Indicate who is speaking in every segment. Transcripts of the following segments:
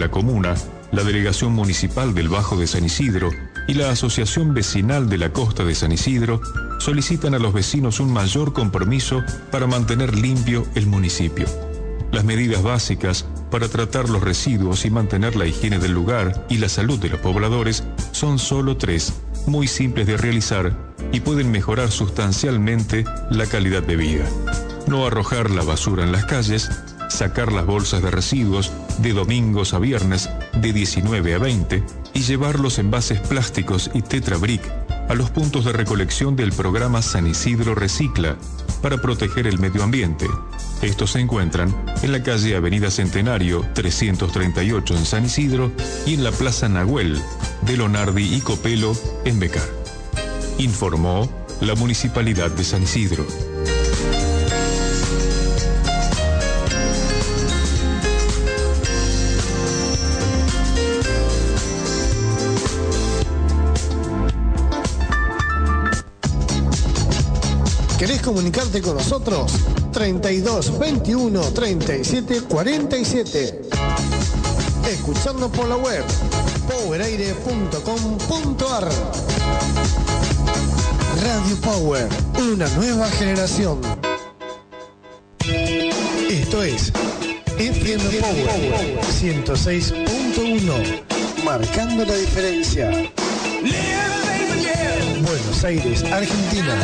Speaker 1: La comuna, la Delegación Municipal del Bajo de San Isidro y la Asociación Vecinal de la Costa de San Isidro solicitan a los vecinos un mayor compromiso para mantener limpio el municipio. Las medidas básicas para tratar los residuos y mantener la higiene del lugar y la salud de los pobladores son solo tres, muy simples de realizar y pueden mejorar sustancialmente la calidad de vida. No arrojar la basura en las calles, sacar las bolsas de residuos de domingos a viernes de 19 a 20 y llevar los envases plásticos y tetrabric a los puntos de recolección del programa San Isidro Recicla para proteger el medio ambiente. Estos se encuentran en la calle Avenida Centenario 338 en San Isidro y en la Plaza Nahuel de Lonardi y Copelo en Becar. Informó la Municipalidad de San Isidro.
Speaker 2: ¿Querés comunicarte con nosotros? 32 21 37 47. Escuchando por la web poweraire.com.ar. Radio Power, una nueva generación. Esto es Entiendo Power 106.1, marcando la diferencia. Buenos Aires, Argentina.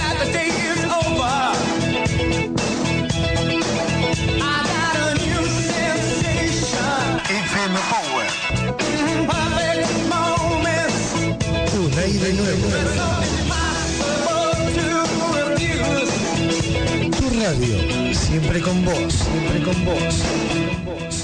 Speaker 3: FM Power.
Speaker 2: Un aire nuevo. Tu radio, siempre con vos, siempre con vos.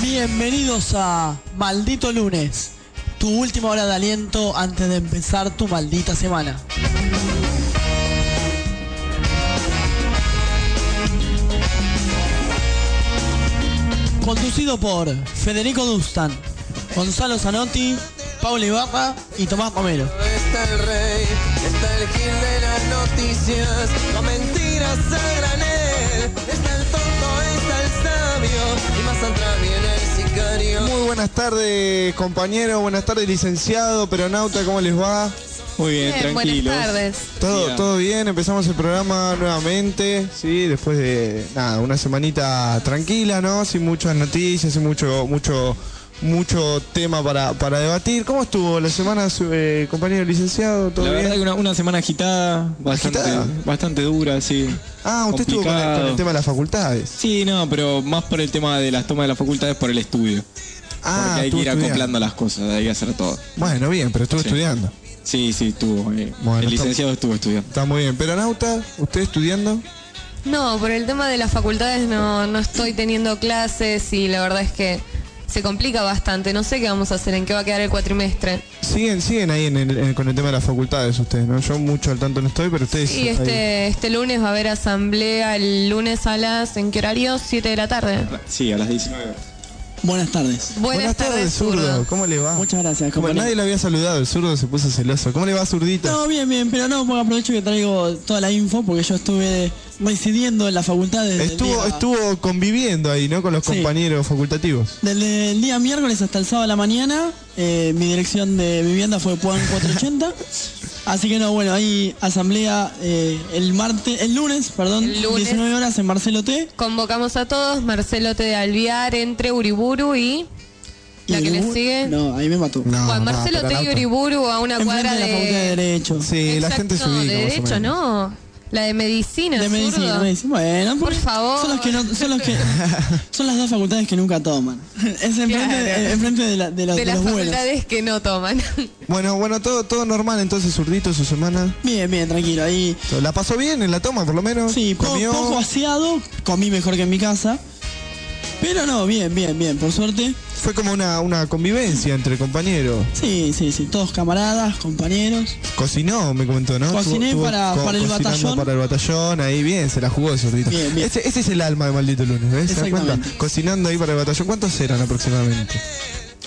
Speaker 4: Bienvenidos a Maldito Lunes, tu última hora de aliento antes de empezar tu maldita semana. Conducido por Federico Dustan, Gonzalo Zanotti, Paula Ibarra y Tomás Romero.
Speaker 5: Está el rey, está el gil de las noticias, con mentiras a granel. Está el tonto, está el sabio, y más atrás viene el sicario.
Speaker 6: Muy buenas tardes, compañero. Buenas tardes, licenciado, peronauta. ¿Cómo les va?
Speaker 7: Muy bien,
Speaker 8: Bien,
Speaker 7: tranquilos.
Speaker 8: Buenas tardes.
Speaker 6: ¿Todo,
Speaker 7: Bien.
Speaker 6: todo bien? Empezamos el programa nuevamente, ¿sí? Después de, nada, una semanita tranquila, ¿no? Sin muchas noticias, sin mucho, mucho, mucho tema para, para debatir. ¿Cómo estuvo la semana, su- eh, compañero licenciado? ¿Todo
Speaker 7: La
Speaker 6: bien?
Speaker 7: verdad que una, una semana agitada, bastante,
Speaker 6: ¿Agitada?
Speaker 7: bastante dura, sí.
Speaker 6: Ah, usted estuvo con el- con el,
Speaker 7: Complicado.
Speaker 6: tema de las facultades.
Speaker 7: Sí, no, pero más por el tema de las tomas de las facultades por el estudio.
Speaker 6: Ah,
Speaker 7: porque hay que
Speaker 6: estuvo
Speaker 7: ir
Speaker 6: estudiando.
Speaker 7: acoplando las cosas, hay que hacer todo.
Speaker 6: Bueno, bien, pero estuvo
Speaker 7: Sí.
Speaker 6: estudiando.
Speaker 7: Sí, sí, estuvo. eh,
Speaker 6: Bueno,
Speaker 7: el
Speaker 6: está-
Speaker 7: licenciado estuvo estudiando.
Speaker 6: Está muy bien. Peronauta, ¿usted estudiando?
Speaker 8: No, por el tema de las facultades no, no estoy teniendo clases y la verdad es que se complica bastante. No sé qué vamos a hacer, en qué va a quedar el cuatrimestre.
Speaker 6: Siguen, siguen ahí en el- en- con el tema de las facultades ustedes, ¿no? Yo mucho al tanto no estoy, pero ustedes... ahí.
Speaker 8: Y este, este lunes va a haber asamblea, el lunes a las, ¿en qué horario? 7 de la tarde.
Speaker 7: Sí, a las 19.
Speaker 4: Buenas tardes.
Speaker 8: Buenas, tardes, zurdo.
Speaker 6: ¿Cómo le va?
Speaker 4: Muchas gracias,
Speaker 6: Como
Speaker 4: compañero.
Speaker 6: nadie lo había saludado, el zurdo se puso celoso. ¿Cómo le va, zurdito?
Speaker 4: No, bien, bien, pero no, porque aprovecho que traigo toda la info porque yo estuve residiendo en la facultad desde el
Speaker 6: estuvo,
Speaker 4: día,
Speaker 6: estuvo conviviendo ahí, ¿no? Con los
Speaker 4: Sí.
Speaker 6: compañeros facultativos.
Speaker 4: desde el día miércoles hasta el sábado a la mañana. Eh, mi dirección de vivienda fue Puan 480. Así que no, bueno, hay asamblea eh, el martes, el lunes, perdón,
Speaker 8: El lunes.
Speaker 4: 19 horas en Marcelo T.
Speaker 8: Convocamos a todos, Marcelo T. de Alviar, entre Uriburu y... ¿La
Speaker 4: Y
Speaker 8: que le
Speaker 4: el-
Speaker 8: sigue?
Speaker 4: No, ahí me mató.
Speaker 6: No,
Speaker 8: Eh. Juan
Speaker 6: no,
Speaker 8: Marcelo
Speaker 6: pero
Speaker 8: T. y
Speaker 6: no.
Speaker 8: Uriburu a una
Speaker 4: Enfrente
Speaker 8: cuadra
Speaker 4: de la Facultad de Derecho.
Speaker 6: Sí, la gente se
Speaker 8: Exacto,
Speaker 6: ubica.
Speaker 8: de
Speaker 6: más o
Speaker 8: derecho,
Speaker 6: menos.
Speaker 8: no. La de medicina,
Speaker 4: De medicina,
Speaker 8: zurdo.
Speaker 4: medicina. Bueno,
Speaker 8: Por
Speaker 4: porque
Speaker 8: favor.
Speaker 4: Son, los que no- son, los que- son las dos facultades que nunca toman. Es enfrente,
Speaker 8: Claro.
Speaker 4: eh, enfrente de, la- de los,
Speaker 8: de
Speaker 4: de
Speaker 8: las
Speaker 4: los vuelos.
Speaker 8: facultades que no toman.
Speaker 6: Bueno, bueno, todo, todo normal entonces, zurdito, su semana.
Speaker 4: Bien, bien, tranquilo. Ahí,
Speaker 6: ¿La pasó bien en la toma, por lo menos?
Speaker 4: sí, po-
Speaker 6: ¿Comió?
Speaker 4: poco aseado, comí mejor que en mi casa. Pero no, bien, bien, bien, por suerte.
Speaker 6: fue como una, una convivencia entre compañeros.
Speaker 4: Sí, sí, sí, todos camaradas, compañeros.
Speaker 6: Cocinó, me comentó, ¿no?
Speaker 4: Cociné para- para el
Speaker 6: cocinando
Speaker 4: batallón.
Speaker 6: Para el batallón, ahí bien, se la jugó ese ratito.
Speaker 4: Bien, bien.
Speaker 6: Ese, ese es el alma de Maldito Lunes, ¿ves? ¿Se dan cuenta?
Speaker 4: Exactamente.
Speaker 6: Cocinando ahí para el batallón, ¿cuántos eran aproximadamente?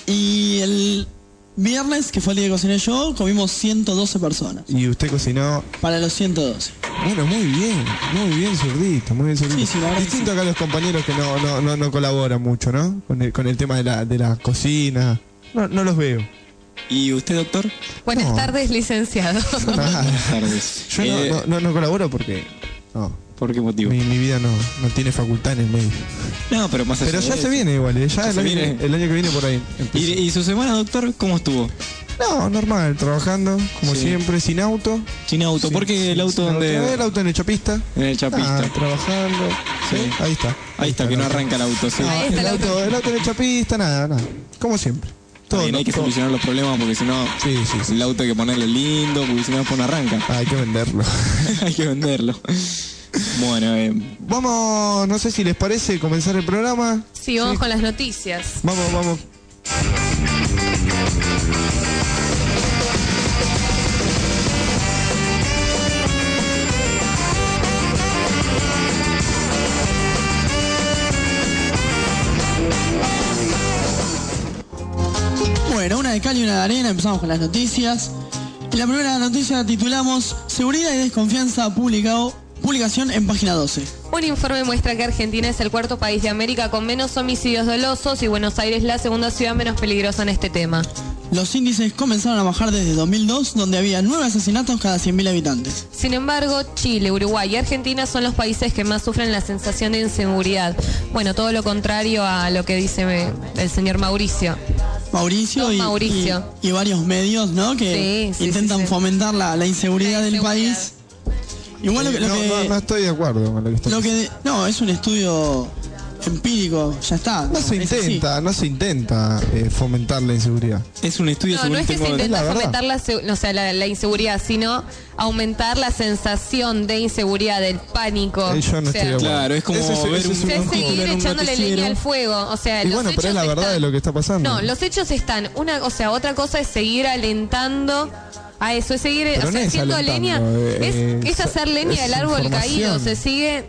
Speaker 4: Y el viernes, que fue el día que cociné yo, comimos 112 personas.
Speaker 6: Y usted cocinó
Speaker 4: Para los 112.
Speaker 6: Bueno, muy bien, muy bien zurdito, muy bien zurdito.
Speaker 4: Sí, sí, la verdad que
Speaker 6: Distinto acá a los compañeros que no, no, no, no colaboran mucho, ¿no? Con el, con el tema de la, de la cocina. No, no los veo.
Speaker 7: ¿Y usted, doctor?
Speaker 8: Buenas
Speaker 6: No.
Speaker 8: tardes, licenciado.
Speaker 6: Ah.
Speaker 7: Buenas tardes.
Speaker 6: Yo no-
Speaker 7: Eh,
Speaker 6: no, no, no colaboro porque no,
Speaker 7: ¿Por qué motivo?
Speaker 6: mi, mi vida no, no tiene facultad en el medio.
Speaker 7: No, pero más allá
Speaker 6: Pero ya
Speaker 7: de
Speaker 6: se
Speaker 7: eso.
Speaker 6: viene igual, eh, ya
Speaker 7: Ya
Speaker 6: el
Speaker 7: se
Speaker 6: año,
Speaker 7: viene.
Speaker 6: el año que viene por ahí.
Speaker 7: ¿Y,
Speaker 6: empieza.
Speaker 7: y su semana, doctor, cómo estuvo?
Speaker 6: No, normal, trabajando, como
Speaker 7: Sí.
Speaker 6: siempre, sin auto.
Speaker 7: Sin auto. ¿Por qué el auto
Speaker 6: Sin
Speaker 7: donde.?
Speaker 6: El auto Eh, en el chapista.
Speaker 7: En el chapista.
Speaker 6: Ah, trabajando.
Speaker 7: Sí.
Speaker 6: Sí, ahí está.
Speaker 7: Ahí está, que no arranca el auto, Ah, sí.
Speaker 8: Ahí está
Speaker 6: el
Speaker 8: el
Speaker 6: auto,
Speaker 8: auto.
Speaker 6: el auto en el chapista, nada, nada. Como siempre. Todo,
Speaker 7: También hay que
Speaker 6: todo.
Speaker 7: solucionar los problemas porque si no,
Speaker 6: Sí, sí, sí.
Speaker 7: el auto hay que ponerle lindo, porque si no, después no arranca.
Speaker 6: Ah, hay que venderlo.
Speaker 7: hay que venderlo. Bueno, eh,
Speaker 6: Vamos, no sé si les parece comenzar el programa.
Speaker 8: Sí, vamos con las noticias.
Speaker 6: Vamos, vamos.
Speaker 4: Bueno, una de cal y una de arena, empezamos con las noticias. Y la primera noticia la titulamos Seguridad y desconfianza publicado, publicación en página 12.
Speaker 8: Un informe muestra que Argentina es el cuarto país de América con menos homicidios dolosos y Buenos Aires la segunda ciudad menos peligrosa en este tema.
Speaker 4: Los índices comenzaron a bajar desde 2002, donde había 9 asesinatos cada 100.000 habitantes.
Speaker 8: Sin embargo, Chile, Uruguay y Argentina son los países que más sufren la sensación de inseguridad. Bueno, todo lo contrario a lo que dice eh, el señor Mauricio.
Speaker 4: Mauricio,
Speaker 8: Don
Speaker 4: y,
Speaker 8: Mauricio.
Speaker 4: y- y varios medios, ¿no? Que
Speaker 8: Sí, sí,
Speaker 4: intentan
Speaker 8: sí, sí.
Speaker 4: fomentar la, la inseguridad
Speaker 8: La
Speaker 4: del
Speaker 8: inseguridad.
Speaker 4: país. Igual lo que... lo
Speaker 6: no,
Speaker 4: que-
Speaker 6: Eh, no, no estoy de acuerdo con lo que está
Speaker 4: lo que de- no, es un estudio empírico, ya está.
Speaker 6: No se
Speaker 4: es así.
Speaker 6: intenta, no se intenta eh, fomentar la inseguridad.
Speaker 7: es un estudio
Speaker 8: No,
Speaker 7: según
Speaker 8: no es que
Speaker 7: tengo-
Speaker 8: se
Speaker 6: Es la
Speaker 8: intenta
Speaker 6: verdad.
Speaker 8: fomentar la, se- o sea, la, la inseguridad, sino aumentar la sensación de inseguridad, del pánico.
Speaker 6: Eh, yo no
Speaker 8: O
Speaker 6: estoy
Speaker 8: sea,
Speaker 6: de acuerdo.
Speaker 7: Claro, es como ver un-
Speaker 8: o sea, es
Speaker 6: es
Speaker 8: seguir
Speaker 6: leer un
Speaker 8: echándole
Speaker 6: noticiero.
Speaker 8: leña al fuego. O sea,
Speaker 6: Y
Speaker 8: los
Speaker 6: bueno, pero es
Speaker 8: hechos
Speaker 6: la verdad
Speaker 8: están-
Speaker 6: de lo que está pasando.
Speaker 8: No, los hechos están. Una, o sea, otra cosa es seguir alentando a eso, es seguir,
Speaker 6: Pero
Speaker 8: o
Speaker 6: no
Speaker 8: sea,
Speaker 6: es
Speaker 8: haciendo leña,
Speaker 6: alentando,
Speaker 8: es,
Speaker 6: eh,
Speaker 8: es
Speaker 6: es-
Speaker 8: hacer leña
Speaker 6: es
Speaker 8: del árbol
Speaker 6: información.
Speaker 8: caído, se sigue,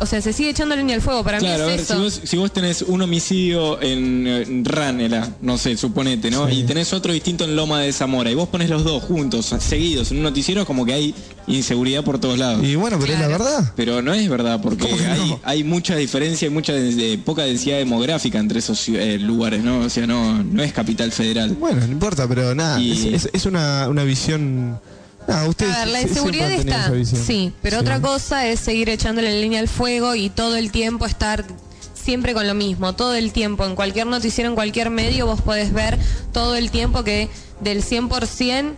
Speaker 8: o sea, se sigue echando leña al fuego, para
Speaker 7: Claro, a
Speaker 8: mí
Speaker 7: ver,
Speaker 8: es
Speaker 7: si
Speaker 8: eso.
Speaker 7: vos, si vos tenés un homicidio en, eh, en Ranela, no sé, suponete, ¿no? Y tenés otro distinto en Loma de Zamora, y vos pones los dos juntos, seguidos, en un noticiero, como que hay inseguridad por todos lados.
Speaker 6: Y bueno, pero es la
Speaker 8: Claro.
Speaker 6: verdad.
Speaker 7: Pero no es verdad, porque
Speaker 6: Ah. ¿Cómo que
Speaker 7: hay,
Speaker 6: no?
Speaker 7: hay mucha diferencia y mucha de- de- poca densidad demográfica entre esos ci- eh, lugares, ¿no? O sea, no, no es capital federal.
Speaker 6: Bueno, no importa, pero nada,
Speaker 7: Y-
Speaker 6: es, es- es una, una visión... Nada,
Speaker 8: A
Speaker 6: ustedes
Speaker 8: ver, la
Speaker 6: sie-
Speaker 8: inseguridad
Speaker 6: siempre han tenido
Speaker 8: está,
Speaker 6: esa visión.
Speaker 8: sí, pero
Speaker 6: Sí.
Speaker 8: otra cosa es seguir echándole leña al fuego y todo el tiempo estar siempre con lo mismo, todo el tiempo, en cualquier noticiero, en cualquier medio, vos podés ver todo el tiempo que del 100%,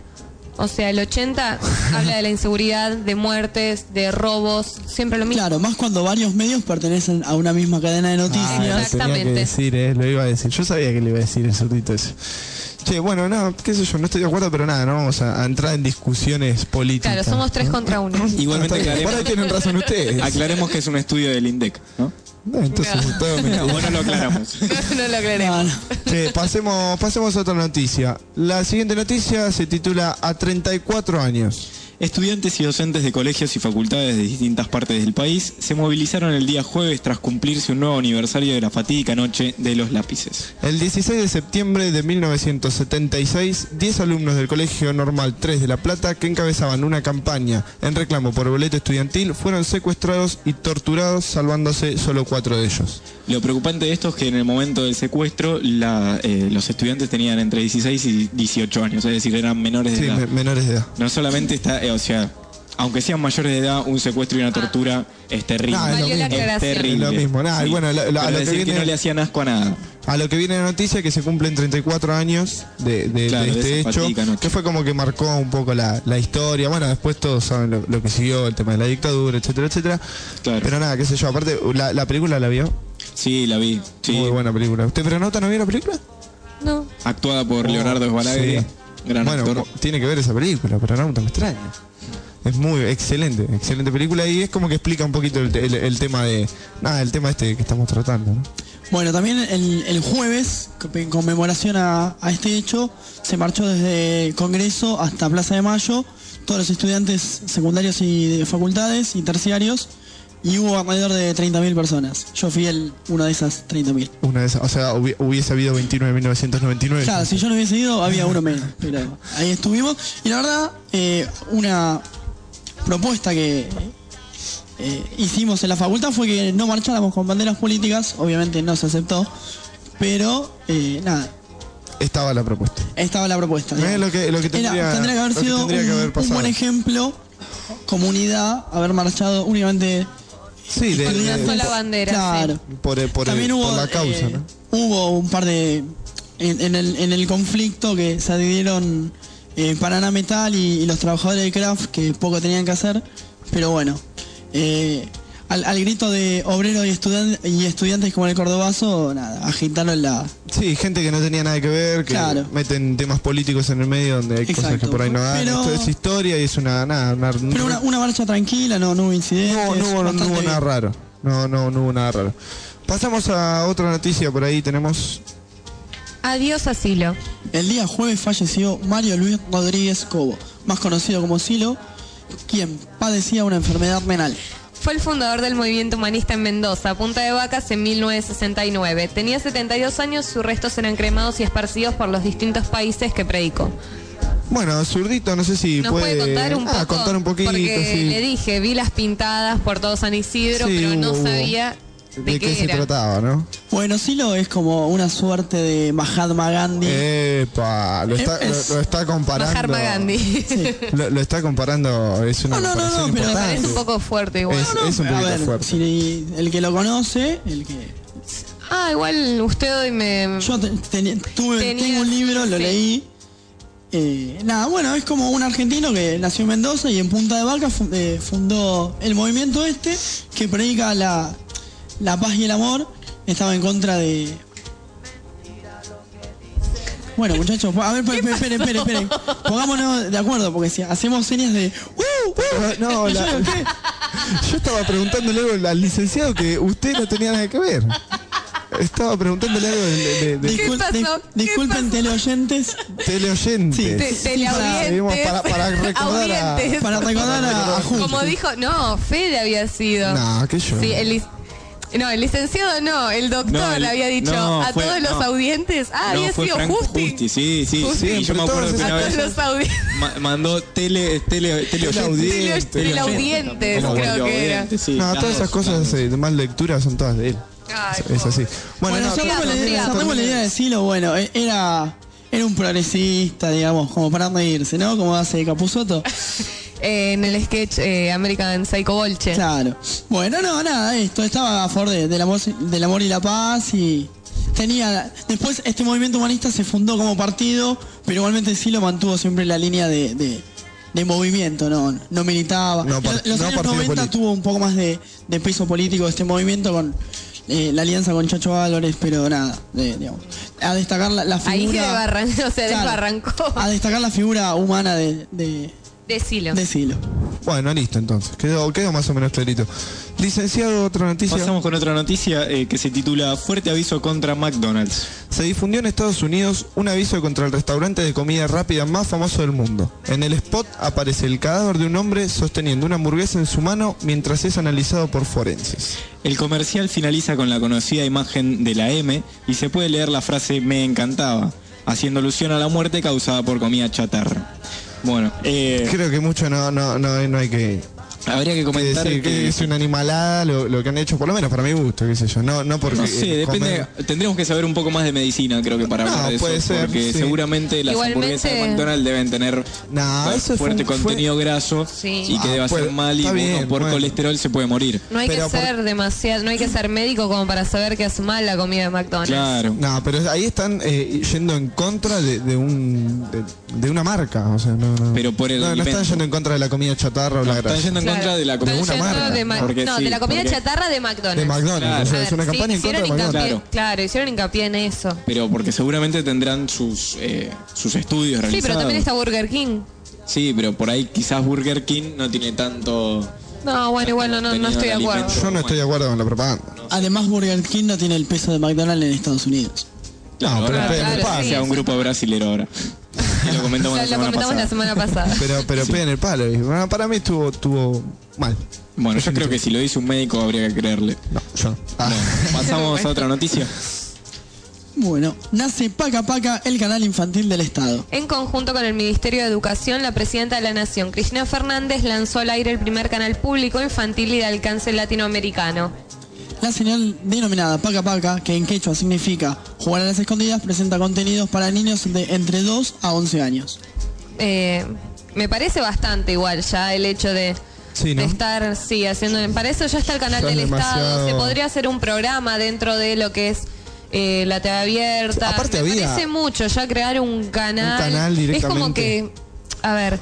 Speaker 8: o sea, el 80% habla de la inseguridad, de muertes, de robos, siempre lo mismo.
Speaker 4: Claro, más cuando varios medios pertenecen a una misma cadena de
Speaker 6: Ah, lo
Speaker 4: noticias.
Speaker 8: Exactamente.
Speaker 6: Tenía que decir, eh, lo iba a decir. Yo sabía que le iba a decir el zurdito ese. Che, bueno, no, qué sé yo, no estoy de acuerdo, pero nada, no vamos a, a entrar en discusiones políticas.
Speaker 8: Claro, somos tres contra uno.
Speaker 7: Igualmente
Speaker 6: Está bien,
Speaker 7: aclaremos,
Speaker 6: Por ahí tienen razón ustedes.
Speaker 7: aclaremos que es un estudio del INDEC, ¿no?
Speaker 6: No, entonces, todo me-
Speaker 7: Bueno, lo aclaramos.
Speaker 8: no lo
Speaker 4: No,
Speaker 8: aclaremos.
Speaker 4: no.
Speaker 6: Che, pasemos, pasemos a otra noticia. La siguiente noticia se titula A 34 años.
Speaker 7: Estudiantes y docentes de colegios y facultades de distintas partes del país se movilizaron el día jueves tras cumplirse un nuevo aniversario de la fatídica noche de los lápices.
Speaker 6: El 16 de septiembre de 1976, 10 alumnos del Colegio Normal 3 de La Plata que encabezaban una campaña en reclamo por boleto estudiantil fueron secuestrados y torturados, salvándose solo cuatro de ellos.
Speaker 7: Lo preocupante de esto es que en el momento del secuestro la- eh, los estudiantes tenían entre 16 y 18 años, es decir, eran menores de
Speaker 6: Sí,
Speaker 7: edad.
Speaker 6: me- menores de edad.
Speaker 7: No solamente está, eh, o sea, aunque sean mayores de edad, un secuestro y una tortura es terrible.
Speaker 6: Ah, es lo
Speaker 8: Ah. Valió la mismo. aclaración.
Speaker 7: terrible.
Speaker 6: Es lo mismo, nada,
Speaker 7: Sí.
Speaker 6: bueno, la- la-
Speaker 7: Pero
Speaker 6: a lo que
Speaker 7: decir que
Speaker 6: viene-
Speaker 7: no le hacían asco a nada.
Speaker 6: A lo que viene la noticia que se cumplen 34 años de, de-
Speaker 7: Claro,
Speaker 6: de este
Speaker 7: de esa
Speaker 6: hecho,
Speaker 7: fatídica noche.
Speaker 6: que fue como que marcó un poco la, la historia. Bueno, después todos saben lo, lo que siguió, el tema de la dictadura, etcétera, etcétera.
Speaker 7: Claro.
Speaker 6: Pero nada, qué sé yo, aparte, la, la película la vio.
Speaker 7: Sí, la vi. Sí.
Speaker 6: Muy buena película. ¿Usted pero nota no vio la película?
Speaker 8: No.
Speaker 7: Actuada por Leonardo Sbaraglia,
Speaker 6: Oh, Sí.
Speaker 7: gran
Speaker 6: bueno,
Speaker 7: actor.
Speaker 6: mo- tiene que ver esa película, pero no me extraña. Es muy excelente, excelente película y es como que explica un poquito el, te- el- el tema de nada, el tema este que estamos tratando, ¿no?
Speaker 4: Bueno, también el, el jueves, en conmemoración a, a este hecho, se marchó desde Congreso hasta Plaza de Mayo, todos los estudiantes secundarios y de facultades y terciarios, y hubo alrededor de 30.000 personas. Yo fui el, una de esas 30.000.
Speaker 6: Una de esas, o sea, hubi- hubiese habido 29.999.
Speaker 4: Claro, si yo no hubiese ido, había uno menos. Pero ahí estuvimos. Y la verdad, eh, una propuesta que eh, hicimos en la facultad fue que no marcháramos con banderas políticas. Obviamente no se aceptó. Pero, eh, nada,
Speaker 6: Estaba la propuesta.
Speaker 4: estaba la propuesta.
Speaker 6: Es
Speaker 4: digamos.
Speaker 6: lo que, lo que
Speaker 4: Era-
Speaker 6: tendría,
Speaker 4: tendría que haber
Speaker 6: lo que
Speaker 4: sido
Speaker 6: tendría que
Speaker 4: un-
Speaker 6: haber
Speaker 4: un,
Speaker 6: pasado.
Speaker 4: buen ejemplo, comunidad, haber marchado únicamente.
Speaker 6: Sí, de- de-
Speaker 8: Una sola bandera,
Speaker 4: Claro.
Speaker 6: por, por- por
Speaker 4: También hubo,
Speaker 6: la causa,
Speaker 4: eh,
Speaker 6: ¿no?
Speaker 4: hubo un par de. En, en el, en el conflicto que se adhirieron eh, Paraná Metal y, y los trabajadores de Kraft, que poco tenían que hacer, pero bueno. eh, al, al grito de obreros y, estudan- y estudiantes como en el Cordobazo, nada, agitaron la.
Speaker 6: Sí, gente que no tenía nada que ver, que
Speaker 4: Claro.
Speaker 6: meten temas políticos en el medio donde hay cosas
Speaker 4: Exacto.
Speaker 6: que por ahí no dan.
Speaker 4: Pero-
Speaker 6: Esto es historia y es una. Nada, una-
Speaker 4: Pero una, una marcha tranquila, no, no hubo incidentes.
Speaker 6: no, no, hubo- no
Speaker 4: bastante
Speaker 6: hubo
Speaker 4: bien.
Speaker 6: nada raro. No, no, no hubo nada raro. Pasamos a otra noticia por ahí. Tenemos.
Speaker 8: Adiós asilo.
Speaker 4: El día jueves falleció Mario Luis Rodríguez Cobo, más conocido como Silo, quien padecía una enfermedad renal.
Speaker 8: Fue el fundador del movimiento humanista en Mendoza, Punta de Vacas, en 1969. Tenía 72 años, sus restos eran cremados y esparcidos por los distintos países que predicó.
Speaker 6: Bueno, zurdito, no sé si
Speaker 8: ¿Nos puede, contar un
Speaker 6: ah,
Speaker 8: poco?
Speaker 6: contar un poquito.
Speaker 8: Porque
Speaker 6: sí.
Speaker 8: le dije, vi las pintadas por todo San Isidro,
Speaker 6: Sí,
Speaker 8: pero no
Speaker 6: hubo- hubo.
Speaker 8: sabía de,
Speaker 6: ¿De qué se
Speaker 8: era.
Speaker 6: trataba, no?
Speaker 4: Bueno, Silo es como una suerte de Mahatma Gandhi.
Speaker 6: Epa, lo está,
Speaker 4: Es-
Speaker 6: lo, lo está comparando.
Speaker 8: Mahatma Gandhi.
Speaker 6: Lo, lo está comparando, es una
Speaker 4: No, no, no,
Speaker 6: comparación
Speaker 4: no, pero
Speaker 8: Me
Speaker 6: importante.
Speaker 8: parece un poco fuerte igual.
Speaker 6: Es- es un
Speaker 4: A
Speaker 6: poquito
Speaker 4: ver,
Speaker 6: fuerte.
Speaker 4: si eh, el que lo conoce, el que
Speaker 8: Ah, igual usted hoy me...
Speaker 4: yo te- teni- tuve,
Speaker 8: Tenía-
Speaker 4: tengo un libro, lo
Speaker 8: sí.
Speaker 4: leí. Eh, nada, bueno, es como un argentino que nació en Mendoza y en Punta de Vaca fu- eh, fundó el movimiento este que predica la, la paz y el amor. Estaba en contra de. Bueno, muchachos, a ver, esperen, esperen, esperen. esperen. Pongámonos de acuerdo, porque si hacemos señas de. "Uh, uh",
Speaker 6: No,
Speaker 4: y yo
Speaker 6: la-
Speaker 4: digo, "¿Qué?".
Speaker 6: Yo estaba preguntándole algo al licenciado que usted no tenía nada que ver. Estaba preguntándole algo de, de- de
Speaker 4: Discul-
Speaker 8: pasó?
Speaker 4: dis-
Speaker 8: ¿Qué
Speaker 4: disculpen, teleoyentes,
Speaker 6: teleoyentes.
Speaker 8: Te- teleaudientes,
Speaker 6: Para- para recordar a-
Speaker 8: audientes.
Speaker 4: para recordar a, a Ju.
Speaker 8: Como dijo, no, Fede había sido.
Speaker 6: No, que yo.
Speaker 8: Sí, el lic- no, el licenciado no, el doctor
Speaker 7: No, el-
Speaker 8: había dicho
Speaker 7: no,
Speaker 8: a
Speaker 7: fue-
Speaker 8: todos los
Speaker 7: no.
Speaker 8: audientes. Ah,
Speaker 7: no,
Speaker 8: había
Speaker 7: fue
Speaker 8: sido
Speaker 7: Franco
Speaker 8: Justi.
Speaker 7: Justi, sí, sí,
Speaker 8: Justi.
Speaker 7: sí. Yo me
Speaker 6: Siempre
Speaker 7: acuerdo
Speaker 6: todos
Speaker 7: que
Speaker 8: A
Speaker 7: una
Speaker 8: todos
Speaker 7: vez
Speaker 8: los audientes.
Speaker 7: ma- mandó tele, tele, teleoyentes.
Speaker 8: Teleoyentes, teleaudientes,
Speaker 7: Como
Speaker 8: creo que era.
Speaker 7: teleaudientes, sí,
Speaker 6: No,
Speaker 7: las
Speaker 6: todas esas
Speaker 7: dos,
Speaker 6: cosas
Speaker 7: las dos.
Speaker 6: eh, de más lectura son todas de él.
Speaker 8: Ay,
Speaker 6: Es- es así. Bueno,
Speaker 4: Bueno,
Speaker 6: no,
Speaker 4: cerramos la
Speaker 8: perdón,
Speaker 4: idea-
Speaker 8: perdón.
Speaker 4: cerramos la idea de Silo, bueno, e- era, era un progresista, digamos, como para reírse, ¿no? Como hace Capuzoto.
Speaker 8: Eh, en el sketch eh, American Psycho Bolche.
Speaker 4: Claro. Bueno, no, nada, esto estaba a favor de- del, amor, del amor y la paz y tenía... Después este movimiento humanista se fundó como partido, pero igualmente Silo mantuvo siempre la línea de, de- de movimiento, no, no militaba.
Speaker 6: No par-
Speaker 4: En los
Speaker 6: no
Speaker 4: años
Speaker 6: partido
Speaker 4: 90
Speaker 6: político.
Speaker 4: tuvo un poco más de, de peso político este movimiento con eh, la alianza con Chacho Álvarez, pero nada, de- eh, digamos. A destacar la, la figura...
Speaker 8: Ahí se desbarrancó, se
Speaker 4: Claro.
Speaker 8: desbarrancó.
Speaker 4: A destacar la figura humana de, de,
Speaker 8: Decilo.
Speaker 4: de Silo.
Speaker 6: Bueno, listo entonces. Quedó, quedó más o menos clarito. Licenciado, otra noticia.
Speaker 7: Pasamos con otra noticia eh, que se titula Fuerte aviso contra McDonald's.
Speaker 6: Se difundió en Estados Unidos un aviso contra el restaurante de comida rápida más famoso del mundo. En el spot aparece el cadáver de un hombre sosteniendo una hamburguesa en su mano mientras es analizado por forenses.
Speaker 7: El comercial finaliza con la conocida imagen de la M y se puede leer la frase Me encantaba, haciendo alusión a la muerte causada por comida chatarra. Bueno, eh,
Speaker 6: Creo que mucho no, no, no, no hay que,
Speaker 7: habría que
Speaker 6: que
Speaker 7: comentar
Speaker 6: decir que es una animalada lo, lo que han hecho, por lo menos para mi gusto, qué sé yo. No, no porque.
Speaker 7: No sé,
Speaker 6: eh,
Speaker 7: depende.
Speaker 6: comer-
Speaker 7: Tendríamos que saber un poco más de medicina, creo que para
Speaker 6: No,
Speaker 7: hablar de
Speaker 6: puede
Speaker 7: eso.
Speaker 6: ser,
Speaker 7: porque
Speaker 6: sí.
Speaker 7: seguramente las
Speaker 8: Igualmente-
Speaker 7: hamburguesas de McDonald's deben tener
Speaker 6: Nah,
Speaker 7: fu-
Speaker 6: eso fue
Speaker 7: fuerte
Speaker 6: un- fue-
Speaker 7: contenido graso
Speaker 8: Sí.
Speaker 7: y que
Speaker 6: Ah,
Speaker 7: debe hacer
Speaker 6: puede-
Speaker 7: mal y
Speaker 6: está
Speaker 7: uno
Speaker 6: bien,
Speaker 7: por
Speaker 6: bueno.
Speaker 7: colesterol se puede morir.
Speaker 8: No hay que
Speaker 6: Pero por-
Speaker 8: ser demasiado, no hay que ser médico como para saber que hace mal la comida de McDonald's.
Speaker 7: Claro.
Speaker 6: No, pero ahí están eh, yendo en contra de, de un, de, de una marca. O sea, no, no.
Speaker 7: Pero por el
Speaker 6: no, no están
Speaker 7: alimento.
Speaker 6: yendo en contra de la comida chatarra o la
Speaker 7: No, están
Speaker 6: grasa.
Speaker 7: yendo en
Speaker 8: Claro.
Speaker 7: contra de la comida.
Speaker 8: Están
Speaker 6: una
Speaker 8: yendo
Speaker 6: marca,
Speaker 8: de ma-
Speaker 7: porque
Speaker 8: no,
Speaker 7: sí,
Speaker 8: de la comida
Speaker 7: porque-
Speaker 8: chatarra de McDonald's.
Speaker 6: De McDonald's.
Speaker 7: Claro.
Speaker 6: o sea,
Speaker 8: A
Speaker 6: es
Speaker 8: ver,
Speaker 6: una
Speaker 8: sí,
Speaker 6: campaña en contra
Speaker 8: hicieron
Speaker 6: de McDonald's.
Speaker 8: hincapié,
Speaker 7: Claro.
Speaker 8: claro, hicieron hincapié en eso.
Speaker 7: Pero porque seguramente tendrán sus, eh, sus estudios
Speaker 8: Sí,
Speaker 7: realizados.
Speaker 8: pero también está Burger King.
Speaker 7: Sí, pero por ahí quizás Burger King no tiene tanto
Speaker 8: No, bueno, igual no, no, no estoy de acuerdo.
Speaker 6: Yo no estoy de acuerdo con la propaganda.
Speaker 4: Además, Burger King no tiene el peso de McDonald's en Estados Unidos.
Speaker 6: No, pero,
Speaker 8: claro,
Speaker 6: pe-
Speaker 8: claro,
Speaker 6: el palo.
Speaker 8: sí.
Speaker 7: Hacia un grupo brasilero ahora. Y lo comentamos la
Speaker 8: Ya lo
Speaker 7: semana
Speaker 8: comentamos la
Speaker 7: pasada.
Speaker 8: semana pasada.
Speaker 6: Pero, pero pegan el palo. y, bueno, para mí estuvo, estuvo mal.
Speaker 7: Bueno, yo creo que si lo dice un médico habría que creerle.
Speaker 6: No, yo no. Ah.
Speaker 7: Bueno, pasamos a otra noticia.
Speaker 4: Bueno, nace Paca Paca, el canal infantil del Estado.
Speaker 8: En conjunto con el Ministerio de Educación, la presidenta de la Nación, Cristina Fernández, lanzó al aire el primer canal público infantil y de alcance latinoamericano.
Speaker 4: La señal denominada Paca Paca, que en quechua significa jugar a las escondidas, presenta contenidos para niños de entre 2 a 11 años.
Speaker 8: Eh, me parece bastante igual ya el hecho de,
Speaker 6: Sí, ¿no?
Speaker 8: de estar, sí, haciendo... Para eso ya está el canal
Speaker 6: Ya es
Speaker 8: del Estado,
Speaker 6: demasiado-
Speaker 8: se podría hacer un programa dentro de lo que es... eh, la TV abierta.
Speaker 6: Aparte
Speaker 8: Me
Speaker 6: había-
Speaker 8: parece mucho ya crear un canal.
Speaker 6: Un canal
Speaker 8: Es como
Speaker 6: directamente.
Speaker 8: que, a ver,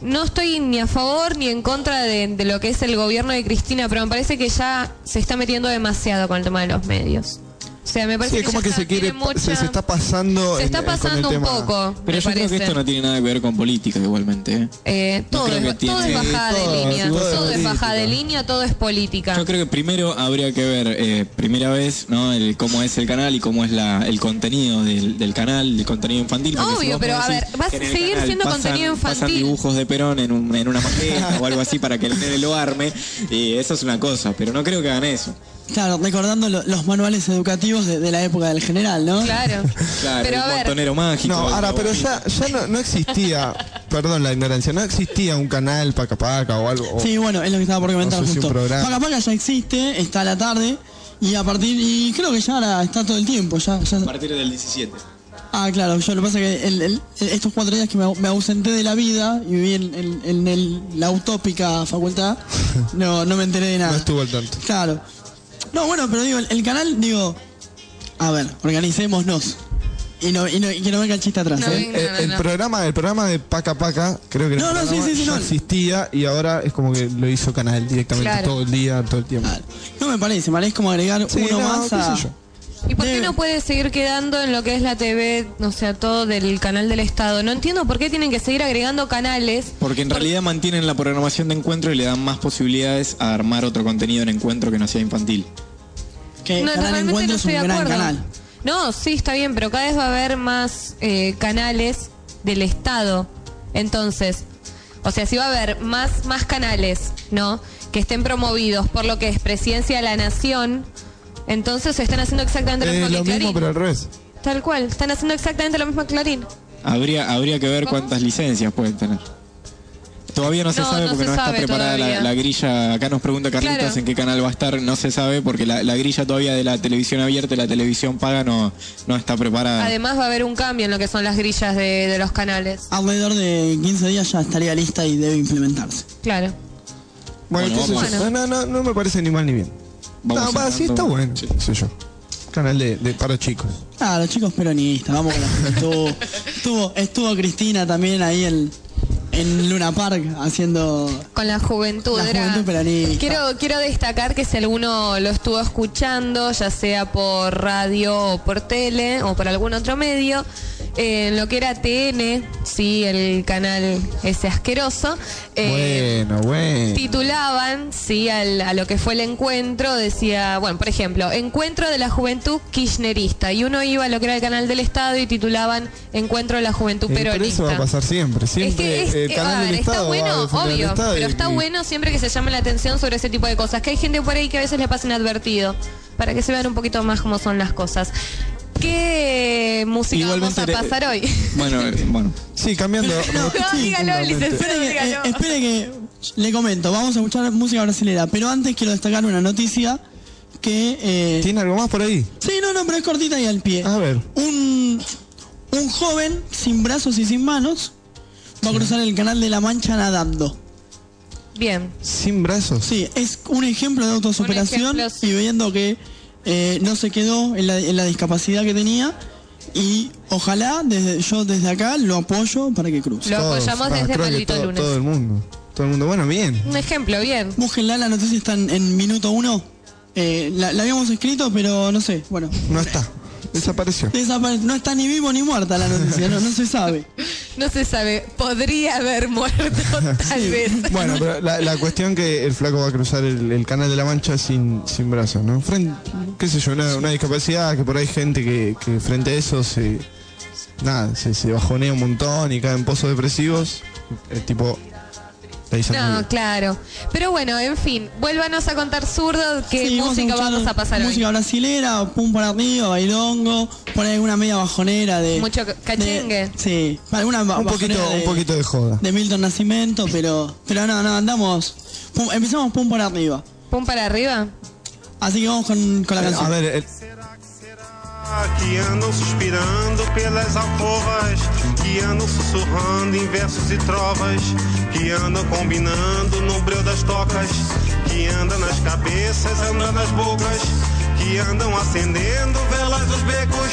Speaker 8: no estoy ni a favor ni en contra de, de lo que es el gobierno de Cristina, pero me parece que ya se está metiendo demasiado con el tema de los medios. O sea, me parece
Speaker 6: Sí,
Speaker 8: que
Speaker 6: como
Speaker 8: ya
Speaker 6: que
Speaker 8: está-
Speaker 6: se quiere.
Speaker 8: tiene
Speaker 6: pa- se,
Speaker 8: mucha-
Speaker 6: se está pasando.
Speaker 8: se está
Speaker 6: en- en- con el
Speaker 8: pasando un
Speaker 6: tema.
Speaker 7: Pero
Speaker 8: poco. me
Speaker 7: yo creo que
Speaker 8: parece.
Speaker 7: esto no tiene nada que ver con política igualmente. ¿eh?
Speaker 8: Eh, todo,
Speaker 7: creo
Speaker 8: es,
Speaker 7: que
Speaker 8: todo es
Speaker 7: tiene-
Speaker 8: bajada
Speaker 6: todo,
Speaker 8: de línea,
Speaker 6: todo
Speaker 8: todo,
Speaker 6: es
Speaker 8: es bajada de
Speaker 6: política.
Speaker 8: línea, todo es política.
Speaker 7: Yo creo que primero habría que ver, eh, primera vez, ¿no? El, cómo es el canal y cómo es la, el contenido del, del canal, el contenido infantil. porque
Speaker 8: Obvio,
Speaker 7: vos
Speaker 8: pero,
Speaker 7: me
Speaker 8: a
Speaker 7: decís
Speaker 8: ver, vas
Speaker 7: que en
Speaker 8: a
Speaker 7: el
Speaker 8: seguir
Speaker 7: canal
Speaker 8: siendo contenido
Speaker 7: Pasan
Speaker 8: infantil.
Speaker 7: dibujos de Perón en, un- en una maqueta o algo así para que el nene lo arme. Y eso es una cosa, pero no creo que hagan eso.
Speaker 4: Claro, recordando lo- los manuales educativos de, de la época del general, ¿no?
Speaker 8: Claro.
Speaker 7: Claro,
Speaker 8: pero
Speaker 7: el
Speaker 8: a ver,
Speaker 7: montonero mágico.
Speaker 6: No,
Speaker 7: el
Speaker 6: ahora, pero
Speaker 7: favorito.
Speaker 6: ya, ya no, no existía. perdón la ignorancia. No existía un canal paca paca o algo. o-
Speaker 4: Sí, bueno, es lo que estaba por comentar
Speaker 6: Oh. No sé si un
Speaker 4: justo.
Speaker 6: programa.
Speaker 4: Paca Paca ya existe, está a la tarde y a partir y creo que ya ahora está todo el tiempo, ya, ya-
Speaker 7: A partir del 17.
Speaker 4: Ah, claro, yo lo que pasa es que el- el- estos cuatro días que me, me ausenté de la vida y viví en, en- en el- la utópica facultad, no, no me enteré de nada.
Speaker 6: No estuvo al tanto.
Speaker 4: Claro. No, bueno, pero digo, el, el canal, digo, a ver, organicémonos. Y, no, y, no- y que no venga el chiste atrás.
Speaker 8: No,
Speaker 4: ¿eh?
Speaker 8: venga.
Speaker 6: El, el
Speaker 8: no.
Speaker 6: programa, el programa de Paca Paca, creo que era
Speaker 4: No,
Speaker 6: un
Speaker 4: no, sí,
Speaker 6: programa,
Speaker 4: sí, sí,
Speaker 6: ya
Speaker 4: no.
Speaker 6: existía y ahora es como que lo hizo Canal directamente
Speaker 8: Claro.
Speaker 6: todo el día, todo el tiempo.
Speaker 4: Claro. No me parece, ¿vale? Es como agregar
Speaker 6: Sí,
Speaker 4: uno
Speaker 6: no,
Speaker 4: más
Speaker 6: qué
Speaker 4: a...
Speaker 6: sé yo.
Speaker 8: ¿y por qué
Speaker 4: Debe-
Speaker 8: no puede seguir quedando en lo que es la TV, o sea, todo del canal del Estado? No entiendo por qué tienen que seguir agregando canales.
Speaker 7: Porque en realidad mantienen la programación de encuentro y le dan más posibilidades a armar otro contenido en encuentro que no sea infantil.
Speaker 4: Que
Speaker 8: No, no,
Speaker 4: Canal
Speaker 8: realmente
Speaker 4: Encuentro
Speaker 8: no
Speaker 4: Eh, es un
Speaker 8: estoy de
Speaker 4: gran
Speaker 8: acuerdo.
Speaker 4: canal.
Speaker 8: No, sí, está bien, pero cada vez va a haber más eh, canales del Estado. Entonces, o sea, sí va a haber más, más canales, ¿no? Que estén promovidos por lo que es Presidencia de la Nación. Entonces están haciendo exactamente lo
Speaker 6: Eh,
Speaker 8: mismo que
Speaker 6: lo
Speaker 8: Clarín.
Speaker 6: mismo, pero al revés.
Speaker 8: Tal cual, están haciendo exactamente lo mismo que Clarín.
Speaker 7: Habría, habría que ver cuántas licencias pueden tener. Todavía no se
Speaker 8: No,
Speaker 7: sabe
Speaker 8: no
Speaker 7: porque
Speaker 8: se
Speaker 7: no está
Speaker 8: sabe
Speaker 7: preparada la,
Speaker 8: todavía.
Speaker 7: la grilla. Acá nos pregunta Carlitos
Speaker 8: Claro.
Speaker 7: en qué canal va a estar. No se sabe porque la, la grilla todavía de la televisión abierta y la televisión paga no, no está
Speaker 4: Ah.
Speaker 7: preparada.
Speaker 8: Además va a haber un cambio en lo que son las grillas de, de los canales.
Speaker 4: Alrededor de 15 días ya estaría lista y debe implementarse.
Speaker 8: Claro.
Speaker 6: Bueno,
Speaker 7: Bueno,
Speaker 6: qué sé
Speaker 8: vamos.
Speaker 6: yo. No, no, no me parece ni mal ni bien.
Speaker 7: Vamos
Speaker 6: no, va, sí
Speaker 7: cerrando.
Speaker 6: está bueno,
Speaker 7: Sí.
Speaker 6: qué sé yo. Canal de, de para chicos.
Speaker 4: Ah, los chicos peronistas, vamos con la juventud. estuvo, estuvo Cristina también ahí en, en Luna Park haciendo.
Speaker 8: Con la juventud.
Speaker 4: La
Speaker 8: era-
Speaker 4: juventud peronista.
Speaker 8: Quiero, quiero destacar que si alguno lo estuvo escuchando, ya sea por radio o por tele o por algún otro medio, eh, en lo que era TN, sí, el canal ese asqueroso, eh,
Speaker 6: bueno, bueno.
Speaker 8: titulaban, sí, al- a lo que fue el encuentro, decía, bueno, por ejemplo, Encuentro de la Juventud Kirchnerista, y uno iba a lo que era el canal del Estado y titulaban Encuentro de la Juventud
Speaker 6: Eh,
Speaker 8: Peronista.
Speaker 6: pero eso va a pasar siempre. Siempre
Speaker 8: es que es-
Speaker 6: el
Speaker 8: eh,
Speaker 6: canal
Speaker 8: a
Speaker 6: del
Speaker 8: ver, está
Speaker 6: Estado. va a
Speaker 8: bueno,
Speaker 6: defender al
Speaker 8: obvio,
Speaker 6: Estado
Speaker 8: pero
Speaker 6: y-
Speaker 8: está
Speaker 6: y-
Speaker 8: bueno siempre que se llame la atención sobre ese tipo de cosas, que hay gente por ahí que a veces le pasa inadvertido, para que se vean un poquito más cómo son las cosas. ¿Qué música
Speaker 7: Igualmente,
Speaker 8: vamos a pasar hoy?
Speaker 7: Bueno, eh, bueno.
Speaker 6: Sí, cambiando.
Speaker 8: no, dígalo, licenciado,
Speaker 4: Espere que, eh,
Speaker 8: dígalo.
Speaker 4: espere que le comento, vamos a escuchar música brasilera, pero antes quiero destacar una noticia que. eh,
Speaker 6: ¿Tiene algo más por ahí?
Speaker 4: sí, no, no, pero es cortita y al pie.
Speaker 6: A ver.
Speaker 4: Un, un joven sin brazos y sin manos va a cruzar el canal de la Mancha nadando.
Speaker 8: Bien.
Speaker 6: Sin brazos.
Speaker 4: Sí, es un ejemplo de autosuperación
Speaker 8: Un ejemplo, sí.
Speaker 4: y viendo que eh, no se quedó en la, en la discapacidad que tenía y ojalá desde, yo desde acá lo apoyo para que cruce.
Speaker 8: Lo
Speaker 6: Todos.
Speaker 8: apoyamos desde
Speaker 6: ah, creo que
Speaker 8: Maldito
Speaker 6: todo,
Speaker 8: Lunes.
Speaker 6: Todo el mundo. Todo el mundo. Bueno, bien.
Speaker 8: Un ejemplo, bien.
Speaker 4: Búsquenla, la noticia está en, en minuto uno. Eh, la, la habíamos escrito, pero no sé, bueno.
Speaker 6: No está. Desapareció.
Speaker 4: desapare- no está ni vivo ni muerta la noticia, no, no se sabe.
Speaker 8: No se sabe. Podría haber muerto, tal vez.
Speaker 6: Bueno, pero la, la cuestión que el flaco va a cruzar el, el canal de la Mancha sin, sin brazos, ¿no? Frente, qué sé yo, una, una discapacidad que por ahí hay gente que, que frente a eso se, nada, se, se bajonea un montón y cae en pozos depresivos. Es tipo, la Isa
Speaker 8: No,
Speaker 6: Nubia.
Speaker 8: claro. Pero bueno, en fin, vuélvanos a contar zurdo qué
Speaker 4: Sí,
Speaker 8: música
Speaker 4: escuchar
Speaker 8: vamos a pasar
Speaker 4: Música
Speaker 8: hoy.
Speaker 4: brasilera, pum para arriba, bailongo, poner alguna media bajonera de...
Speaker 8: Mucho ca- cachengue.
Speaker 4: de- sí, alguna ba-
Speaker 6: un
Speaker 4: bajonera
Speaker 6: poquito,
Speaker 4: de,
Speaker 6: un poquito de joda.
Speaker 4: de Milton Nacimiento, pero pero no, no, andamos... pum, empezamos pum para arriba.
Speaker 8: Pum para arriba.
Speaker 4: Así que vamos con, con la
Speaker 6: Eh, A
Speaker 4: canción.
Speaker 6: ver, el-
Speaker 3: Que andam suspirando pelas alcovas, que andam sussurrando em versos e trovas, que andam combinando no breu das tocas, que anda nas cabeças, anda nas bocas, que andam acendendo velas nos becos,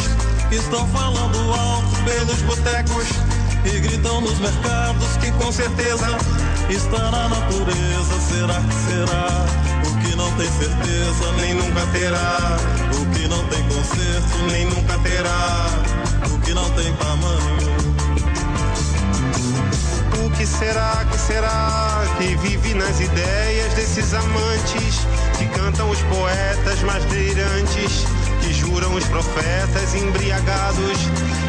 Speaker 3: estão falando alto pelos botecos e gritam nos mercados que com certeza está na natureza. Será que será? O que não tem certeza nem nunca terá. O que não tem conserto nem nunca terá. O que não tem tamanho. O que será, que será que vive nas ideias desses amantes que cantam os poetas mais delirantes, que juram os profetas embriagados?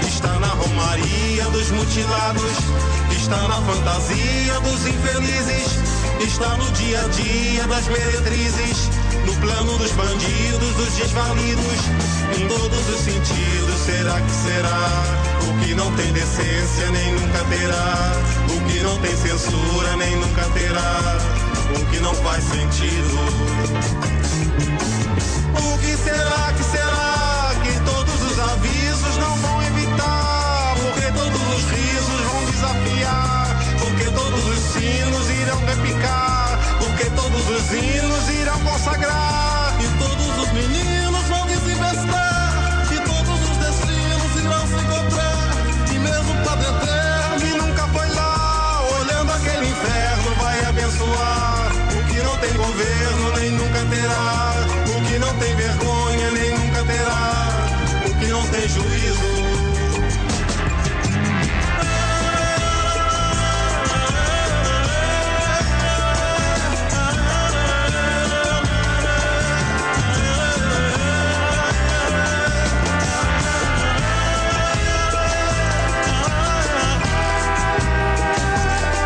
Speaker 3: Está na romaria dos mutilados, está na fantasia dos infelizes, está no dia a dia das meretrizes, no plano dos bandidos, dos desvalidos, em todos os sentidos. Será que será? O que não tem decência nem nunca terá. O que não tem censura nem nunca terá. O que não faz sentido. O que será que será que todos os avisos não vão evitar? Porque todos os risos vão desafiar, porque todos os sinos irão repicar, porque todos os hinos irão consagrar, e todos os meninos vão desinvestar, e todos os destinos irão se encontrar, e mesmo Padre Eterno e nunca foi lá, olhando aquele inferno vai abençoar, o que não tem governo nem nunca terá, o que não tem vergonha nem nunca terá, o que não tem juízo.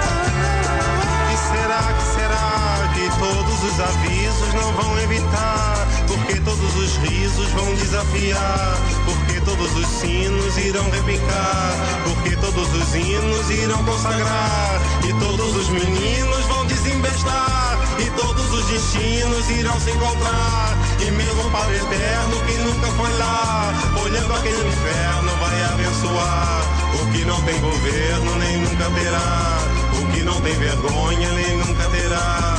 Speaker 3: que será que será que todos os avisos não vão evitar? Porque todos os risos vão desafiar, porque todos os sinos irão repicar, porque todos os hinos irão consagrar, e todos os meninos vão desembestar, e todos os destinos irão se encontrar, e mesmo para o eterno que nunca foi lá, olhando aquele inferno vai abençoar, o que não tem governo nem nunca terá. O que não tem vergonha nem nunca terá.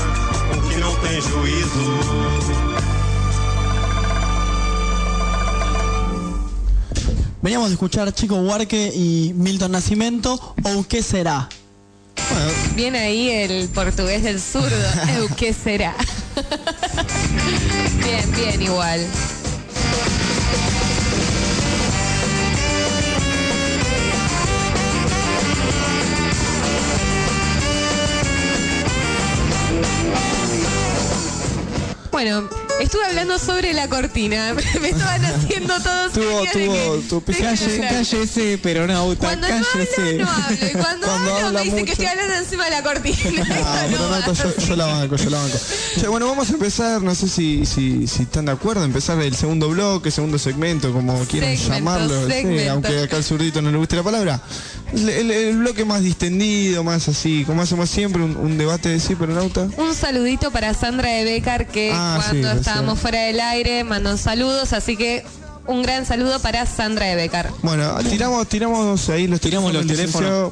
Speaker 3: O que não tem juízo.
Speaker 4: Veníamos a escuchar Chico Huarque y Milton Nacimiento, o qué será.
Speaker 8: Viene ahí el portugués del zurdo. Eu, ¿Qué será? bien, bien, igual. Bueno, estuve hablando sobre la cortina. Me estaban haciendo todos
Speaker 6: Tuvo-
Speaker 8: señas de
Speaker 6: tuvo- tu-
Speaker 8: que- de que
Speaker 7: Calle,
Speaker 8: no-
Speaker 7: cállese, peronauta,
Speaker 8: Cuando no
Speaker 7: cállese.
Speaker 8: hablo, no hablo. Y cuando,
Speaker 6: Cuando
Speaker 8: hablo,
Speaker 6: habla
Speaker 8: me dicen que
Speaker 6: mucho.
Speaker 8: estoy hablando encima de la cortina.
Speaker 6: Ah,
Speaker 8: Eso
Speaker 6: pero
Speaker 8: no va.
Speaker 6: no, yo, yo la banco, yo la banco. Che, bueno, vamos a empezar, no sé si, si, si están de acuerdo, empezar el segundo bloque, segundo segmento, como quieran
Speaker 8: Segmento,
Speaker 6: llamarlo, sí,
Speaker 8: segmento.
Speaker 6: aunque acá al zurdito no le guste la palabra. El, el- el bloque más distendido, más así, como hacemos siempre, un, un debate de sí, pero nauta.
Speaker 8: Un saludito para Sandra de Becar que
Speaker 6: Ah, sí,
Speaker 8: cuando
Speaker 6: recién.
Speaker 8: estábamos fuera del aire mandó saludos, así que un gran saludo para Sandra de Becar.
Speaker 6: Bueno, tiramos, tiramos ahí los
Speaker 7: Tiramos los
Speaker 6: del licenciado,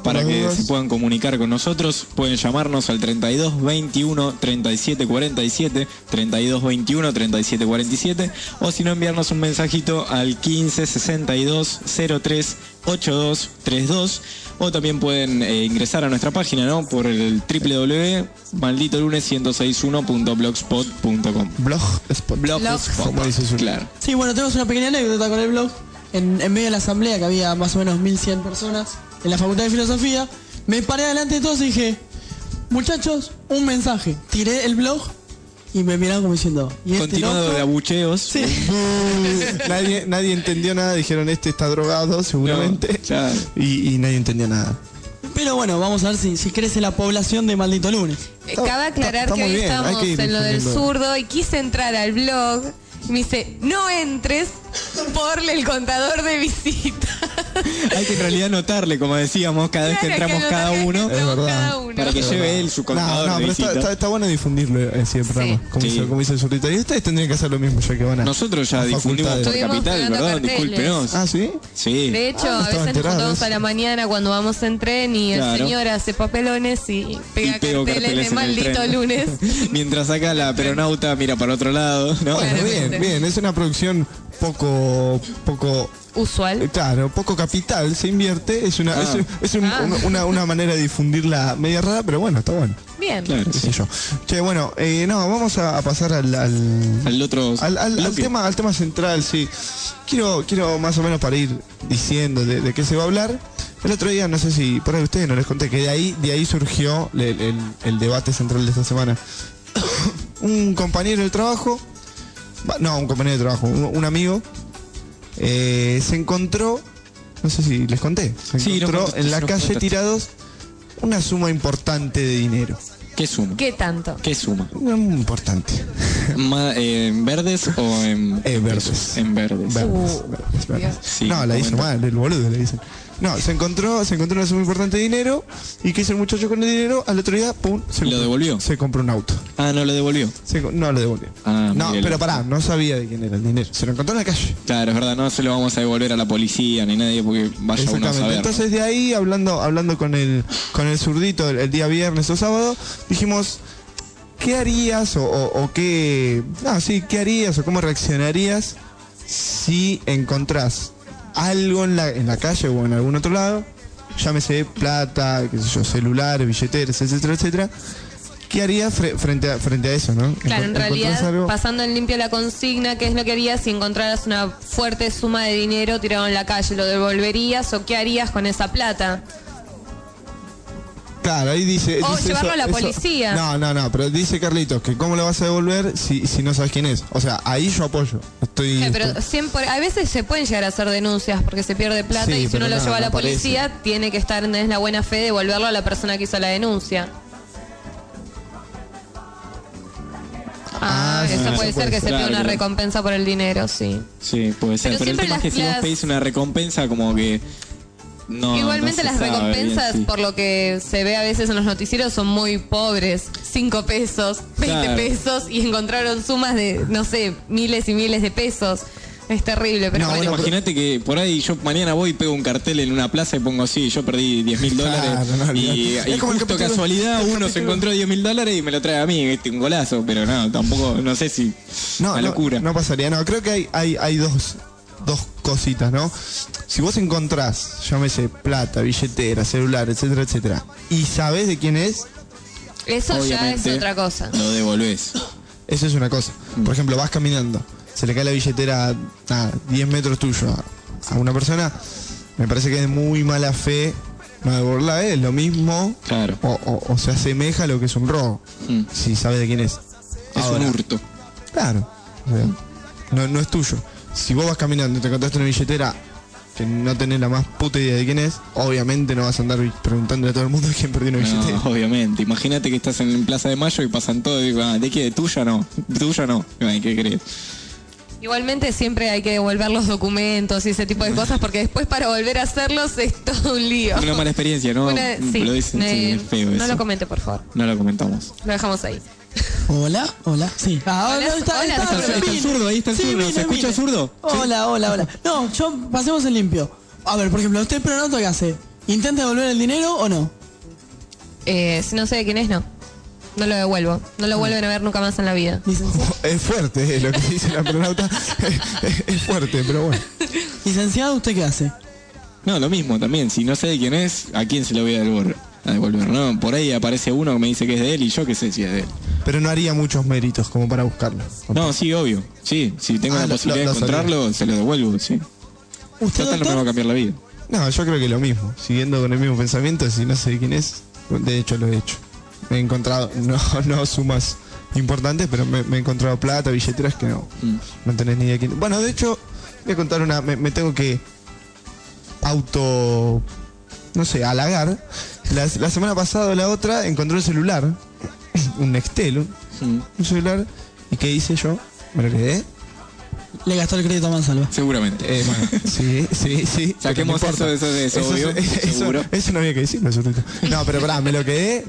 Speaker 7: teléfonos
Speaker 6: por
Speaker 7: para
Speaker 6: las
Speaker 7: que
Speaker 6: dudas.
Speaker 7: se puedan comunicar con nosotros. Pueden llamarnos al 32 21 37 47, 32 21 37 47, o si no, enviarnos un mensajito al 15 62 03 82 32, o también pueden eh, ingresar a nuestra página, ¿no? Por el www.malditolunes1061.blogspot.com.
Speaker 6: Blogspot.
Speaker 8: Blogspot.
Speaker 6: Como dice su-
Speaker 7: Claro.
Speaker 4: Sí, bueno, tenemos una pequeña anécdota con el blog. En, en medio de la asamblea, que había más o menos 1100 personas, en la Facultad de Filosofía, me paré delante de todos y dije, muchachos, un mensaje. Tiré el blog y me miraron como diciendo, ¿y este
Speaker 7: Continuando
Speaker 4: loco?
Speaker 7: de abucheos.
Speaker 4: Sí.
Speaker 6: nadie, nadie entendió nada, dijeron este está drogado seguramente.
Speaker 7: No, ya.
Speaker 6: y, y nadie entendió nada.
Speaker 4: Pero bueno, vamos a ver si, si crece la población de Maldito Lunes.
Speaker 8: Eh,
Speaker 6: Está-
Speaker 8: Cabe
Speaker 6: está-
Speaker 8: aclarar
Speaker 6: está
Speaker 8: que
Speaker 6: muy
Speaker 8: hoy
Speaker 6: bien, hay
Speaker 8: estamos
Speaker 6: que ir
Speaker 8: en lo del
Speaker 6: difundiendo.
Speaker 8: zurdo y quise entrar al blog y me dice, no entres por el contador de visitas.
Speaker 7: Hay que en realidad anotarle, como decíamos, cada vez que
Speaker 8: Claro,
Speaker 7: entramos
Speaker 8: lo
Speaker 7: cada
Speaker 8: marca-
Speaker 7: uno.
Speaker 8: entramos
Speaker 6: Es verdad.
Speaker 8: cada uno.
Speaker 7: Para que lleve él su contador
Speaker 6: no, no,
Speaker 7: de
Speaker 6: pero está,
Speaker 7: visitas.
Speaker 6: está- está bueno difundirlo en sí el programa, como,
Speaker 7: Sí.
Speaker 6: hizo, como hizo el Zurrita. Y ustedes tendrían que hacer lo mismo ya que van a.
Speaker 7: Nosotros ya
Speaker 6: a
Speaker 7: difundimos por
Speaker 6: facultades.
Speaker 8: Estuvimos
Speaker 7: capital,
Speaker 8: pegando
Speaker 7: perdón,
Speaker 8: carteles.
Speaker 7: discúlpenos.
Speaker 6: Ah, sí.
Speaker 7: sí.
Speaker 8: De hecho,
Speaker 6: Ah, no
Speaker 8: a
Speaker 6: estaba
Speaker 8: veces nos
Speaker 6: enterado de
Speaker 8: juntamos
Speaker 6: eso.
Speaker 8: a la mañana cuando vamos en tren y el
Speaker 7: Claro.
Speaker 8: señor hace papelones y pega
Speaker 7: Y pego
Speaker 8: carteles, de
Speaker 7: en el
Speaker 8: maldito
Speaker 7: tren.
Speaker 8: lunes.
Speaker 7: Mientras acá la peronauta mira para otro lado, ¿no?
Speaker 8: Bueno.
Speaker 6: Bueno, bien,
Speaker 8: Claramente.
Speaker 6: bien. Es una producción poco. poco eh,
Speaker 8: Usual.
Speaker 6: Claro, poco capital se invierte, es una,
Speaker 7: Ah.
Speaker 6: es, es un-
Speaker 8: Ah.
Speaker 6: una, una- una manera de difundirla media rara, pero bueno, está bueno,
Speaker 8: Bien.
Speaker 7: Claro,
Speaker 6: qué
Speaker 7: sí.
Speaker 6: sé yo. Che, bueno, eh, no, vamos a, a pasar al, al,
Speaker 7: Al otro.
Speaker 6: al, al- al
Speaker 7: bloque.
Speaker 6: tema, al tema central, sí. Quiero, quiero más o menos para ir diciendo de, de qué se va a hablar. El otro día, no sé si por ahí ustedes no les conté, que de ahí, de ahí surgió el, el- el debate central de esta semana. un compañero del trabajo, va, no, un compañero de trabajo, un, un amigo, eh, se encontró, no sé si les conté, se
Speaker 7: Sí, nos
Speaker 6: encontró
Speaker 7: contaste,
Speaker 6: en
Speaker 7: sí,
Speaker 6: la
Speaker 7: nos
Speaker 6: calle
Speaker 7: contaste.
Speaker 6: tirados una suma importante de dinero.
Speaker 7: ¿Qué suma?
Speaker 8: ¿Qué tanto?
Speaker 7: ¿Qué suma?
Speaker 6: Muy importante.
Speaker 7: Ma- eh, ¿En verdes o en.?
Speaker 6: Eh, verdes.
Speaker 7: pesos? En verdes.
Speaker 6: Verdes,
Speaker 8: Uh,
Speaker 6: verdes, verdes.
Speaker 8: Dios.
Speaker 7: Sí,
Speaker 6: no, la dicen
Speaker 7: comenta.
Speaker 6: mal, el boludo le dicen. No, se encontró, se encontró una suma importante de dinero y que hizo el muchacho con el dinero, al otro día, pum, se
Speaker 7: ¿Lo
Speaker 6: compró-
Speaker 7: devolvió?
Speaker 6: Se compró un auto.
Speaker 7: Ah, no lo devolvió.
Speaker 6: Se co- no lo devolvió.
Speaker 7: Ah,
Speaker 6: no,
Speaker 7: Miguel.
Speaker 6: pero pará, no sabía de quién era el dinero. Se lo encontró en la calle.
Speaker 7: Claro, es verdad, no se lo vamos a devolver a la policía ni nadie porque vaya uno a
Speaker 6: Exactamente.
Speaker 7: saber. ¿no?
Speaker 6: Entonces de ahí, hablando, hablando con el con el zurdito el, el día viernes o sábado, dijimos ¿qué harías o, o- o qué. No, sí, ¿qué harías o cómo reaccionarías si encontrás algo en la, en la calle o en algún otro lado? Llámese plata, qué sé yo, celulares, billeteras, etcétera, etcétera. ¿Qué harías fre- frente, a, frente a eso, no?
Speaker 8: Claro,
Speaker 6: Encon-
Speaker 8: en
Speaker 6: encontrás
Speaker 8: realidad,
Speaker 6: algo.
Speaker 8: pasando en limpio la consigna, ¿qué es lo que harías si encontraras una fuerte suma de dinero tirado en la calle? ¿Lo devolverías o qué harías con esa plata?
Speaker 6: Claro, ahí dice.
Speaker 8: O
Speaker 6: dice
Speaker 8: llevarlo
Speaker 6: eso-
Speaker 8: a la
Speaker 6: eso-
Speaker 8: policía.
Speaker 6: No, no, no, pero dice Carlitos que cómo lo vas a devolver si, si no sabes quién es. O sea, ahí yo apoyo. Estoy.
Speaker 8: Eh, pero
Speaker 6: estoy-
Speaker 8: siempre, a veces se pueden llegar a hacer denuncias porque se pierde plata
Speaker 6: Sí,
Speaker 8: y si
Speaker 6: pero
Speaker 8: uno lo
Speaker 6: nada,
Speaker 8: lleva a
Speaker 6: no
Speaker 8: la policía, tiene que estar en la buena fe de devolverlo a la persona que hizo la denuncia.
Speaker 6: Ah,
Speaker 8: Ah,
Speaker 6: sí,
Speaker 8: eso
Speaker 6: eso
Speaker 8: puede
Speaker 6: puede
Speaker 8: ser
Speaker 6: ser,
Speaker 8: que se pida
Speaker 7: claro,
Speaker 8: una
Speaker 7: claro.
Speaker 8: recompensa por el dinero, sí.
Speaker 7: Sí, puede ser.
Speaker 8: Pero
Speaker 7: Pero, el
Speaker 8: siempre
Speaker 7: tema es que
Speaker 8: las-
Speaker 7: si vos
Speaker 8: las-
Speaker 7: pedís una recompensa, como que. No,
Speaker 8: Igualmente
Speaker 7: no se
Speaker 8: las
Speaker 7: sabe bien,
Speaker 8: recompensas,
Speaker 7: sí.
Speaker 8: por lo que se ve a veces en los noticieros, son muy pobres. 5 pesos, 20
Speaker 7: Claro.
Speaker 8: pesos y encontraron sumas de, no sé, miles y miles de pesos. Es terrible, pero
Speaker 6: No,
Speaker 8: bueno.
Speaker 7: Bueno, imagínate que por ahí yo mañana voy y pego un cartel en una plaza y pongo así, yo perdí 10 mil dólares.
Speaker 6: Claro, no,
Speaker 7: y
Speaker 6: olvidate.
Speaker 7: y
Speaker 6: Es como el
Speaker 7: justo
Speaker 6: capítulo-
Speaker 7: casualidad
Speaker 6: el
Speaker 7: uno se
Speaker 6: capítulo-
Speaker 7: encontró 10 mil dólares y me lo trae a mí, este, un golazo, pero no, tampoco, no sé si.
Speaker 6: No,
Speaker 7: una
Speaker 6: no,
Speaker 7: locura.
Speaker 6: No, pasaría, no. Creo que hay, hay, hay dos, dos cositas, ¿no? Si vos encontrás, llámese, plata, billetera, celular, etcétera, etcétera, y sabés de quién es,
Speaker 8: Eso
Speaker 7: Obviamente,
Speaker 8: ya es otra cosa.
Speaker 7: Lo devolvés. Mm.
Speaker 6: eso es una cosa. Por ejemplo, vas caminando, se le cae la billetera a nada, 10 metros tuyo a, a una persona, me parece que es de muy mala fe. No devolverla es lo mismo
Speaker 7: Claro.
Speaker 6: o, o- o se asemeja a lo que es un robo.
Speaker 7: Mm.
Speaker 6: Si sabes de quién es.
Speaker 7: Es
Speaker 6: Ahora,
Speaker 7: un hurto.
Speaker 6: Claro. O sea, no, no es tuyo. Si vos vas caminando y te encontraste una billetera que no tenés la más puta idea de quién es, obviamente no vas a andar preguntándole a todo el mundo quién perdió una billetera.
Speaker 7: No, obviamente. Imagínate que estás en Plaza de Mayo y pasan todo y digo, ah, ¿de qué? ¿Tuya no? ¿Tuya no? Ay, ¿Qué crees?
Speaker 8: Igualmente siempre hay que devolver los documentos y ese tipo de cosas porque después para volver a hacerlos es todo un lío.
Speaker 7: Una mala experiencia, ¿no?
Speaker 8: Una- sí,
Speaker 7: lo dicen, sí,
Speaker 8: eh,
Speaker 7: es feo
Speaker 8: no
Speaker 7: eso.
Speaker 8: lo comente, por favor.
Speaker 7: No lo comentamos.
Speaker 8: Lo dejamos ahí.
Speaker 4: Hola, hola. Sí. Ah,
Speaker 8: Hola,
Speaker 4: hola, está,
Speaker 8: hola,
Speaker 4: está,
Speaker 8: está-
Speaker 4: pero
Speaker 8: está
Speaker 4: vine.
Speaker 7: el zurdo, ahí está el zurdo. ¿Se
Speaker 4: vine,
Speaker 7: escucha
Speaker 4: vine.
Speaker 7: zurdo? Sí.
Speaker 4: Hola, hola, hola. No, yo pasemos en limpio. A ver, por ejemplo, usted pronto qué hace. ¿Intenta devolver el dinero o no?
Speaker 8: Eh, si no sé de quién es, no. No lo devuelvo. No lo vuelven a ver nunca más en la vida.
Speaker 4: Licenciado,
Speaker 6: Es fuerte eh, lo que dice la astronauta. es fuerte, pero bueno.
Speaker 4: licenciado, ¿usted qué hace?
Speaker 7: No, lo mismo también. Si no sé de quién es, ¿a quién se lo voy a devolver? A devolver, ¿no? Por ahí aparece uno que me dice que es de él y yo qué sé si es de él.
Speaker 6: Pero no haría muchos méritos como para buscarlo.
Speaker 7: No, sí, obvio. Sí, si tengo
Speaker 6: Ah,
Speaker 7: la
Speaker 6: lo-
Speaker 7: posibilidad
Speaker 6: lo-
Speaker 7: de
Speaker 6: lo sabía.
Speaker 7: encontrarlo, se lo devuelvo, sí.
Speaker 4: ¿Usted,
Speaker 7: Total, no me va a
Speaker 4: doctor?
Speaker 7: cambiar la vida.
Speaker 6: No, yo creo que lo mismo. Siguiendo con el mismo pensamiento, si no sé quién es, de hecho lo he hecho. Me he encontrado, no, no sumas importantes, pero me, me he encontrado plata, billeteras que no, no tenés ni idea quién. Bueno, de hecho, voy a contar una. Me, me tengo que auto. No sé, halagar. La, la semana pasada o la otra encontré un celular, un Nextel, un- un celular. ¿Y qué hice yo? Me lo quedé.
Speaker 4: Le gastó el crédito a Mansalva.
Speaker 7: Seguramente.
Speaker 6: Eh, bueno, sí, sí, sí.
Speaker 7: Saquemos
Speaker 6: Pero no importa.
Speaker 7: eso, eso, eso, obvio,
Speaker 6: eso-
Speaker 7: seguro.
Speaker 6: eso no había que decirlo, eso, Tito. No, pero pará, me lo quedé.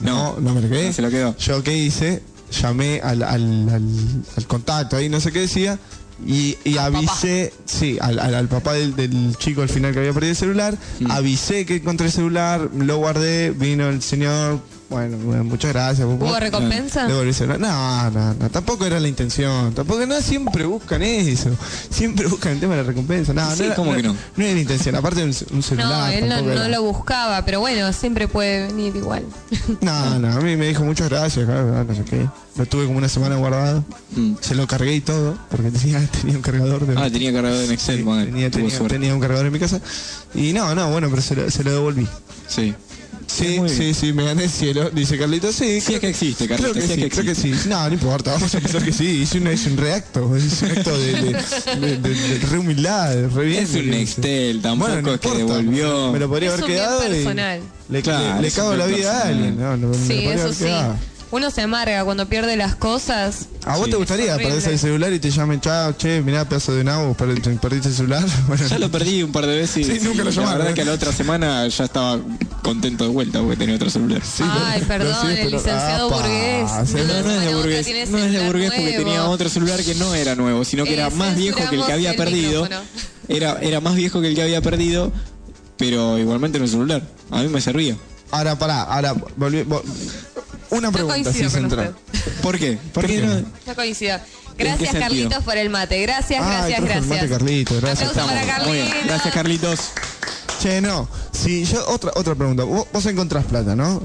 Speaker 6: No, no me lo quedé.
Speaker 7: No se lo quedó.
Speaker 6: Yo qué hice, llamé al, al- al- al contacto ahí, no sé qué decía. Y, y avisé, sí, al, al- al papá del, del chico al final que había perdido el celular,
Speaker 7: Mm.
Speaker 6: avisé que encontré el celular, lo guardé, vino el señor, bueno, bueno, muchas gracias. vos-
Speaker 8: ¿Hubo
Speaker 6: vos-
Speaker 8: recompensa?
Speaker 6: Debo decir, No, no, no, tampoco era la intención. Tampoco, no, siempre buscan eso. Siempre buscan el tema de la recompensa. No,
Speaker 7: Sí,
Speaker 6: no era,
Speaker 7: ¿cómo que no?
Speaker 6: No era la intención. Aparte, un, un
Speaker 8: No,
Speaker 6: celular.
Speaker 8: él no,
Speaker 6: tampoco
Speaker 8: no
Speaker 6: era.
Speaker 8: lo buscaba, pero bueno, siempre puede venir igual.
Speaker 6: No, no, a mí me dijo muchas gracias. claro, no sé qué. Lo tuve como una semana guardado.
Speaker 7: Mm.
Speaker 6: Se lo cargué y todo, porque tenía, tenía un cargador de.
Speaker 7: Ah, tenía cargador en
Speaker 6: Sí,
Speaker 7: Excel. bueno,
Speaker 6: tenía,
Speaker 7: tuvo
Speaker 6: tenía-
Speaker 7: suerte.
Speaker 6: tenía un cargador en mi casa. Y no, no, bueno, pero se lo, se lo devolví.
Speaker 7: Sí.
Speaker 6: Sí,
Speaker 7: Muy bien.
Speaker 6: sí, sí, me gané el cielo, dice Carlito. Sí,
Speaker 7: Sí es que existe, Carlito,
Speaker 6: Creo que
Speaker 7: sí es
Speaker 6: sí,
Speaker 7: que
Speaker 6: creo que sí. No, no importa, vamos a pensar que sí. Es un, es un reacto, es un acto de, de, de- de- de re humildad, de re bien.
Speaker 7: Es un Nextel, tampoco
Speaker 6: no
Speaker 7: es que
Speaker 6: importa,
Speaker 7: devolvió.
Speaker 6: Me lo podría
Speaker 8: Es
Speaker 6: haber
Speaker 8: un bien
Speaker 6: quedado. y
Speaker 8: personal.
Speaker 6: Le,
Speaker 7: Claro,
Speaker 6: le- le
Speaker 7: es un
Speaker 6: cago
Speaker 7: bien
Speaker 6: la vida a
Speaker 7: personal.
Speaker 6: alguien. No, no, me lo
Speaker 8: Sí,
Speaker 6: podría
Speaker 8: eso
Speaker 6: haber
Speaker 8: sí.
Speaker 6: quedado.
Speaker 8: Uno se amarga cuando pierde las cosas.
Speaker 6: ¿A vos te gustaría
Speaker 8: horrible.
Speaker 6: perderse el celular y te llamen, chao, che, mirá, pedazo de nabo, per- te perdiste el celular? Bueno,
Speaker 7: Ya lo perdí un par de veces.
Speaker 6: Sí, nunca lo
Speaker 7: La
Speaker 6: llamaron,
Speaker 7: verdad
Speaker 6: ¿eh?
Speaker 7: que a la otra semana ya estaba contento de vuelta porque tenía otro celular.
Speaker 8: Ay,
Speaker 6: lo-
Speaker 8: perdón,
Speaker 6: lo siento,
Speaker 8: el
Speaker 6: no.
Speaker 8: licenciado
Speaker 6: Apa, se-
Speaker 8: burgués. Ah, No,
Speaker 7: No es de
Speaker 8: Bueno, otra
Speaker 7: burgués, no
Speaker 8: tiene
Speaker 7: es de
Speaker 8: celular
Speaker 7: burgués porque
Speaker 8: nuevo.
Speaker 7: tenía otro celular que no era nuevo, sino que
Speaker 8: Eh,
Speaker 7: era más viejo que el que
Speaker 8: censuramos
Speaker 7: había
Speaker 8: el
Speaker 7: perdido.
Speaker 8: micrófono.
Speaker 7: Era, era más viejo que el que había perdido, pero igualmente era un celular. A mí me servía.
Speaker 6: Ahora, pará, ahora, volví- vol- una pregunta,
Speaker 8: coincido
Speaker 6: sí,
Speaker 8: con
Speaker 6: central.
Speaker 7: ¿Por qué? ¿Por,
Speaker 6: ¿Por
Speaker 7: qué,
Speaker 6: qué?
Speaker 7: no?
Speaker 8: No coincido.
Speaker 7: ¿En qué
Speaker 8: Gracias,
Speaker 7: sentido?
Speaker 8: Carlitos, por el mate. Gracias,
Speaker 6: Ay,
Speaker 8: gracias,
Speaker 6: trajo el
Speaker 8: gracias.
Speaker 6: mate, Carlitos, gracias.
Speaker 8: Aplauso para
Speaker 7: Estamos. Muy bien.
Speaker 8: Carlitos.
Speaker 7: Gracias, Carlitos.
Speaker 6: Che, no. Si yo, otra, otra pregunta. Vos, vos encontrás plata, ¿no? No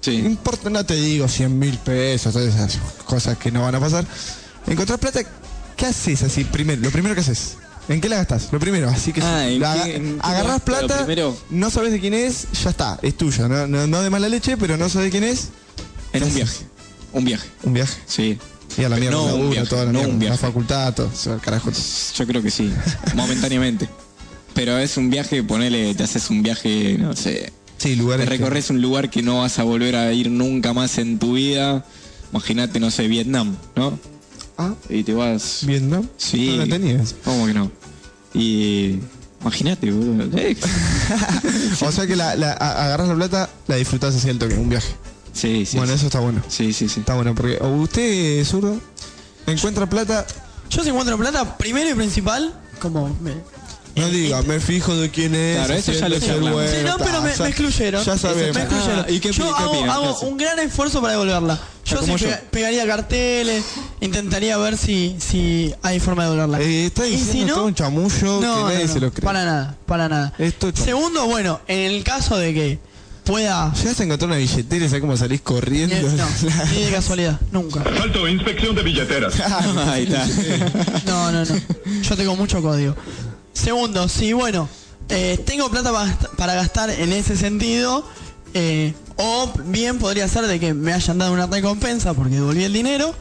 Speaker 7: Sí.
Speaker 6: importa, no te digo 100 mil pesos, todas esas cosas que no van a pasar. Encontrás plata, ¿qué haces así primero? Lo primero que haces. ¿En qué la gastas? Lo primero, así que
Speaker 7: Ah, ¿en
Speaker 6: la
Speaker 7: qué-
Speaker 6: aga-
Speaker 7: en qué la
Speaker 6: agarrás
Speaker 7: gasto? Lo
Speaker 6: plata,
Speaker 7: primero.
Speaker 6: no sabes de quién es, ya está, es tuya. No, no, no de mala leche, pero no sabes de quién es.
Speaker 7: En un
Speaker 6: ¿Qué
Speaker 7: viaje.
Speaker 6: haces?
Speaker 7: Un viaje.
Speaker 6: Un viaje.
Speaker 7: Sí.
Speaker 6: Y a la mierda,
Speaker 7: No,
Speaker 6: el
Speaker 7: un
Speaker 6: laburo,
Speaker 7: viaje,
Speaker 6: toda la
Speaker 7: no,
Speaker 6: mierda,
Speaker 7: un viaje.
Speaker 6: la facultad, todo, se va al carajo.
Speaker 7: Yo creo que sí, momentáneamente. Pero es un viaje, ponele, te haces un viaje, no sé.
Speaker 6: Sí,
Speaker 7: Te
Speaker 6: lugares. que-
Speaker 7: recorres un lugar que no vas a volver a ir nunca más en tu vida. Imagínate, no sé, Vietnam, ¿no?
Speaker 6: Ah,
Speaker 7: Y te vas.
Speaker 6: Vietnam.
Speaker 7: Sí.
Speaker 6: No la tenías.
Speaker 7: ¿Cómo que no? Y. Imagínate, boludo. Eh,
Speaker 6: O sea que la, la- a- agarrás la plata, la disfrutás así al toque, un viaje.
Speaker 7: Sí, sí.
Speaker 6: bueno,
Speaker 7: sí.
Speaker 6: eso está bueno.
Speaker 7: Sí, sí, sí.
Speaker 6: Está bueno, porque o usted, zurdo, encuentra plata,
Speaker 4: Yo si encuentro plata, primero y principal, como me-
Speaker 6: no diga, me fijo de quién es.
Speaker 7: Claro, eso ya lo
Speaker 6: haciéndose el
Speaker 7: charlamos.
Speaker 6: bueno,
Speaker 4: Sí, no,
Speaker 6: ta,
Speaker 4: pero me,
Speaker 6: ya-
Speaker 4: me excluyeron.
Speaker 6: Ya sabemos.
Speaker 4: Me excluyeron.
Speaker 7: Ah, ¿y qué opi-
Speaker 4: yo
Speaker 7: qué
Speaker 4: hago,
Speaker 7: opinan? ¿Qué
Speaker 4: hago
Speaker 7: hacen?
Speaker 4: un gran esfuerzo para devolverla. Yo, sí
Speaker 7: como yo.
Speaker 4: pega- pegaría carteles, intentaría ver si, si hay forma de devolverla.
Speaker 6: Eh, está
Speaker 4: Y
Speaker 6: diciendo
Speaker 4: si no,
Speaker 6: todo un chamullo que nadie se lo cree.
Speaker 4: Para nada, para nada.
Speaker 6: Esto es-
Speaker 4: Segundo, bueno, en el caso de que pueda...
Speaker 6: Llegas a encontrar una billetera y sabes cómo salís corriendo.
Speaker 4: no, ni de casualidad, nunca.
Speaker 9: Alto, inspección de billeteras.
Speaker 7: Ahí está.
Speaker 4: No, no, no. Yo tengo mucho código. Segundo, sí, bueno, eh, tengo plata pa- para gastar en ese sentido. eh, o bien podría ser de que me hayan dado una recompensa porque devolví el dinero.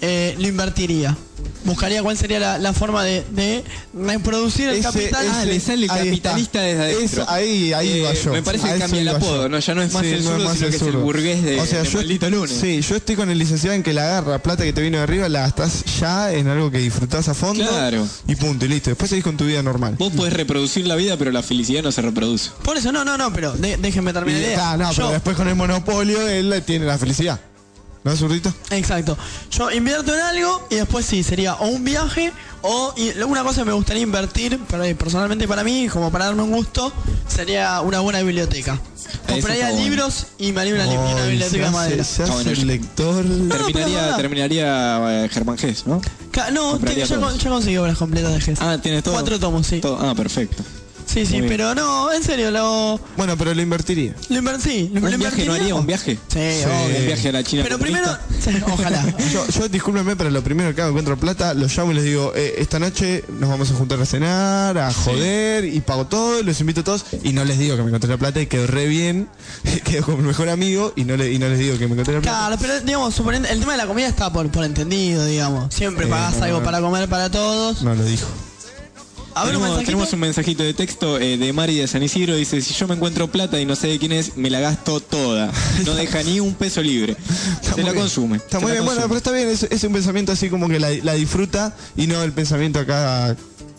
Speaker 4: eh, lo invertiría. Buscaría cuál sería la, la forma de, de reproducir el
Speaker 6: Ese-
Speaker 4: capital.
Speaker 6: ese-
Speaker 7: Ah, le sale
Speaker 6: ahí está.
Speaker 7: capitalista desde adentro.
Speaker 6: Eso, ahí ahí
Speaker 7: Eh,
Speaker 6: iba yo.
Speaker 7: me parece que
Speaker 6: A eso
Speaker 7: cambia el
Speaker 6: iba
Speaker 7: apodo,
Speaker 6: yo.
Speaker 7: ¿no? Ya no es más el zurdo, sino que es el burgués de- de Maldito Lunes.
Speaker 6: Sí, yo estoy con el licenciado en que la agarra plata que te vino de arriba, la gastás ya en algo que disfrutás a fondo.
Speaker 7: Claro.
Speaker 6: Y punto, y listo. Después seguís con tu vida normal.
Speaker 7: Vos podés reproducir la vida, pero la felicidad no se reproduce.
Speaker 4: Por eso, no, no, no, pero de- déjenme terminar la
Speaker 6: Y-
Speaker 4: idea.
Speaker 6: Ah, no, pero
Speaker 4: Yo-
Speaker 6: después con el monopolio él tiene la felicidad. ¿No, zurdito?
Speaker 4: Exacto. Yo invierto en algo y después sí, sería o un viaje o y una cosa que me gustaría invertir, pero eh, personalmente para mí, como para darme un gusto, sería una buena biblioteca. Compraría
Speaker 7: está bueno.
Speaker 4: libros y me haría una, li- una
Speaker 6: Ay,
Speaker 4: biblioteca de
Speaker 6: se hace-
Speaker 4: madera.
Speaker 6: se hace
Speaker 7: Ah, bueno,
Speaker 6: el
Speaker 7: yo-
Speaker 6: lector.
Speaker 7: terminaría
Speaker 4: pará.
Speaker 7: terminaría eh, Germán Gess, ¿no?
Speaker 4: Ca- No,
Speaker 7: compraría
Speaker 4: tengo- ya,
Speaker 7: todos.
Speaker 4: con- ya conseguí obras completas de Gess.
Speaker 7: Ah, tiene todo.
Speaker 4: Cuatro tomos, sí.
Speaker 7: Todo- Ah, perfecto.
Speaker 4: Sí, sí,
Speaker 7: Muy bien.
Speaker 4: pero no, en serio, lo,
Speaker 6: Bueno, pero lo invertiría.
Speaker 4: lo inver- sí, lo- lo
Speaker 7: ¿Un viaje no haría?
Speaker 4: invertiríamos.
Speaker 7: ¿Un viaje?
Speaker 4: Sí,
Speaker 6: Sí.
Speaker 4: obvio.
Speaker 7: Un viaje a la China.
Speaker 4: Pero primero,
Speaker 7: comunista.
Speaker 4: ojalá.
Speaker 6: Yo, yo, discúlpenme, pero lo primero que hago encuentro plata, los llamo y les digo, eh, esta noche nos vamos a juntar a cenar, a joder, y pago todo, y los invito a todos, y no les digo que me encontré la plata y quedo re bien, quedo como mi mejor amigo, y no, le, y no les digo que me encontré la plata.
Speaker 4: Claro, pero digamos, suponiendo- el tema de la comida está por, por entendido, digamos. Siempre
Speaker 6: Eh,
Speaker 4: pagás
Speaker 6: no,
Speaker 4: algo
Speaker 6: no.
Speaker 4: para comer para todos.
Speaker 6: No lo dijo.
Speaker 4: A ver, un
Speaker 7: tenemos,
Speaker 4: mensajito.
Speaker 7: tenemos un mensajito de texto eh, de Mari de San Isidro. Dice, si yo me encuentro plata y no sé de quién es, me la gasto toda. No deja ni un peso libre.
Speaker 6: Está
Speaker 7: Se
Speaker 6: muy
Speaker 7: la
Speaker 6: bien.
Speaker 7: consume.
Speaker 6: Está
Speaker 7: se
Speaker 6: muy
Speaker 7: la
Speaker 6: bien, bueno, pero
Speaker 7: consume.
Speaker 6: está bien, es, es un pensamiento así como que la, la disfruta y no el pensamiento acá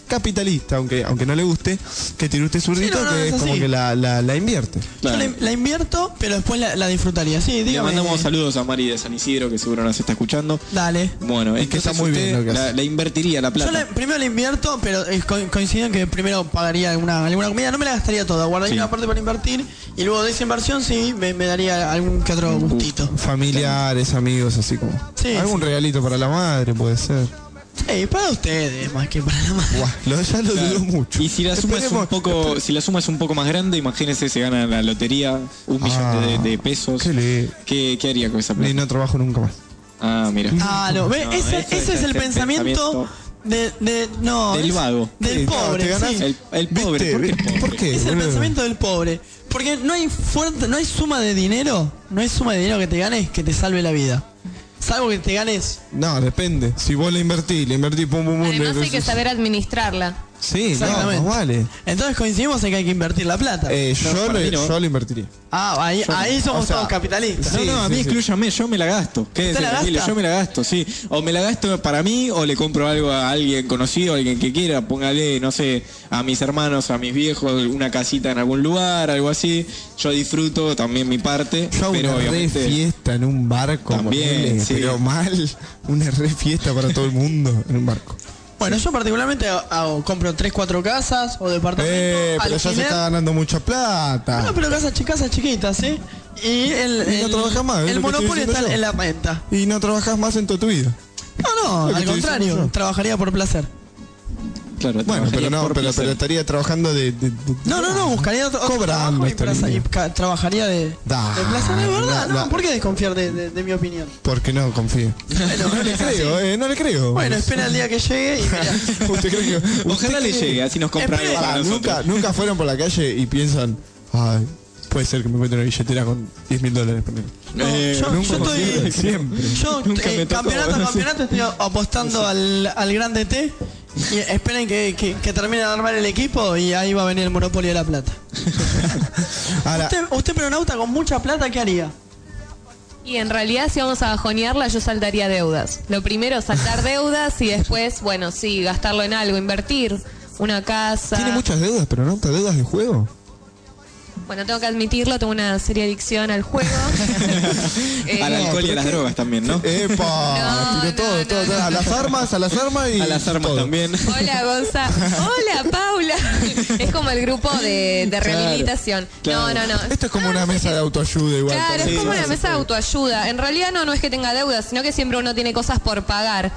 Speaker 6: capitalista, aunque aunque no le guste, que tiene usted zurdito,
Speaker 4: Sí, no, no,
Speaker 6: que
Speaker 4: es
Speaker 6: es como
Speaker 4: así.
Speaker 6: que la, la, la invierte.
Speaker 7: Claro.
Speaker 4: Yo la, la invierto, pero después la, la disfrutaría. Sí,
Speaker 7: Le
Speaker 4: dígame.
Speaker 7: mandamos saludos a Mari de San Isidro, que seguro nos está escuchando.
Speaker 4: Dale.
Speaker 7: Bueno,
Speaker 6: Y
Speaker 7: es que está muy bien.
Speaker 6: lo que
Speaker 7: la,
Speaker 6: hace.
Speaker 7: la invertiría la
Speaker 4: Yo
Speaker 7: plata.
Speaker 4: la- primero la invierto, pero eh, co- coincido en que primero pagaría alguna, alguna comida. No me la gastaría toda, guardaría
Speaker 7: Sí.
Speaker 4: una parte para invertir. Y luego de esa inversión, sí, me, me daría algún que
Speaker 7: Uh.
Speaker 4: otro gustito.
Speaker 6: Familiares, amigos, así como.
Speaker 4: Sí,
Speaker 6: Algún regalito para la madre puede ser.
Speaker 4: Sí, para ustedes, más que para la madre.
Speaker 6: Buah, lo, ya lo
Speaker 7: Claro.
Speaker 6: dudo mucho.
Speaker 7: Y si la suma es un
Speaker 6: Esperemos-
Speaker 7: poco, si la suma es un poco más grande, imagínense se gana la lotería, un
Speaker 6: Ah,
Speaker 7: millón de, de pesos.
Speaker 6: qué le-
Speaker 7: ¿Qué, qué haría con esa
Speaker 6: Y
Speaker 7: plata?
Speaker 6: no trabajo nunca más.
Speaker 7: Ah, mira.
Speaker 4: Ah, no, ve,
Speaker 7: No,
Speaker 4: ese,
Speaker 7: eso
Speaker 4: ese
Speaker 7: es
Speaker 4: es el
Speaker 7: el
Speaker 4: pensamiento,
Speaker 7: pensamiento
Speaker 4: de, de- no,
Speaker 7: del
Speaker 4: es-
Speaker 7: vago.
Speaker 4: Del
Speaker 6: Sí, claro,
Speaker 4: pobre,
Speaker 6: te ganás
Speaker 4: sí.
Speaker 7: El, el pobre, ¿por qué
Speaker 6: ¿Viste?
Speaker 7: pobre?
Speaker 6: ¿Por qué?
Speaker 4: Es el
Speaker 6: boludo?
Speaker 4: pensamiento del pobre. Porque no hay fuerte, no hay suma de dinero, no hay suma de dinero que te ganes que te salve la vida. Salvo que te ganes.
Speaker 6: No, depende. Si vos le invertí, le invertí, pum, pum, pum.
Speaker 8: Además
Speaker 6: le-
Speaker 8: hay que saber administrarla.
Speaker 6: Sí, no,
Speaker 4: Exactamente.
Speaker 6: más vale.
Speaker 4: Entonces coincidimos en que hay que invertir la plata.
Speaker 6: Eh, yo,
Speaker 7: para
Speaker 6: le-
Speaker 7: mí no.
Speaker 6: yo lo invertiría.
Speaker 4: ah, ahí, ahí somos
Speaker 6: o sea,
Speaker 4: todos capitalistas.
Speaker 7: No,
Speaker 6: Sí,
Speaker 7: no, a
Speaker 6: sí,
Speaker 7: mí
Speaker 6: sí.
Speaker 7: excluyame, yo me la gasto. Quédese
Speaker 4: la
Speaker 7: tranquilo,
Speaker 4: gasta?
Speaker 7: yo me la gasto, sí. O me la gasto para mí o le compro algo a alguien conocido, a alguien que quiera. Póngale, no sé, a mis hermanos, a mis viejos, una casita en algún lugar, algo así. Yo disfruto también mi parte,
Speaker 6: Yo hago
Speaker 7: pero
Speaker 6: una re
Speaker 7: obviamente...
Speaker 6: fiesta en un barco,
Speaker 7: También,
Speaker 6: ponele,
Speaker 7: sí.
Speaker 6: pero mal, una re fiesta para todo el mundo en un barco.
Speaker 4: Bueno, yo particularmente hago, hago- compro 3, 4 casas o departamentos.
Speaker 6: Eh, pero ya se
Speaker 4: alquiler.
Speaker 6: está ganando mucha
Speaker 4: No,
Speaker 6: plata.
Speaker 4: pero casas chi- casas chiquitas, ¿eh? Y el,
Speaker 6: Y no
Speaker 4: el-
Speaker 6: trabajas más, es
Speaker 4: el
Speaker 6: lo que estoy
Speaker 4: monopolio
Speaker 6: diciendo
Speaker 4: está
Speaker 6: yo.
Speaker 4: en la renta.
Speaker 6: Y no trabajas más en toda tu vida.
Speaker 4: No,
Speaker 6: Lo
Speaker 4: no,
Speaker 6: que
Speaker 4: al
Speaker 6: estoy diciendo
Speaker 4: contrario,
Speaker 6: yo.
Speaker 4: trabajaría por placer.
Speaker 7: Claro,
Speaker 6: Bueno, pero
Speaker 7: trabajaría
Speaker 6: no,
Speaker 7: por
Speaker 6: pero,
Speaker 7: placer.
Speaker 6: pero estaría trabajando de. de- de-
Speaker 4: No, no, no, buscaría otro, otro
Speaker 6: Cobrando
Speaker 4: trabajo y
Speaker 6: esta
Speaker 4: plaza-
Speaker 6: línea.
Speaker 4: y ca- trabajaría de,
Speaker 6: Da,
Speaker 4: de placer, de verdad,
Speaker 6: da,
Speaker 4: no,
Speaker 6: da.
Speaker 4: ¿por qué desconfiar de, de- de mi opinión?
Speaker 6: Porque no confío. no le creo, eh, no le creo.
Speaker 4: Bueno, espera el día que llegue y mirá.
Speaker 6: ¿Usted cree que-
Speaker 7: Ojalá
Speaker 6: usted
Speaker 7: le
Speaker 6: cree-
Speaker 7: llegue, así nos compra algo
Speaker 4: Espera,
Speaker 7: para
Speaker 6: Ah,
Speaker 7: nosotros.
Speaker 6: nunca, nunca fueron por la calle y piensan, ay, puede ser que me encuentre una billetera con 10 mil dólares. ponele".
Speaker 4: No,
Speaker 7: Eh,
Speaker 4: yo,
Speaker 7: nunca
Speaker 4: yo estoy.
Speaker 7: confío, siempre.
Speaker 4: Yo,
Speaker 7: Nunca
Speaker 4: eh,
Speaker 7: me tocó,
Speaker 4: campeonato a
Speaker 7: no sé.
Speaker 4: campeonato, estoy apostando al, al grande T. Y esperen que, que, que termine de armar el equipo y ahí va a venir el monopolio de la plata.
Speaker 6: Ahora,
Speaker 4: Usted, usted peronauta con mucha plata, ¿qué haría?
Speaker 8: Y en realidad, si vamos a bajonearla, yo saltaría deudas. Lo primero, saltar deudas y después, bueno, sí, gastarlo en algo, invertir. Una casa.
Speaker 6: tiene muchas deudas, pero no, deudas de juego.
Speaker 8: Bueno, tengo que admitirlo, tengo una seria adicción al juego. Eh,
Speaker 7: Al alcohol y a las drogas también, ¿no?
Speaker 6: ¡Epa!
Speaker 8: No,
Speaker 6: Tiró
Speaker 8: no,
Speaker 6: todo,
Speaker 8: no,
Speaker 6: todo, todo.
Speaker 8: no.
Speaker 6: A las armas, a las armas y.
Speaker 7: A las armas
Speaker 6: todo.
Speaker 7: también.
Speaker 8: Hola Gonza, hola Paula. Es como el grupo de, de
Speaker 7: Claro,
Speaker 8: rehabilitación.
Speaker 7: claro.
Speaker 8: No, no, no.
Speaker 6: Esto es como una mesa de autoayuda igual.
Speaker 8: Claro,
Speaker 6: Sí,
Speaker 8: es como
Speaker 6: sí,
Speaker 8: una
Speaker 6: sí.
Speaker 8: mesa de autoayuda. En realidad no, no es que tenga deudas, sino que siempre uno tiene cosas por pagar.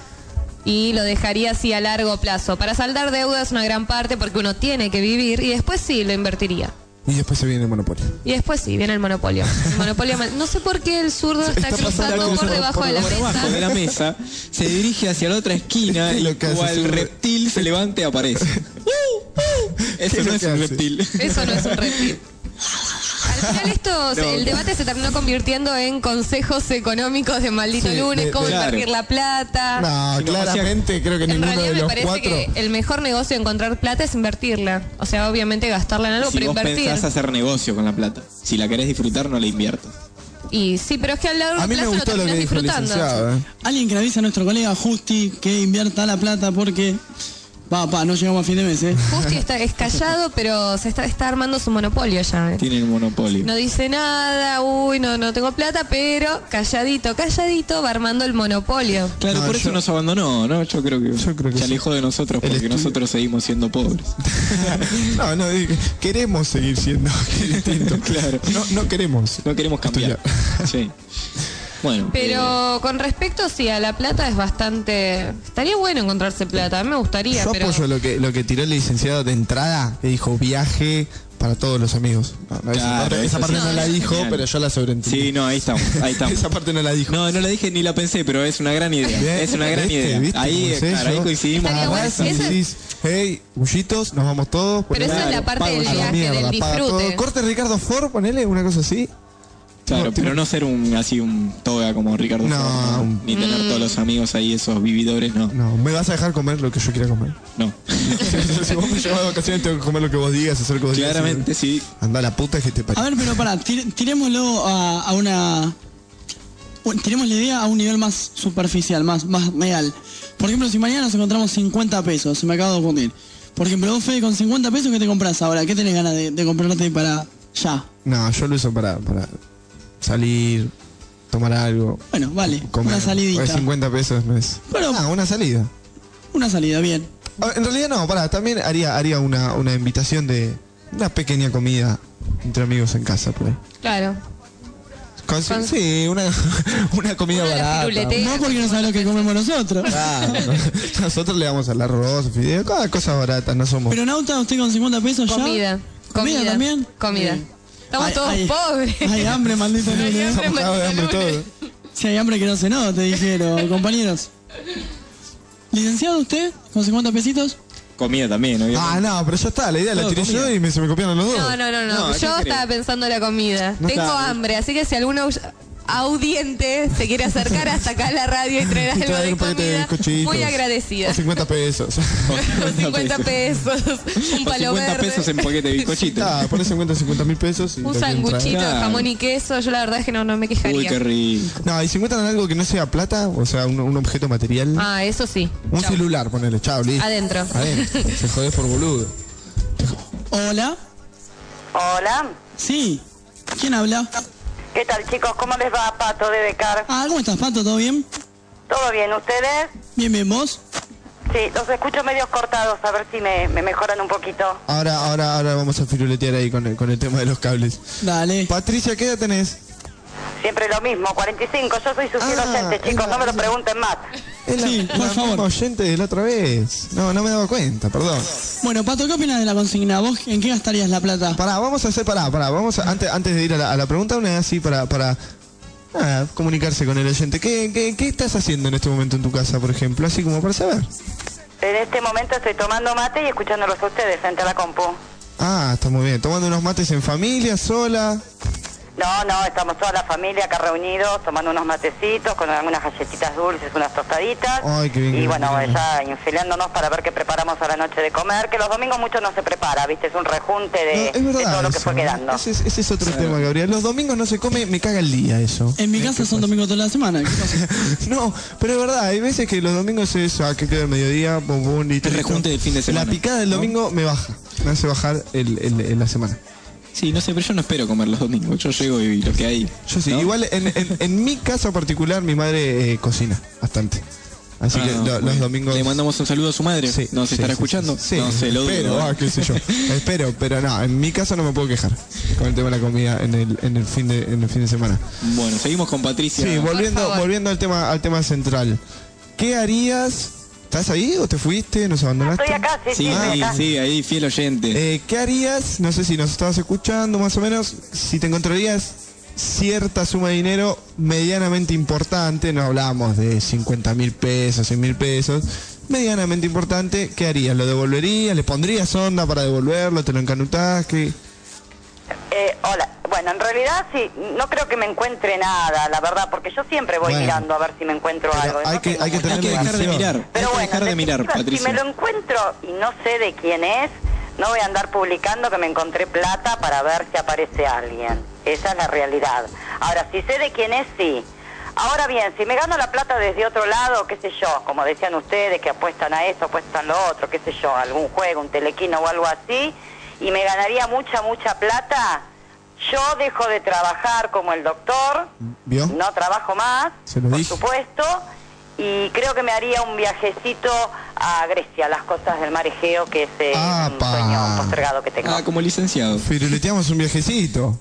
Speaker 8: Y lo dejaría así a largo plazo. Para saldar deudas una gran parte porque uno tiene que vivir y después sí lo invertiría.
Speaker 6: Y después se viene el monopolio.
Speaker 8: Y después sí, viene el monopolio. El monopolio mal- No sé por qué el zurdo está,
Speaker 6: Está pasando
Speaker 8: cruzando
Speaker 6: algo
Speaker 8: por
Speaker 6: por-
Speaker 8: debajo
Speaker 6: por
Speaker 8: de la
Speaker 7: por
Speaker 8: mesa.
Speaker 7: debajo de la mesa, se dirige hacia la otra esquina
Speaker 6: ¿Qué es
Speaker 7: y
Speaker 6: lo que hace?
Speaker 7: cual
Speaker 6: Es un re-
Speaker 7: reptil se levante aparece.
Speaker 6: ¿Qué
Speaker 7: Eso
Speaker 6: es
Speaker 7: no
Speaker 6: lo
Speaker 7: es
Speaker 6: que
Speaker 7: un
Speaker 6: hace?
Speaker 7: reptil.
Speaker 8: Eso no es un reptil. Al final esto, se- el debate se terminó convirtiendo en consejos económicos de maldito
Speaker 6: Sí,
Speaker 8: lunes,
Speaker 6: de-
Speaker 8: cómo
Speaker 7: claro.
Speaker 8: invertir la plata.
Speaker 6: No,
Speaker 7: Si no,
Speaker 6: claramente creo que
Speaker 8: En
Speaker 6: ninguno
Speaker 8: realidad
Speaker 6: de
Speaker 8: me
Speaker 6: los
Speaker 8: parece
Speaker 6: cuatro.
Speaker 8: que el mejor negocio de encontrar plata es invertirla. O sea, obviamente gastarla en algo,
Speaker 7: Si
Speaker 8: pero
Speaker 7: vos
Speaker 8: invertir.
Speaker 7: pensás hacer negocio con la plata, si la querés disfrutar, no la inviertas.
Speaker 8: Y sí, pero es que a largo
Speaker 6: A mí me
Speaker 8: plazo lo
Speaker 6: gustó lo que
Speaker 8: terminás
Speaker 6: dijo el
Speaker 8: disfrutando.
Speaker 6: licenciado. ¿eh?
Speaker 4: Alguien que le avise a nuestro colega Justi que invierta la plata porque. Va, pa, no llegamos a fin de mes, ¿eh?
Speaker 8: Justi está, es callado, pero se está, está armando su monopolio ya. ¿eh?
Speaker 7: Tiene el monopolio.
Speaker 8: No dice nada, uy, no, no tengo plata, pero calladito, calladito va armando el monopolio.
Speaker 7: Claro,
Speaker 6: No,
Speaker 7: por eso
Speaker 6: yo-
Speaker 7: nos abandonó, ¿no? Yo creo que,
Speaker 6: Yo creo que
Speaker 7: se
Speaker 6: sí.
Speaker 7: alejó de nosotros
Speaker 6: El
Speaker 7: porque
Speaker 6: estudio-
Speaker 7: nosotros seguimos siendo pobres.
Speaker 6: no, no, digo, queremos seguir siendo distintos.
Speaker 7: Claro.
Speaker 6: No, no queremos.
Speaker 7: No queremos cambiar. Sí. Bueno, eh,
Speaker 8: Pero con respecto, sí, a la plata es bastante... Estaría bueno encontrarse plata, a mí me gustaría,
Speaker 6: Yo
Speaker 8: pero...
Speaker 6: apoyo lo que, lo que tiró el licenciado de entrada, que dijo viaje para todos los amigos. No, no, esa
Speaker 7: Claro,
Speaker 6: parte, esa
Speaker 7: eso
Speaker 6: parte
Speaker 7: sí.
Speaker 6: no la dijo,
Speaker 7: Genial.
Speaker 6: pero yo la sobreentendí.
Speaker 7: Sí, no, ahí estamos, ahí estamos.
Speaker 6: esa parte no la dijo.
Speaker 7: No, no la dije ni la pensé, pero es una gran idea.
Speaker 6: Bien,
Speaker 7: Es una gran
Speaker 6: ¿viste?
Speaker 7: idea.
Speaker 6: ¿Viste
Speaker 7: ahí,
Speaker 6: cómo sé
Speaker 7: claro, ahí
Speaker 6: yo?
Speaker 7: coincidimos.
Speaker 8: Estaría bueno,
Speaker 6: Abrazan y
Speaker 8: ese-
Speaker 6: decís, eh, hey, bullitos, nos vamos todos.
Speaker 8: Pero esa es la parte
Speaker 7: pago
Speaker 8: del
Speaker 7: yo.
Speaker 6: a la
Speaker 8: viaje, del
Speaker 6: paga todo.
Speaker 8: disfrute.
Speaker 6: Corte Ricardo Ford, ponele una cosa así.
Speaker 7: Claro, pero no ser un así un toga como Ricardo.
Speaker 6: No.
Speaker 7: Ford, Ni tener
Speaker 8: Mm.
Speaker 7: todos los amigos ahí, esos vividores, no.
Speaker 6: No, me vas a dejar comer lo que yo quiera comer.
Speaker 7: No.
Speaker 6: si vos me llevas de vacaciones, tengo que comer lo que vos digas, hacer lo que vos digas.
Speaker 7: Claramente sí.
Speaker 6: Anda la puta que te
Speaker 4: A
Speaker 6: parió.
Speaker 4: ver, pero pará, tir- tirémoslo a, a una. bueno, Tiremos la idea a un nivel más superficial, más, más real. Por ejemplo, si mañana nos encontramos 50 pesos, se me acaba de ocurrir. Por ejemplo, vos, Fede, con 50 pesos, ¿qué te compras ahora? ¿Qué tenés ganas de, de comprarte para ya?
Speaker 6: No, yo lo uso para, para salir, tomar algo,
Speaker 4: Bueno, vale,
Speaker 6: comer.
Speaker 4: una salidita.
Speaker 6: Porque 50 pesos no es.
Speaker 4: Bueno.
Speaker 6: Ah, una salida.
Speaker 4: Una salida, bien.
Speaker 6: A ver, En realidad no, pará, también haría, haría una, una invitación de una pequeña comida entre amigos en casa, por ahí.
Speaker 8: Claro.
Speaker 6: Con-
Speaker 8: Con-
Speaker 6: sí, una, una comida
Speaker 8: Una de las
Speaker 6: barata.
Speaker 8: piruleteas.
Speaker 4: No porque no sabés lo que comemos nosotros.
Speaker 6: Claro, nosotros le damos al arroz, fideo, cada cosa barata, no somos.
Speaker 4: Pero Nauta, usted con 50 pesos ya.
Speaker 8: Comida.
Speaker 4: ¿Comida
Speaker 8: Comida
Speaker 4: también?
Speaker 8: Comida.
Speaker 4: Sí.
Speaker 8: Estamos
Speaker 4: Ay,
Speaker 8: todos
Speaker 4: ay,
Speaker 8: pobres.
Speaker 4: Hay hambre, maldito
Speaker 8: Ay,
Speaker 4: nene.
Speaker 8: hambre.
Speaker 6: estamos cagados de hambre todos.
Speaker 4: Si hay hambre que no se no, te dijeron, compañeros. Licenciado usted, con 50 pesitos.
Speaker 7: Comida también, obviamente.
Speaker 6: Ah, no, pero ya está, la idea la
Speaker 4: No,
Speaker 6: tiré
Speaker 4: comida.
Speaker 6: yo y me, se me copiaron los dos.
Speaker 8: No, no, no, no.
Speaker 7: No, ¿qué
Speaker 8: Yo
Speaker 7: querés?
Speaker 8: estaba pensando en la comida.
Speaker 6: No
Speaker 8: Tengo
Speaker 6: está.
Speaker 8: hambre, así que si algún au- audiente se quiere acercar hasta acá a la radio y traer
Speaker 6: Y
Speaker 8: algo
Speaker 6: traer
Speaker 8: de
Speaker 6: un paquete de
Speaker 8: comida,
Speaker 6: bizcochitos.
Speaker 8: muy
Speaker 6: O
Speaker 8: agradecida.
Speaker 6: 50 pesos.
Speaker 8: Con 50 pesos, un
Speaker 7: O
Speaker 8: palo
Speaker 7: 50
Speaker 8: verde.
Speaker 7: pesos en paquete de bizcochito.
Speaker 6: Ah, pones 50, 50 mil pesos y
Speaker 8: Un
Speaker 6: lo que entra.
Speaker 8: sanguchito de
Speaker 7: Claro.
Speaker 8: jamón y queso, yo la verdad es que no, no me
Speaker 7: Uy,
Speaker 8: quejaría.
Speaker 7: qué rico.
Speaker 6: No, y si encuentran algo que no sea plata, o sea, un, un objeto material,
Speaker 8: Ah, eso sí.
Speaker 6: un
Speaker 8: Chau.
Speaker 6: celular, ponele, chao, listo.
Speaker 8: Adentro.
Speaker 6: Adentro. Se jodés por boludo.
Speaker 4: Hola.
Speaker 10: Hola.
Speaker 4: Sí. ¿Quién habla?
Speaker 10: ¿Qué tal, chicos? ¿Cómo les va, Pato de Becar?
Speaker 4: Ah, ¿cómo estás, Pato? ¿Todo bien?
Speaker 10: ¿Todo bien? ¿Ustedes?
Speaker 4: Bien, bien, ¿vos?
Speaker 10: Sí, los escucho medios cortados, a ver si me, me mejoran un poquito.
Speaker 6: Ahora, ahora, ahora vamos a firuletear ahí con el, con el tema de los cables.
Speaker 4: Dale.
Speaker 6: Patricia, ¿qué edad tenés?
Speaker 10: Siempre lo mismo, 45, yo soy su fiel
Speaker 6: Ah,
Speaker 10: oyente,
Speaker 6: es
Speaker 10: chicos, no me lo
Speaker 6: verdad.
Speaker 10: pregunten más.
Speaker 6: Es
Speaker 4: Sí, por
Speaker 6: misma
Speaker 4: favor.
Speaker 6: oyente de la otra vez. No, no me daba cuenta, perdón.
Speaker 4: Bueno, Pato, ¿qué opinas de la consigna? ¿Vos en qué gastarías la plata?
Speaker 6: Pará, vamos a hacer, pará, pará, vamos a- antes, antes de ir a la, a la pregunta, una vez así para, para nada, comunicarse con el oyente. ¿Qué, qué, qué estás haciendo en este momento en tu casa, por ejemplo? Así como para saber.
Speaker 10: En este momento estoy tomando mate y escuchándolos a ustedes frente a la compu.
Speaker 6: Ah, está muy bien. Tomando unos mates en familia, sola.
Speaker 10: No, no, estamos toda la familia acá reunidos, tomando unos matecitos, con algunas galletitas dulces, unas tostaditas.
Speaker 6: Ay, qué bien, qué
Speaker 10: Y bueno,
Speaker 6: bien.
Speaker 10: ya enfilándonos para ver qué preparamos a la noche de comer, que los domingos mucho no se prepara, ¿viste? Es un rejunte
Speaker 6: No,
Speaker 10: de,
Speaker 6: es
Speaker 10: de
Speaker 6: verdad.
Speaker 10: todo lo que
Speaker 6: eso,
Speaker 10: fue
Speaker 6: ¿eh?
Speaker 10: quedando.
Speaker 6: Ese, es- ese es otro tema, Gabriel. Los domingos no se come, me caga el día eso.
Speaker 4: En mi casa son domingos toda la semana. ¿Qué pasa?
Speaker 6: No, pero es verdad, hay veces que los domingos es eso, ah, que queda el mediodía, pum, pum, listo,
Speaker 7: El
Speaker 6: listo.
Speaker 7: rejunte del fin de semana,
Speaker 6: La picada del
Speaker 7: ¿no?
Speaker 6: domingo me baja, me hace bajar el, el- el- la semana.
Speaker 7: Sí, no sé, pero yo no espero comer los domingos. Yo llego y lo que hay.
Speaker 6: Yo sí,
Speaker 7: ¿no?
Speaker 6: igual en, en- en mi caso particular mi madre eh, cocina bastante. Así
Speaker 7: Ah,
Speaker 6: que lo- los
Speaker 7: bueno.
Speaker 6: domingos...
Speaker 7: Le mandamos un saludo a su madre.
Speaker 6: Sí,
Speaker 7: ¿Nos
Speaker 6: sí,
Speaker 7: estará
Speaker 6: sí,
Speaker 7: escuchando?
Speaker 6: Sí,
Speaker 7: No sé, lo dudo. ¿eh?
Speaker 6: espero, ah, qué sé yo. espero, pero no, en mi caso no me puedo quejar con el tema de la comida en el, en el, fin, de, en el fin de semana.
Speaker 7: Bueno, seguimos con Patricia.
Speaker 6: Sí, volviendo,
Speaker 8: favor.
Speaker 6: volviendo al tema al tema central. ¿Qué harías? ¿Estás ahí o te fuiste? ¿Nos abandonaste? Ah,
Speaker 10: Estoy acá, Ah, sí, sí,
Speaker 7: Sí,
Speaker 10: estoy
Speaker 7: sí,
Speaker 10: acá.
Speaker 7: sí, ahí fiel oyente.
Speaker 6: Eh, ¿Qué harías? No sé si nos estabas escuchando más o menos. Si te encontrarías cierta suma de dinero medianamente importante, no hablamos de 50 mil pesos, 100 mil pesos, medianamente importante, ¿qué harías? ¿Lo devolverías? ¿Le pondrías onda para devolverlo? ¿Te lo encanutás? ¿Qué?
Speaker 10: Eh, hola, bueno, en realidad sí, no creo que me encuentre nada, la verdad, porque yo siempre voy
Speaker 6: Bueno.
Speaker 10: mirando a ver si me encuentro
Speaker 6: Pero
Speaker 10: algo.
Speaker 6: hay
Speaker 10: no
Speaker 6: que-
Speaker 10: tengo
Speaker 6: hay que
Speaker 10: mucha
Speaker 6: tener
Speaker 7: Hay que
Speaker 10: suerte.
Speaker 7: dejar de
Speaker 6: Relación.
Speaker 7: mirar.
Speaker 10: Pero
Speaker 7: hay que
Speaker 10: bueno,
Speaker 7: dejar de
Speaker 10: en
Speaker 7: mirar,
Speaker 10: definitiva, si me
Speaker 7: Patricia.
Speaker 10: lo encuentro y no sé de quién es, no voy a andar publicando que me encontré plata para ver si aparece alguien. Esa es la realidad. Ahora, si sé de quién es, sí. Ahora bien, si me gano la plata desde otro lado, qué sé yo, como decían ustedes, que apuestan a esto, apuestan lo otro, qué sé yo, algún juego, un telequino o algo así, y me ganaría mucha, mucha plata, yo dejo de trabajar como el doctor,
Speaker 6: ¿Vio?
Speaker 10: no trabajo más,
Speaker 6: Se lo
Speaker 10: por
Speaker 6: dije.
Speaker 10: supuesto, y creo que me haría un viajecito a Grecia, las costas del marejeo, que es eh, un
Speaker 6: ¡Apa!
Speaker 10: sueño postergado que tengo.
Speaker 7: Ah, como licenciado.
Speaker 6: Firuleteamos un viajecito.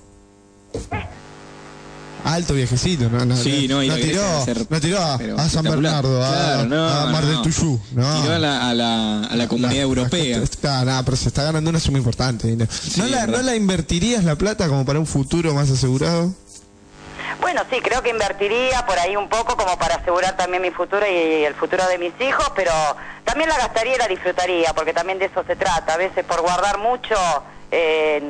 Speaker 6: alto viejecito, no, no,
Speaker 7: Sí, no, y la
Speaker 6: tiró,
Speaker 7: vieja debe ser
Speaker 6: no tiró a,
Speaker 7: pero
Speaker 6: a San
Speaker 7: espectacular.
Speaker 6: Bernardo, a,
Speaker 7: Claro, no,
Speaker 6: a Mar
Speaker 7: no.
Speaker 6: del Tuyú, no.
Speaker 7: Tiró a la, a la, a la comunidad
Speaker 6: La-
Speaker 7: europea.
Speaker 6: la- Claro, nada, pero se está ganando una suma importante. ¿No, ¿No la,
Speaker 7: verdad.
Speaker 6: ¿No la invertirías la plata como para un futuro más asegurado?
Speaker 10: Bueno, sí, creo que invertiría por ahí un poco como para asegurar también mi futuro y el futuro de mis hijos, pero también la gastaría y la disfrutaría, porque también de eso se trata. A veces por guardar mucho eh,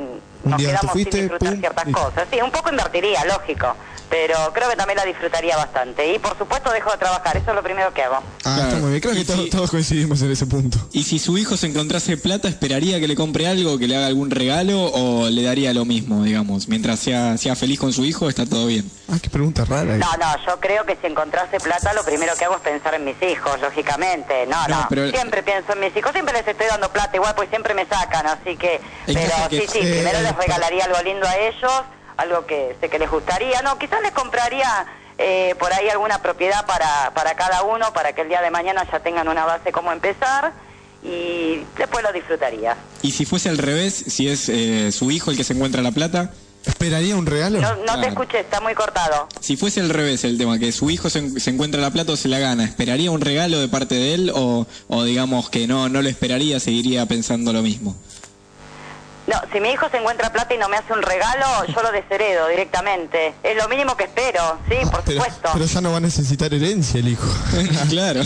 Speaker 6: Un
Speaker 10: nos
Speaker 6: día te
Speaker 10: quedamos
Speaker 6: fuiste,
Speaker 10: sin disfrutar
Speaker 6: pum,
Speaker 10: ciertas
Speaker 6: listo.
Speaker 10: cosas. Sí, un poco invertiría, lógico, pero creo que también la disfrutaría bastante. Y por supuesto dejo de trabajar, eso es lo primero que hago.
Speaker 6: Ah,
Speaker 7: Claro.
Speaker 6: está muy bien. Creo
Speaker 7: Y
Speaker 6: que
Speaker 7: si-
Speaker 6: todos, todos coincidimos en ese punto.
Speaker 7: Y si su hijo se encontrase plata, ¿esperaría que le compre algo, que le haga algún regalo o le daría lo mismo, digamos? Mientras sea, sea feliz con su hijo, está todo bien.
Speaker 6: Ah, qué pregunta rara.
Speaker 10: No, no, yo creo que si encontrase plata, lo primero que hago es pensar en mis hijos, lógicamente. No,
Speaker 7: No,
Speaker 10: no,
Speaker 7: pero-
Speaker 10: siempre pienso en mis hijos, siempre les estoy dando plata igual, pues siempre me sacan, así que...
Speaker 7: En
Speaker 10: Pero
Speaker 7: caso que-
Speaker 10: sí, sí,
Speaker 6: eh,
Speaker 10: primero les
Speaker 6: pa-
Speaker 10: regalaría algo lindo a ellos, algo que sé que les gustaría, no, quizás les compraría eh, por ahí alguna propiedad para, para cada uno, para que el día de mañana ya tengan una base como empezar, y después lo disfrutaría.
Speaker 7: Y si fuese al revés, si es eh, su hijo el que se encuentra la plata,
Speaker 6: ¿Esperaría un regalo?
Speaker 10: No, no
Speaker 7: Claro.
Speaker 10: te escuché, está muy cortado.
Speaker 7: si fuese al revés el tema, que su hijo se, en- se encuentra la plata o se la gana, ¿esperaría un regalo de parte de él o, o digamos que no, no lo esperaría, seguiría pensando lo mismo?
Speaker 10: No, si mi hijo se encuentra plata y no me hace un regalo, yo lo desheredo directamente. Es lo mínimo que espero, sí,
Speaker 6: Ah,
Speaker 10: por
Speaker 6: pero,
Speaker 10: supuesto.
Speaker 6: pero ya no va a necesitar herencia el hijo.
Speaker 7: claro.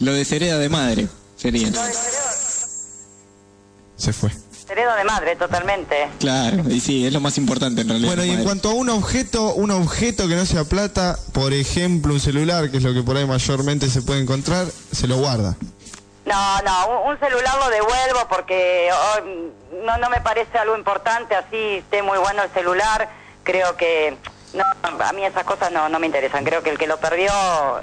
Speaker 7: lo deshereda de madre, sería.
Speaker 10: Lo desheredo-
Speaker 6: Se fue.
Speaker 10: desheredo de madre, totalmente.
Speaker 7: Claro, y sí, es lo más importante en realidad.
Speaker 6: Bueno, y en
Speaker 7: madre.
Speaker 6: cuanto a un objeto, un objeto que no sea plata, por ejemplo, un celular, que es lo que por ahí mayormente se puede encontrar, se lo guarda.
Speaker 10: No, no, un, un celular lo devuelvo porque oh, mm, no, no me parece algo importante, así esté muy bueno el celular. Creo que no, a mí esas cosas no, no me interesan. Creo que el que lo perdió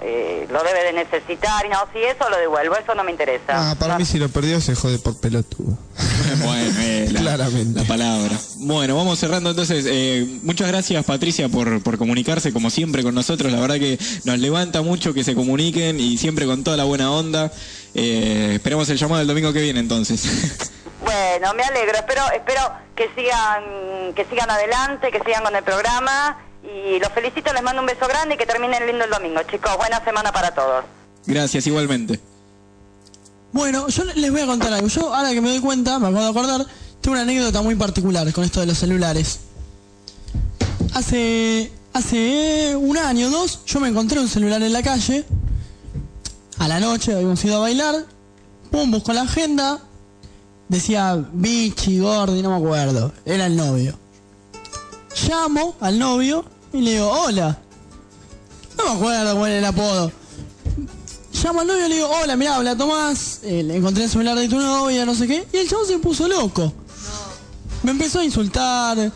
Speaker 10: eh, lo debe de necesitar. y No, si eso lo devuelvo, eso no me interesa.
Speaker 6: Ah, para
Speaker 10: No,
Speaker 6: mí si lo perdió se jode por pelotudo.
Speaker 7: Bueno, eh, la,
Speaker 6: Claramente.
Speaker 7: la palabra. Bueno, vamos cerrando entonces. Eh, muchas gracias Patricia por, por comunicarse como siempre con nosotros. La verdad que nos levanta mucho que se comuniquen y siempre con toda la buena onda. Eh, esperemos el llamado del domingo que viene entonces.
Speaker 10: Bueno, me alegro. Espero, espero que sigan, que sigan adelante, que sigan con el programa y los felicito, les mando un beso grande y que terminen lindo el domingo, chicos. Buena semana para todos.
Speaker 7: gracias igualmente.
Speaker 4: Bueno, yo les voy a contar algo. Yo, ahora que me doy cuenta, me acabo de acordar, tengo una anécdota muy particular con esto de los celulares. Hace, hace un año o dos, yo me encontré un celular en la calle. A la noche habíamos ido a bailar. Pum, busco la agenda. Decía Bichi, Gordi, no me acuerdo. Era el novio. Llamo al novio y le digo, hola. No me acuerdo cuál era el apodo. Llamo al novio y le digo, hola, mirá, habla Tomás, eh, le encontré el celular de tu novia, no sé qué, y el chabón se puso loco. Me empezó a insultar. Eh,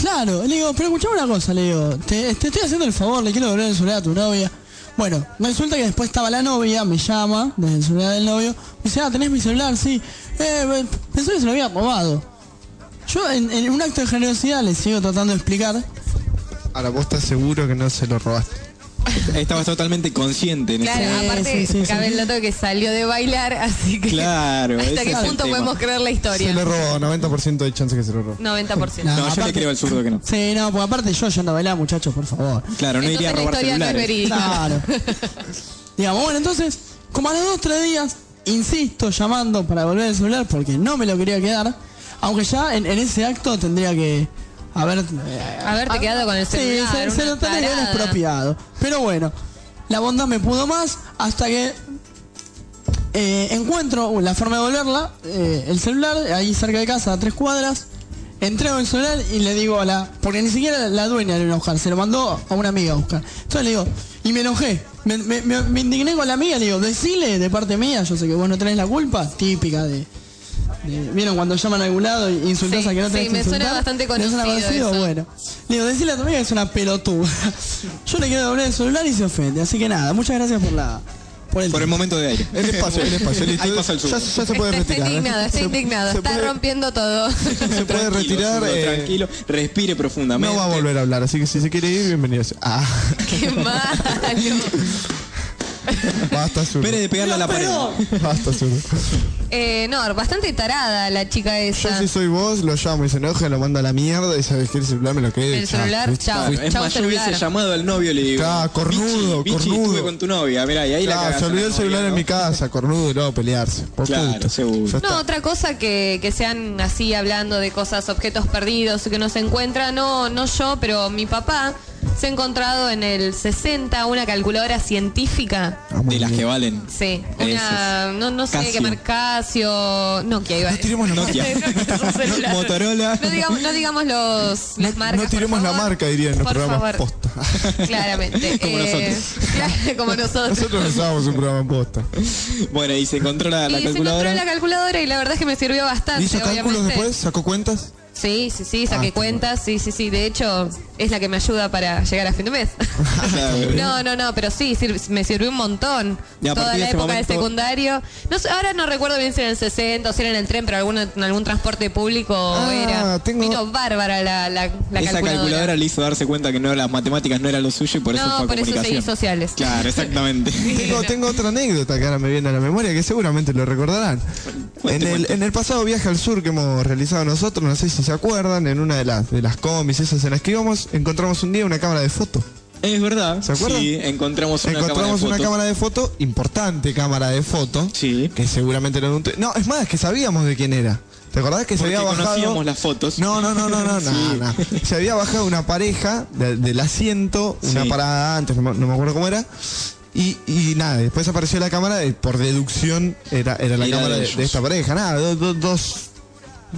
Speaker 4: Claro, le digo, pero escuchame una cosa, le digo, te, te estoy haciendo el favor, le quiero devolver el celular a tu novia. Bueno, resulta que después estaba la novia, me llama, desde el celular del novio, me dice, ah, tenés mi celular, sí. Eh, eh, pensé que se lo había robado. Yo, en, en un acto de generosidad, le sigo tratando de explicar.
Speaker 6: Ahora vos estás seguro que no se lo robaste.
Speaker 7: Estabas totalmente consciente en
Speaker 8: Claro,
Speaker 7: ese-
Speaker 4: Sí,
Speaker 8: aparte,
Speaker 4: sí, sí, sí.
Speaker 8: cabe el dato que salió de bailar, así que.
Speaker 7: Claro,
Speaker 8: ¿Hasta
Speaker 7: ese
Speaker 8: qué
Speaker 7: es el
Speaker 8: punto
Speaker 7: tema.
Speaker 8: podemos creer
Speaker 6: Se
Speaker 8: la
Speaker 6: lo
Speaker 8: historia?
Speaker 6: robó, 90% de chance que se lo robó.
Speaker 8: 90%.
Speaker 4: No,
Speaker 7: No, yo le
Speaker 4: aparte-
Speaker 7: creo al zurdo que no.
Speaker 4: Sí, no, porque aparte yo yendo a bailar, muchachos, por favor.
Speaker 7: Claro, no
Speaker 8: Entonces
Speaker 7: iría a
Speaker 8: la
Speaker 7: robar
Speaker 8: historia no es
Speaker 7: celulares.
Speaker 8: verídica.
Speaker 4: Claro. Digamos, bueno, entonces, como a los dos, tres días, insisto, llamando para volver el celular porque no me lo quería quedar. Aunque ya en, en ese acto tendría que haber. eh,
Speaker 8: Haberte quedado con el celular.
Speaker 4: sí, se, se
Speaker 8: una
Speaker 4: lo tendría que haber
Speaker 8: tarada.
Speaker 4: expropiado. Pero bueno, la bondad me pudo más hasta que. eh, encuentro la forma de volverla, eh, el celular, ahí cerca de casa, a tres cuadras. Entrego el celular y le digo a la. Porque ni siquiera la dueña lo iba a buscar, se lo mandó a una amiga a buscar. Entonces le digo, y me enojé. Me, me- me- me indigné con la amiga, le digo, decile de parte mía, yo sé que vos no tenés la culpa, típica de. de- Eh, ¿Vieron cuando llaman a algún lado e insultas
Speaker 8: Sí,
Speaker 4: a que no
Speaker 8: sí,
Speaker 4: tenés que
Speaker 8: me suena
Speaker 4: insultar?
Speaker 8: bastante
Speaker 4: ¿Le suena
Speaker 8: conocido eso.
Speaker 4: Bueno. Le digo, decile a tu amiga que es una pelotuda. Yo le quiero doblar el celular y se ofende. Así que nada, muchas gracias por la. Por el,
Speaker 7: Por el momento de aire.
Speaker 6: El espacio, el espacio, listo.
Speaker 7: Ahí pasa el zurdo.
Speaker 6: ya, ya se puede
Speaker 8: Está, está
Speaker 6: retirar.
Speaker 8: indignado, está
Speaker 6: Se-
Speaker 8: indignado,
Speaker 6: se
Speaker 8: está
Speaker 6: puede-
Speaker 8: rompiendo todo.
Speaker 6: Se puede
Speaker 7: Tranquilo,
Speaker 6: retirar.
Speaker 7: zurdo,
Speaker 6: eh,
Speaker 7: tranquilo, respire profundamente.
Speaker 6: no va a volver a hablar, así que si se quiere ir, bienvenido. sea. Ah,
Speaker 8: Qué malo.
Speaker 6: Basta, Zurdo.
Speaker 7: Pere de pegarle a la pared.
Speaker 6: Basta, Zurdo.
Speaker 8: Eh, no, bastante tarada la chica
Speaker 6: Yo
Speaker 8: esa.
Speaker 6: si soy vos, lo llamo y se enoja, lo mando a la mierda y sabes que el celular me lo quede.
Speaker 8: El celular, chao.
Speaker 7: Claro, es
Speaker 8: Chau,
Speaker 7: más, yo
Speaker 8: celular.
Speaker 7: hubiese llamado al novio y le digo.
Speaker 6: Claro, Ah, cornudo,
Speaker 7: "Bichi, Bichi,
Speaker 6: cornudo".
Speaker 7: estuve con tu novia, mirá, y ahí la
Speaker 6: Claro,
Speaker 7: cagás
Speaker 6: se
Speaker 7: a la
Speaker 6: olvidó el
Speaker 7: novia,
Speaker 6: celular en
Speaker 7: ¿no?
Speaker 6: mi casa, cornudo, y luego pelearse. Por
Speaker 7: Claro,
Speaker 6: puto.
Speaker 7: seguro.
Speaker 6: Ya está.
Speaker 8: No, otra cosa que, que sean así hablando de cosas, objetos perdidos que no se encuentran, no, no yo, pero mi papá se ha encontrado en el 60 una calculadora científica.
Speaker 6: Vamos,
Speaker 7: De las que
Speaker 6: bien.
Speaker 7: valen.
Speaker 8: Sí,
Speaker 7: Esas.
Speaker 8: una, no, no sé
Speaker 7: Casio.
Speaker 8: qué marca, Casio, Nokia iba a
Speaker 6: No tiremos la marca.
Speaker 8: No, esto es un celular.
Speaker 7: Motorola.
Speaker 8: No digamos, no digamos los, las
Speaker 6: No-
Speaker 8: marcas.
Speaker 6: no
Speaker 8: por
Speaker 6: tiremos la
Speaker 8: favor.
Speaker 6: marca, dirían en los
Speaker 8: Por
Speaker 6: programas
Speaker 8: favor.
Speaker 6: posta.
Speaker 8: Claramente.
Speaker 7: Como nosotros.
Speaker 8: claro, como nosotros.
Speaker 6: Nosotros no usábamos un programa en posta.
Speaker 7: Bueno, y se encontró la, la
Speaker 8: y se encontró
Speaker 7: calculadora.
Speaker 8: en la calculadora y la verdad es que me sirvió bastante.
Speaker 6: ¿Hizo cálculos
Speaker 8: obviamente.
Speaker 6: después? ¿Sacó cuentas?
Speaker 8: Sí, sí, sí,
Speaker 6: Ah,
Speaker 8: saqué
Speaker 6: está
Speaker 8: cuentas, sí, sí, sí. De hecho, es la que me ayuda para llegar a fin de mes.
Speaker 7: Claro.
Speaker 8: no, no, no, pero sí, sir- me sirvió un montón.
Speaker 7: Y a
Speaker 8: Toda
Speaker 7: partir de
Speaker 8: la
Speaker 7: ese
Speaker 8: época
Speaker 7: momento-
Speaker 8: de secundario. No sé, ahora no recuerdo bien si era en el 60 o si era en el tren, pero alguno- en algún transporte público
Speaker 6: Ah,
Speaker 8: era.
Speaker 6: tengo-
Speaker 8: Vino bárbara la, la, la
Speaker 7: esa calculadora.
Speaker 8: calculadora.
Speaker 7: le hizo darse cuenta que no las matemáticas no era lo suyo y por eso
Speaker 8: No,
Speaker 7: fue a
Speaker 8: por eso seguí
Speaker 7: comunicación.
Speaker 8: sociales.
Speaker 7: Claro, exactamente.
Speaker 6: Tengo, tengo otra anécdota que ahora me viene a la memoria que seguramente lo recordarán. En el, en el pasado viaje al sur que hemos realizado nosotros, no sé si se acuerdan, en una de las, de las combis esas en las que íbamos, encontramos un día una cámara de foto.
Speaker 7: es verdad.
Speaker 6: ¿Se acuerdan?
Speaker 7: Sí, encontramos una
Speaker 6: encontramos
Speaker 7: cámara de
Speaker 6: una
Speaker 7: fotos.
Speaker 6: cámara de foto, importante cámara de foto,
Speaker 7: Sí.
Speaker 6: que seguramente lo pregunté- No, es más, que sabíamos de quién era. ¿Te acordás que se
Speaker 7: Porque
Speaker 6: había bajado?
Speaker 7: conocíamos las fotos.
Speaker 6: No, no, no, no, no,
Speaker 7: Sí.
Speaker 6: no, no. Se había bajado una pareja de- del asiento, una
Speaker 7: Sí.
Speaker 6: parada antes, no, me- no me acuerdo cómo era. Y, y nada, después apareció la cámara, y por deducción era, era la
Speaker 7: Era
Speaker 6: cámara
Speaker 7: de
Speaker 6: de,
Speaker 7: ellos.
Speaker 6: de esta pareja. Nada, do- do- dos,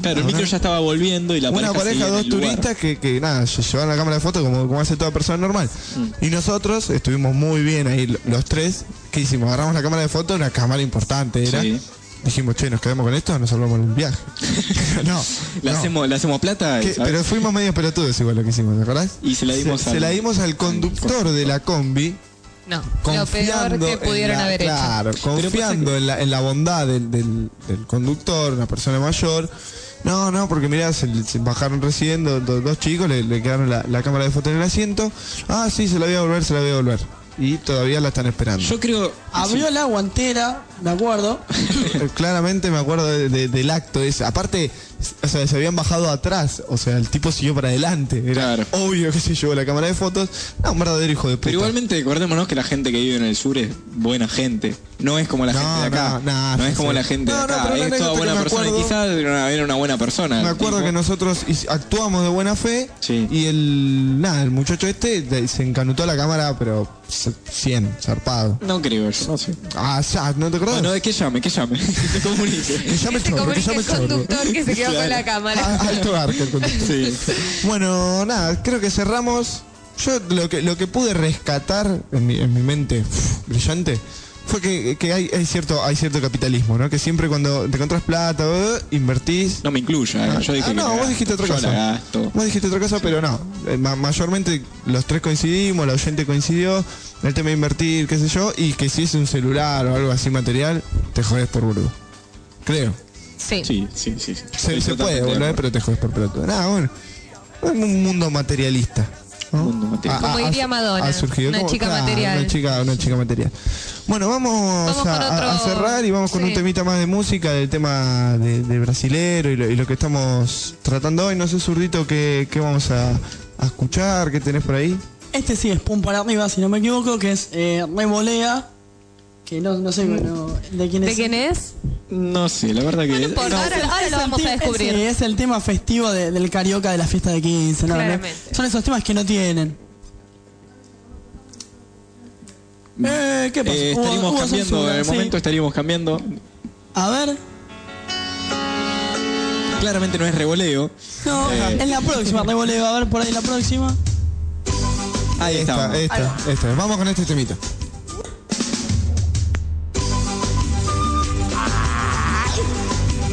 Speaker 7: Claro, el micro ya estaba volviendo y la pareja,
Speaker 6: una pareja,
Speaker 7: seguía en
Speaker 6: dos
Speaker 7: el lugar.
Speaker 6: turistas que, que nada, se llevaron la cámara de fotos como, como hace toda persona normal.
Speaker 7: Mm.
Speaker 6: Y nosotros estuvimos muy bien ahí lo- los tres. ¿Qué hicimos? Agarramos la cámara de fotos, una cámara importante era.
Speaker 7: Sí.
Speaker 6: Dijimos, che, nos quedamos con esto, nos salvamos un viaje. no.
Speaker 7: Le
Speaker 6: no.
Speaker 7: hacemos, le hacemos plata.
Speaker 6: Que-
Speaker 7: ¿sabes?
Speaker 6: pero fuimos medio pelotudos igual lo que hicimos, ¿te acordás?
Speaker 7: Y se la dimos
Speaker 6: se,
Speaker 7: al-
Speaker 6: la dimos al conductor de la combi.
Speaker 8: No, lo
Speaker 6: Confiando
Speaker 8: peor que
Speaker 6: en
Speaker 8: pudieron
Speaker 6: la-
Speaker 8: haber hecho.
Speaker 6: Claro, confiando en, la, en la bondad del, del- del conductor, una persona mayor. No, no, porque mirá, se, se bajaron recién do- do- dos chicos, le, le quedaron la, la cámara de foto en el asiento. Ah, sí, se la voy a volver, se la voy a volver. Y todavía la están esperando.
Speaker 7: Yo creo.
Speaker 4: Abrió la guantera, me acuerdo.
Speaker 6: Eh, Claramente me acuerdo de- de- del acto ese. Aparte, s- o sea, se habían bajado atrás. O sea, el tipo siguió para adelante. Era
Speaker 7: Claro.
Speaker 6: obvio que se llevó la cámara de fotos. No, un verdadero hijo de puta.
Speaker 7: Pero igualmente acordémonos que la gente que vive en el sur es buena gente. No es como la
Speaker 6: No,
Speaker 7: gente de acá.
Speaker 6: Ah, no, no,
Speaker 7: es
Speaker 6: sí,
Speaker 7: como
Speaker 6: sí.
Speaker 7: la gente
Speaker 6: No,
Speaker 7: de
Speaker 6: no,
Speaker 7: acá.
Speaker 6: pero la
Speaker 7: es
Speaker 6: anécdota
Speaker 7: toda
Speaker 6: que
Speaker 7: buena
Speaker 6: me
Speaker 7: persona. y
Speaker 6: acuerdo-
Speaker 7: Quizás era era una buena persona.
Speaker 6: Me acuerdo que nosotros hic- actuamos de buena fe
Speaker 7: Sí.
Speaker 6: y el nada, el muchacho este de- se encanutó a la cámara, pero c- 100, zarpado.
Speaker 7: No creo yo, no sé.
Speaker 6: Ah, ya, ¿no te acordás?
Speaker 7: Bueno, que llame, que llame. Que
Speaker 6: Que
Speaker 7: comunique.
Speaker 6: llame
Speaker 8: Que
Speaker 6: el chorro,
Speaker 8: se
Speaker 6: que
Speaker 8: comunica
Speaker 6: llame
Speaker 8: el
Speaker 6: el chorro.
Speaker 8: conductor que se quedó con
Speaker 7: Claro.
Speaker 8: la cámara.
Speaker 6: Ah, Alto garca el conductor.
Speaker 7: Sí.
Speaker 6: Bueno, nada, creo que cerramos. Yo lo que, lo que pude rescatar en mi, en mi mente uf, brillante fue que, que hay, hay cierto, hay cierto capitalismo, ¿no? Que siempre cuando te encontrás plata, eh, invertís.
Speaker 7: No me incluya, eh. yo dije
Speaker 6: Ah,
Speaker 7: que la
Speaker 6: no, vos
Speaker 7: gasto.
Speaker 6: dijiste otra
Speaker 7: Yo
Speaker 6: cosa.
Speaker 7: la gasto.
Speaker 6: Vos dijiste otra cosa, pero no. Eh, ma- mayormente los tres coincidimos, la oyente coincidió, el tema de invertir, qué sé yo, y que si es un celular o algo así material, te jodés por boludo. Creo.
Speaker 8: Sí.
Speaker 7: Sí, sí, sí. sí.
Speaker 6: Se,
Speaker 7: Estoy
Speaker 6: se puede
Speaker 7: totalmente de
Speaker 6: eh, volver,
Speaker 7: acuerdo.
Speaker 6: pero te jodes por pelotudo. Nada, bueno. Es un mundo materialista. ¿no? Ah,
Speaker 7: Mundo materialista.
Speaker 8: Como diría Madonna,
Speaker 6: ha surgido
Speaker 8: una
Speaker 6: como-
Speaker 8: chica
Speaker 6: claro,
Speaker 8: material.
Speaker 6: Una chica, una chica material. Bueno, vamos,
Speaker 8: Vamos
Speaker 6: a,
Speaker 8: con
Speaker 6: a- a
Speaker 8: otro-
Speaker 6: cerrar y vamos con
Speaker 8: sí.
Speaker 6: un temita más de música, del tema de, de brasilero y lo, y lo que estamos tratando hoy. No sé, zurdito, qué, qué vamos a, a escuchar, qué tenés por ahí.
Speaker 4: Este sí es pum para arriba, si no me equivoco, que es eh, Revolea. Que no, no sé bueno, de quién es.
Speaker 8: ¿De quién es?
Speaker 7: No sé, la verdad que.
Speaker 8: No importa,
Speaker 7: no,
Speaker 8: ahora-
Speaker 4: Es el-
Speaker 8: ahora
Speaker 4: es
Speaker 8: lo
Speaker 4: el
Speaker 8: vamos a
Speaker 4: te-
Speaker 8: descubrir.
Speaker 4: sí, es el tema festivo de- del carioca de la fiesta de 15. ¿no?
Speaker 8: Claramente.
Speaker 4: Son esos temas que no tienen. Eh, ¿Qué pasa?
Speaker 7: eh,
Speaker 4: Hubo-
Speaker 7: estaríamos
Speaker 4: hubo
Speaker 7: cambiando,
Speaker 4: censura,
Speaker 7: en el
Speaker 4: sí.
Speaker 7: momento estaríamos cambiando.
Speaker 4: A ver.
Speaker 7: Claramente no es revoleo.
Speaker 4: No,
Speaker 7: Eh.
Speaker 4: en la próxima, revoleo. A ver por ahí la próxima.
Speaker 7: Ahí está.
Speaker 6: Esta, esta, esta. Vamos con este temita.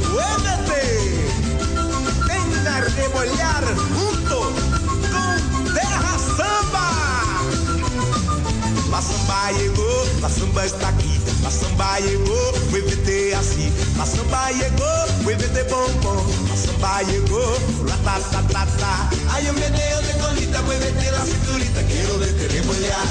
Speaker 5: ¡Muévete! Venga a revolear junto con Terra Samba! La samba llegó, la samba está aqui. La samba llegó, muévete así. La samba llegó, muévete bombón. La samba llegó, la ta ta ta ta. Hay un meneo de colita, muévete la cinturita. Quiero verte revolear.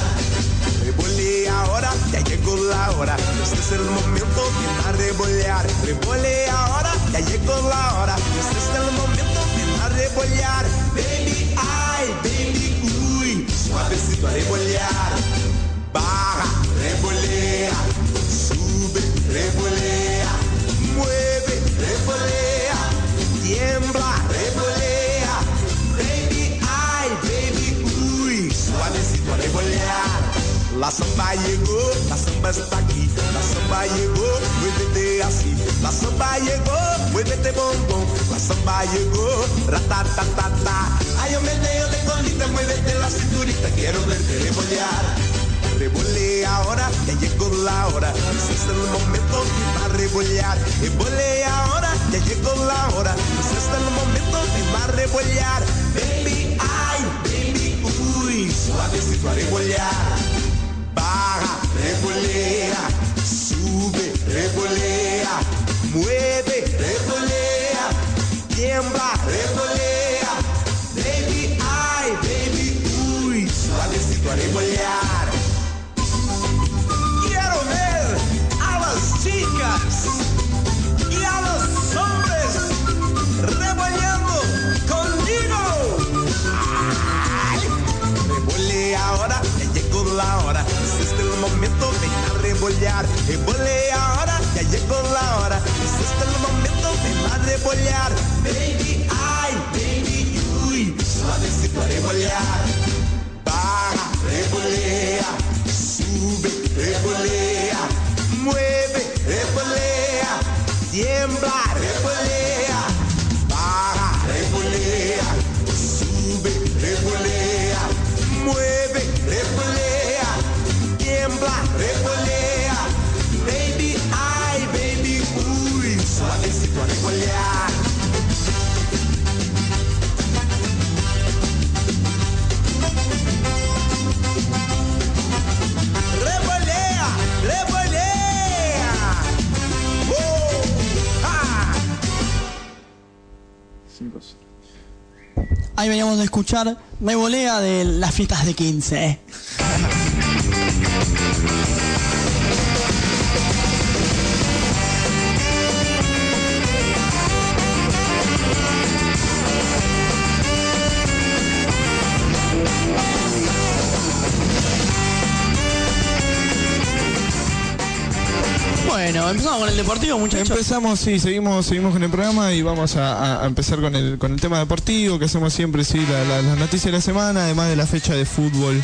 Speaker 5: Revolea ahora, ya llegó la hora. Este es el momento de arrebollar, rebole ahora, ya llegó la hora. Este es el momento de arrebollar, baby, ay, baby, uy, suavecito a rebollar. Baja, rebolea, sube, rebolea, mueve, rebolea, tiembla, rebolea, baby, ay, baby, uy, suavecito a rebollar. La samba llegó, la samba está aquí. La samba llegó, muévete así. La samba llegó, muévete bombón. La samba llegó, ratatatata. Ay, hombre, dedo de colita, muévete la cinturita. Quiero verte rebollar. Rebolea ahora, ya llegó la hora. Ese es el momento para rebollar. Rebolea ahora, ya llegó la hora. Ese es el momento para rebollar. Baby, ay, baby, uy, suavecito a rebollar baja, revolea, sube, revolea, mueve, revolea, tiembla, revolea, baby, ay, baby, uy, suavecito a revolear. Quiero ver a las chicas y a los hombres revoleando conmigo. Revolea ahora, ya llegó la hora. Este es el momento, ven a revolear. Revolea ahora, ya llegó la hora. Este es el momento, ven a revolear. Baby, ay, baby, uy, suavecito a revolear. Baja, revolea, sube, revolea, mueve, revolea, tiembla, revolea, baja, revolea, sube, revolea, mueve, revolea, tiembla, revolea, baby, ay, baby, uy, suavecito a revolear. Revolea, revolea. Oh, ah.
Speaker 4: Ahí veníamos a escuchar Me volea de las fiestas de eh. 15. Bueno, empezamos con el deportivo, muchachos.
Speaker 6: Empezamos, sí, seguimos, seguimos con el programa y vamos a, a- a empezar con el, con el tema deportivo que hacemos siempre, sí, la- la- las noticias de la semana, además de la fecha de fútbol,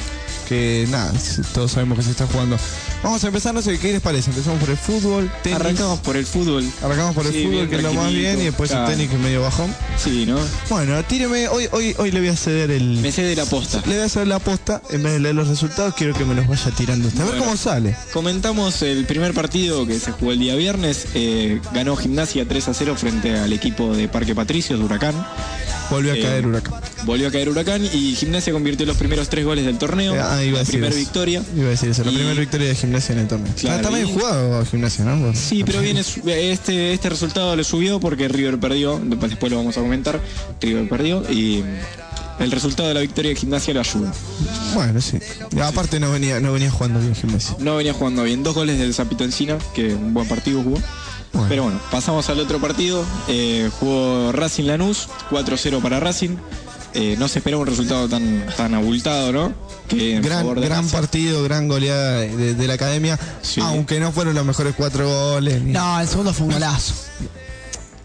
Speaker 6: que nada, s- todos sabemos que se está jugando. Vamos a empezar, no sé qué les parece, empezamos por el fútbol, tenis.
Speaker 7: Arrancamos por el fútbol.
Speaker 6: Arrancamos por el
Speaker 7: Sí,
Speaker 6: fútbol,
Speaker 7: bien
Speaker 6: que es lo más
Speaker 7: tranquilito.
Speaker 6: bien, y después
Speaker 7: Claro.
Speaker 6: el tenis que es medio bajón.
Speaker 7: Sí, ¿no?
Speaker 6: Bueno, tíreme, hoy, hoy, hoy le voy a ceder el.
Speaker 7: Me cede la posta.
Speaker 6: Le voy a ceder la aposta, en vez de leer los resultados, quiero que me los vaya tirando usted. A ver
Speaker 7: Bueno.
Speaker 6: cómo sale.
Speaker 7: Comentamos el primer partido que se jugó el día viernes. eh, ganó Gimnasia 3 a 0 frente al equipo de Parque Patricios, de Huracán.
Speaker 6: Volvió a
Speaker 7: Eh,
Speaker 6: caer Huracán.
Speaker 7: Volvió a caer Huracán y Gimnasia convirtió los primeros tres goles del torneo.
Speaker 6: Ah, iba a
Speaker 7: la
Speaker 6: decir
Speaker 7: primera
Speaker 6: eso.
Speaker 7: victoria.
Speaker 6: Iba a decir eso, la
Speaker 7: Y-
Speaker 6: primera victoria de gimnasia en el torneo. Ah,
Speaker 7: Claro,
Speaker 6: está, está
Speaker 7: y-
Speaker 6: bien jugado gimnasia, ¿no? Bueno,
Speaker 7: Sí, pero viene su- este, este resultado le subió porque River perdió, después, después lo vamos a comentar, River perdió y el resultado de la victoria de Gimnasia lo ayuda.
Speaker 6: Bueno, sí. Y aparte no venía, no venía jugando bien gimnasia.
Speaker 7: No venía jugando bien, dos goles del Zapito Encina, que un buen partido jugó.
Speaker 6: Bueno.
Speaker 7: Pero bueno, pasamos al otro partido, eh, jugó Racing Lanús, 4-0 para Racing. Eh, no se esperaba un resultado tan, tan abultado, ¿no? Que en
Speaker 6: Gran,
Speaker 7: favor de
Speaker 6: gran
Speaker 7: Racing.
Speaker 6: partido, gran goleada de, de- de la academia.
Speaker 7: Sí.
Speaker 6: Aunque no fueron los mejores cuatro goles. ni-
Speaker 4: No, el segundo fue un golazo.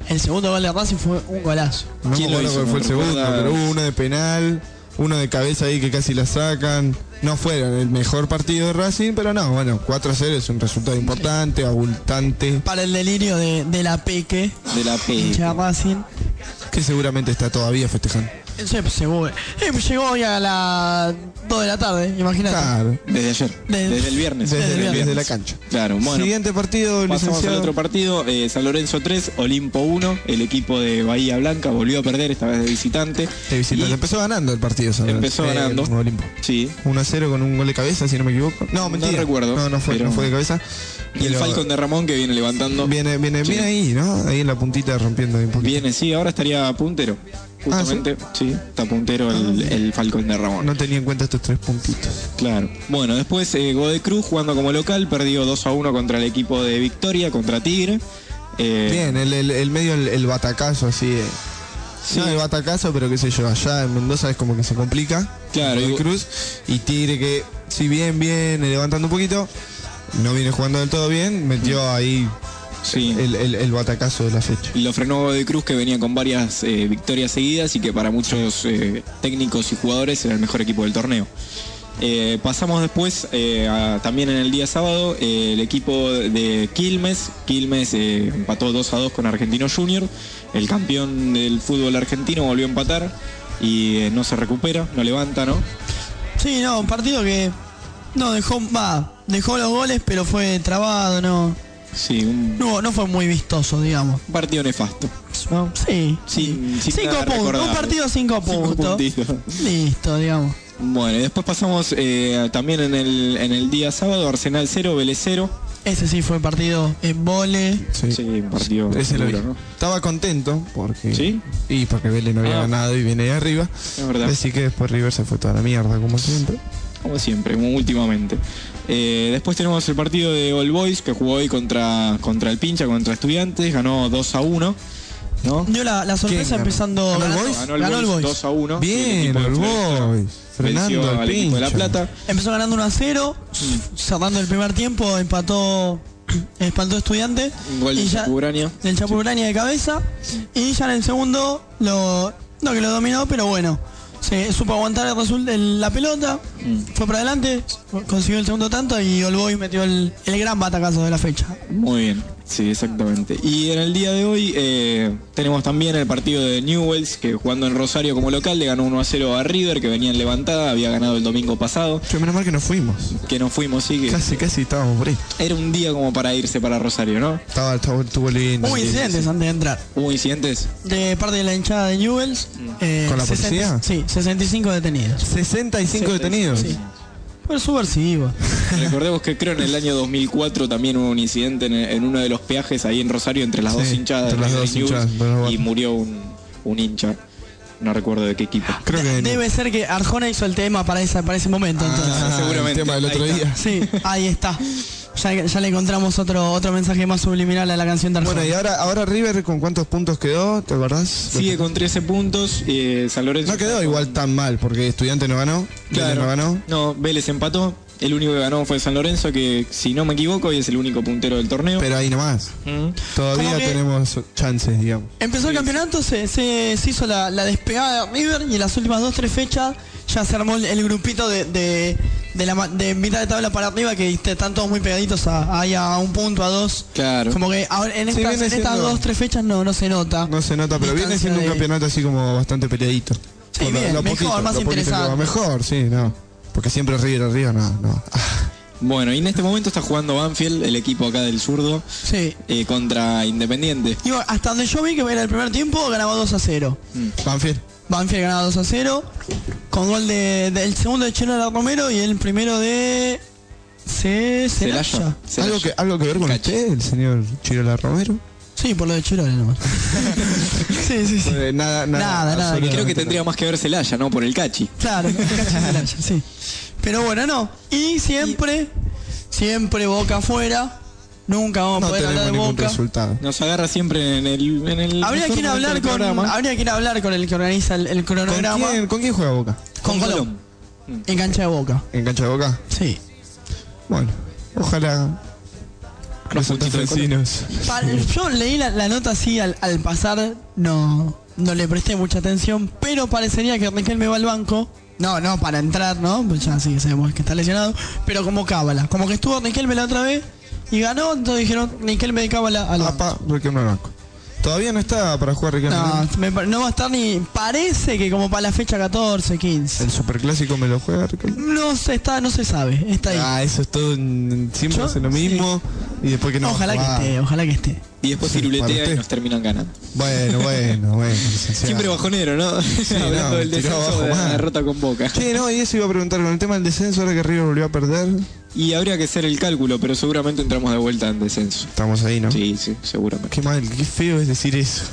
Speaker 4: El segundo gol de Racing fue un golazo.
Speaker 6: no me
Speaker 7: ¿Quién lo
Speaker 6: acuerdo
Speaker 7: hizo?
Speaker 6: cuál fue el
Speaker 7: ¿Me
Speaker 6: segundo,
Speaker 7: recuerdas?
Speaker 6: pero hubo uno de penal, uno de cabeza ahí que casi la sacan. No fueron el mejor partido de Racing, pero no, bueno, 4-0 es un resultado importante, abultante,
Speaker 4: Para el delirio de, de la Peque,
Speaker 7: de la P.
Speaker 4: hincha de Racing.
Speaker 6: que seguramente está todavía festejando.
Speaker 4: Eso es seguro. Eh, pues llegó hoy a las 2 de la tarde, imagínate.
Speaker 6: Claro,
Speaker 7: Desde ayer,
Speaker 4: Desde-
Speaker 7: desde, el viernes.
Speaker 6: desde,
Speaker 4: Desde el
Speaker 6: desde
Speaker 4: viernes.
Speaker 6: la cancha.
Speaker 7: Claro, bueno.
Speaker 6: Siguiente partido,
Speaker 7: Pasamos al
Speaker 6: licenciado.
Speaker 7: otro partido, eh, San Lorenzo 3, Olimpo 1, el equipo de Bahía Blanca volvió a perder, esta vez de visitante.
Speaker 6: De visitante.
Speaker 7: Y
Speaker 6: Empezó ganando el partido. San Lorenzo.
Speaker 7: Empezó
Speaker 6: Eh,
Speaker 7: ganando.
Speaker 6: con Olimpo.
Speaker 7: Sí.
Speaker 6: 1 a 0 con un gol de cabeza, si no me equivoco. No,
Speaker 7: No
Speaker 6: mentira.
Speaker 7: recuerdo,
Speaker 6: No, no fue,
Speaker 7: pero-
Speaker 6: no fue de cabeza.
Speaker 7: Y el
Speaker 6: Pero
Speaker 7: Falcon de Ramón que viene levantando.
Speaker 6: Viene, viene,
Speaker 7: Sí.
Speaker 6: viene ahí, ¿no? Ahí en la puntita rompiendo ahí un poquito. Ah,
Speaker 7: Viene, sí, ahora estaría puntero. Justamente, sí, está puntero el, el Falcón de Ramón.
Speaker 6: No tenía en cuenta estos tres puntitos.
Speaker 7: Claro. Bueno, después eh, Godoy Cruz jugando como local, perdió 2 a 1 contra el equipo de Victoria, contra Tigre. Eh,
Speaker 6: Bien, el, el- el medio, el, el batacazo así. eh.
Speaker 7: Sí.
Speaker 6: No, el batacazo, pero qué sé yo, allá en Mendoza es como que se complica.
Speaker 7: Claro,
Speaker 6: Godoy
Speaker 7: y-
Speaker 6: Cruz. Y Tigre que, si bien viene levantando un poquito, no viene jugando del todo bien, metió ahí
Speaker 7: Sí.
Speaker 6: el, el- el batacazo de la fecha.
Speaker 7: Lo frenó Godoy Cruz que venía con varias eh, victorias seguidas y que para muchos eh, técnicos y jugadores era el mejor equipo del torneo. Eh, pasamos después, eh, a- también en el día sábado, eh, el equipo de Quilmes. Quilmes eh, empató 2 a 2 con Argentino Junior. El campeón del fútbol argentino volvió a empatar y eh, no se recupera, no levanta, ¿no?
Speaker 4: Sí, no, un partido que no dejó, va, dejó los goles, pero fue trabado, no,
Speaker 7: Sí, un
Speaker 4: no, no fue muy vistoso, digamos.
Speaker 7: un partido nefasto.
Speaker 4: ¿no? Sí,
Speaker 7: Sin, sin
Speaker 4: cinco
Speaker 7: nada
Speaker 4: puntos, un
Speaker 7: recordable.
Speaker 4: partido cinco
Speaker 7: Cinco
Speaker 4: puntos.
Speaker 7: puntitos.
Speaker 4: Listo, digamos.
Speaker 7: Bueno, y después pasamos eh, también en el, en el día sábado, Arsenal 0, Vélez 0.
Speaker 4: Ese sí fue partido en vole.
Speaker 6: Sí.
Speaker 7: un partido
Speaker 6: Ese lo
Speaker 7: duro,
Speaker 6: vi.
Speaker 7: ¿no?
Speaker 6: Estaba contento porque.
Speaker 7: ¿Sí?
Speaker 6: Y porque Vélez no había
Speaker 7: Ah.
Speaker 6: ganado y viene de arriba.
Speaker 7: Es verdad.
Speaker 6: Así que después River se fue toda la mierda, como siempre.
Speaker 7: Como siempre, como últimamente. Eh, después tenemos el partido de All Boys que jugó hoy contra, contra el Pincha, contra Estudiantes, ganó 2 a 1. ¿no?
Speaker 4: Dio la, la sorpresa
Speaker 6: ¿Quién ganó?
Speaker 4: empezando.
Speaker 6: ¿Ganó el
Speaker 4: ganando-
Speaker 6: Boys?
Speaker 7: Ganó el
Speaker 4: ganó el
Speaker 7: Boys
Speaker 4: Boys.
Speaker 7: 2 a 1.
Speaker 6: Bien,
Speaker 7: el equipo
Speaker 6: el
Speaker 7: de Floresta
Speaker 6: Boys.
Speaker 7: venció
Speaker 6: Frenando al
Speaker 7: al equipo de La
Speaker 6: Pincha.
Speaker 7: Plata. Mm.
Speaker 4: Empezó ganando 1 a 0, cerrando el primer tiempo, empató, espantó a estudiante.
Speaker 7: Un gol
Speaker 4: y
Speaker 7: de
Speaker 4: ya-
Speaker 7: Chaco Urania.
Speaker 4: del Chapo Urania de cabeza. Y ya en el segundo, lo, no que lo dominó, pero bueno, se supo aguantar el resul- el- la pelota,
Speaker 7: Mm.
Speaker 4: fue para adelante, consiguió el segundo tanto y Olboy metió el, el gran batacazo de la fecha.
Speaker 7: Muy bien, sí, exactamente. Y en el día de hoy eh, tenemos también el partido de Newells, que jugando en Rosario como local le ganó 1 a 0 a River, que venía en levantada, había ganado el domingo pasado,
Speaker 6: Yo, menos mal que nos fuimos.
Speaker 7: que nos fuimos, sí, que
Speaker 6: Casi, casi estábamos por ahí.
Speaker 7: era un día como para irse para Rosario, ¿no?
Speaker 6: Estaba, estaba, estuvo lindo.
Speaker 4: Hubo incidentes antes de entrar.
Speaker 7: Hubo incidentes,
Speaker 4: De parte de la hinchada de Newells. eh,
Speaker 6: ¿Con la
Speaker 4: 60
Speaker 6: policía?
Speaker 4: Sí, 65 detenidos.
Speaker 6: 65 detenidos.
Speaker 4: Sí. Fue subversivo.
Speaker 7: Recordemos que creo en el año 2004 también hubo un incidente en, en uno de los peajes ahí en Rosario entre las
Speaker 6: Sí,
Speaker 7: dos hinchadas,
Speaker 6: entre las
Speaker 7: River
Speaker 6: dos
Speaker 7: y Newell's,
Speaker 6: hinchadas, pero bueno.
Speaker 7: y murió un, un hincha, no recuerdo de qué equipo.
Speaker 6: Creo que.
Speaker 4: Debe ser que Arjona hizo el tema para, esa, para ese momento, entonces.
Speaker 6: Ah,
Speaker 7: seguramente.
Speaker 6: El tema del otro
Speaker 7: Ahí está.
Speaker 6: día.
Speaker 4: Sí, ahí está. Ya, ya le encontramos otro, otro mensaje más subliminal a la canción de Arjona.
Speaker 6: Bueno, y ahora, ahora River, ¿con cuántos puntos quedó? ¿Te acordás?
Speaker 7: Sigue con 13 puntos, eh, San Lorenzo.
Speaker 6: No quedó igual tan mal, porque Estudiante no ganó. Vélez
Speaker 7: Claro.
Speaker 6: No ganó.
Speaker 7: No, Vélez empató. El único que ganó fue San Lorenzo, que si no me equivoco, hoy es el único puntero del torneo.
Speaker 6: Pero ahí nomás.
Speaker 7: Mm.
Speaker 6: Todavía
Speaker 4: Como que-
Speaker 6: tenemos chances, digamos.
Speaker 4: Empezó el campeonato, se, se, se hizo la, la despegada de River y en las últimas dos, tres fechas ya se armó el, el grupito de, de, de la, ma- de mitad de tabla para arriba que viste, están todos muy pegaditos a, ahí a un punto, a dos.
Speaker 7: Claro.
Speaker 4: Como que ahora en,
Speaker 6: Sí,
Speaker 4: estas,
Speaker 6: viene
Speaker 4: en estas
Speaker 6: siendo-
Speaker 4: dos, tres fechas no, no se nota.
Speaker 6: No se nota, pero viene siendo
Speaker 4: Distancia
Speaker 6: un
Speaker 4: de-
Speaker 6: campeonato así como bastante peleadito.
Speaker 4: Sí,
Speaker 6: Por lo-
Speaker 4: bien,
Speaker 6: lo
Speaker 4: mejor, más
Speaker 6: lo poquito que va.
Speaker 4: interesante.
Speaker 6: Mejor, sí, no. Porque siempre River arriba, no, no. Ah,
Speaker 7: Bueno, y en este momento está jugando Banfield, el equipo acá del zurdo,
Speaker 4: Sí.
Speaker 7: eh, contra Independiente.
Speaker 4: Digo, hasta donde yo vi que era el primer tiempo, ganaba 2 a 0.
Speaker 7: Mm.
Speaker 6: Banfield.
Speaker 4: Banfield ganaba 2 a 0. Con gol de, del segundo de Chelo Romero y el primero de. Ce- Celaya.
Speaker 7: Celaya.
Speaker 6: ¿Algo que, ¿Algo que ver con
Speaker 7: Cacho.
Speaker 6: usted, el señor Chirola Romero?
Speaker 4: Sí, por lo de Chirola nomás. sí, sí, sí.
Speaker 6: Eh,
Speaker 4: Nada,
Speaker 6: nada,
Speaker 4: nada,
Speaker 6: absolutamente
Speaker 7: Creo que
Speaker 6: nada.
Speaker 7: tendría más que ver Celaya, ¿no? Por el cachi.
Speaker 4: Claro, Cacha Celaya, sí. Pero bueno, no. Y siempre, siempre boca afuera. Nunca vamos a
Speaker 6: No
Speaker 4: poder hablar
Speaker 6: tenemos
Speaker 4: de
Speaker 6: ningún
Speaker 4: boca.
Speaker 6: resultado.
Speaker 7: Nos agarra siempre en el... En el
Speaker 4: Habría
Speaker 7: mejor
Speaker 4: quien
Speaker 7: momento
Speaker 4: hablar
Speaker 7: del
Speaker 4: con.
Speaker 7: programa.
Speaker 4: Habría quien hablar con el que organiza el, el
Speaker 6: ¿Con
Speaker 4: cronograma.
Speaker 6: quién, con quién juega Boca?
Speaker 4: Con
Speaker 7: Con
Speaker 4: Colón. En cancha de boca.
Speaker 6: ¿En cancha de Boca?
Speaker 4: Sí.
Speaker 6: Bueno, ojalá. Resultados
Speaker 7: puntitos de
Speaker 6: vecinos.
Speaker 4: Pa- Yo leí la, la nota así al, al pasar, no, no le presté mucha atención, pero parecería que Riquelme va al banco. No, no, para entrar, ¿no? Pues ya sí sabemos que está lesionado, pero como cábala. Como que estuvo Riquelme la otra vez y ganó, entonces dijeron Riquelme de cábala al banco.
Speaker 6: Apa, Riquelme al banco. Todavía no está para jugar Riquelme.
Speaker 4: No,
Speaker 6: ¿no?
Speaker 4: me pa- no va a estar ni. Parece que como para la fecha 14, 15.
Speaker 6: El superclásico me lo juega Riquelme.
Speaker 4: No se está, no se sabe, está ahí.
Speaker 6: Ah, eso es todo. mm, Siempre
Speaker 4: Yo-
Speaker 6: hace lo mismo. Y después que no. va a
Speaker 4: ojalá que
Speaker 6: jugar.
Speaker 4: esté, ojalá que esté.
Speaker 7: Y después
Speaker 6: Sí, para
Speaker 7: ciruletea
Speaker 6: usted.
Speaker 7: y nos terminan ganando.
Speaker 6: Bueno, bueno, bueno.
Speaker 7: Siempre
Speaker 6: licenciado.
Speaker 7: bajonero, ¿no? Hablando
Speaker 6: no,
Speaker 7: del
Speaker 6: tiró
Speaker 7: descenso
Speaker 6: abajo,
Speaker 7: de la
Speaker 6: man.
Speaker 7: derrota con Boca.
Speaker 6: Che, no, y eso iba a preguntar con el tema del descenso, ahora que River volvió a perder.
Speaker 7: Y habría que hacer el cálculo, pero seguramente entramos de vuelta en descenso.
Speaker 6: Estamos ahí, ¿no?
Speaker 7: Sí, sí, seguramente.
Speaker 6: Qué mal, qué feo es decir eso.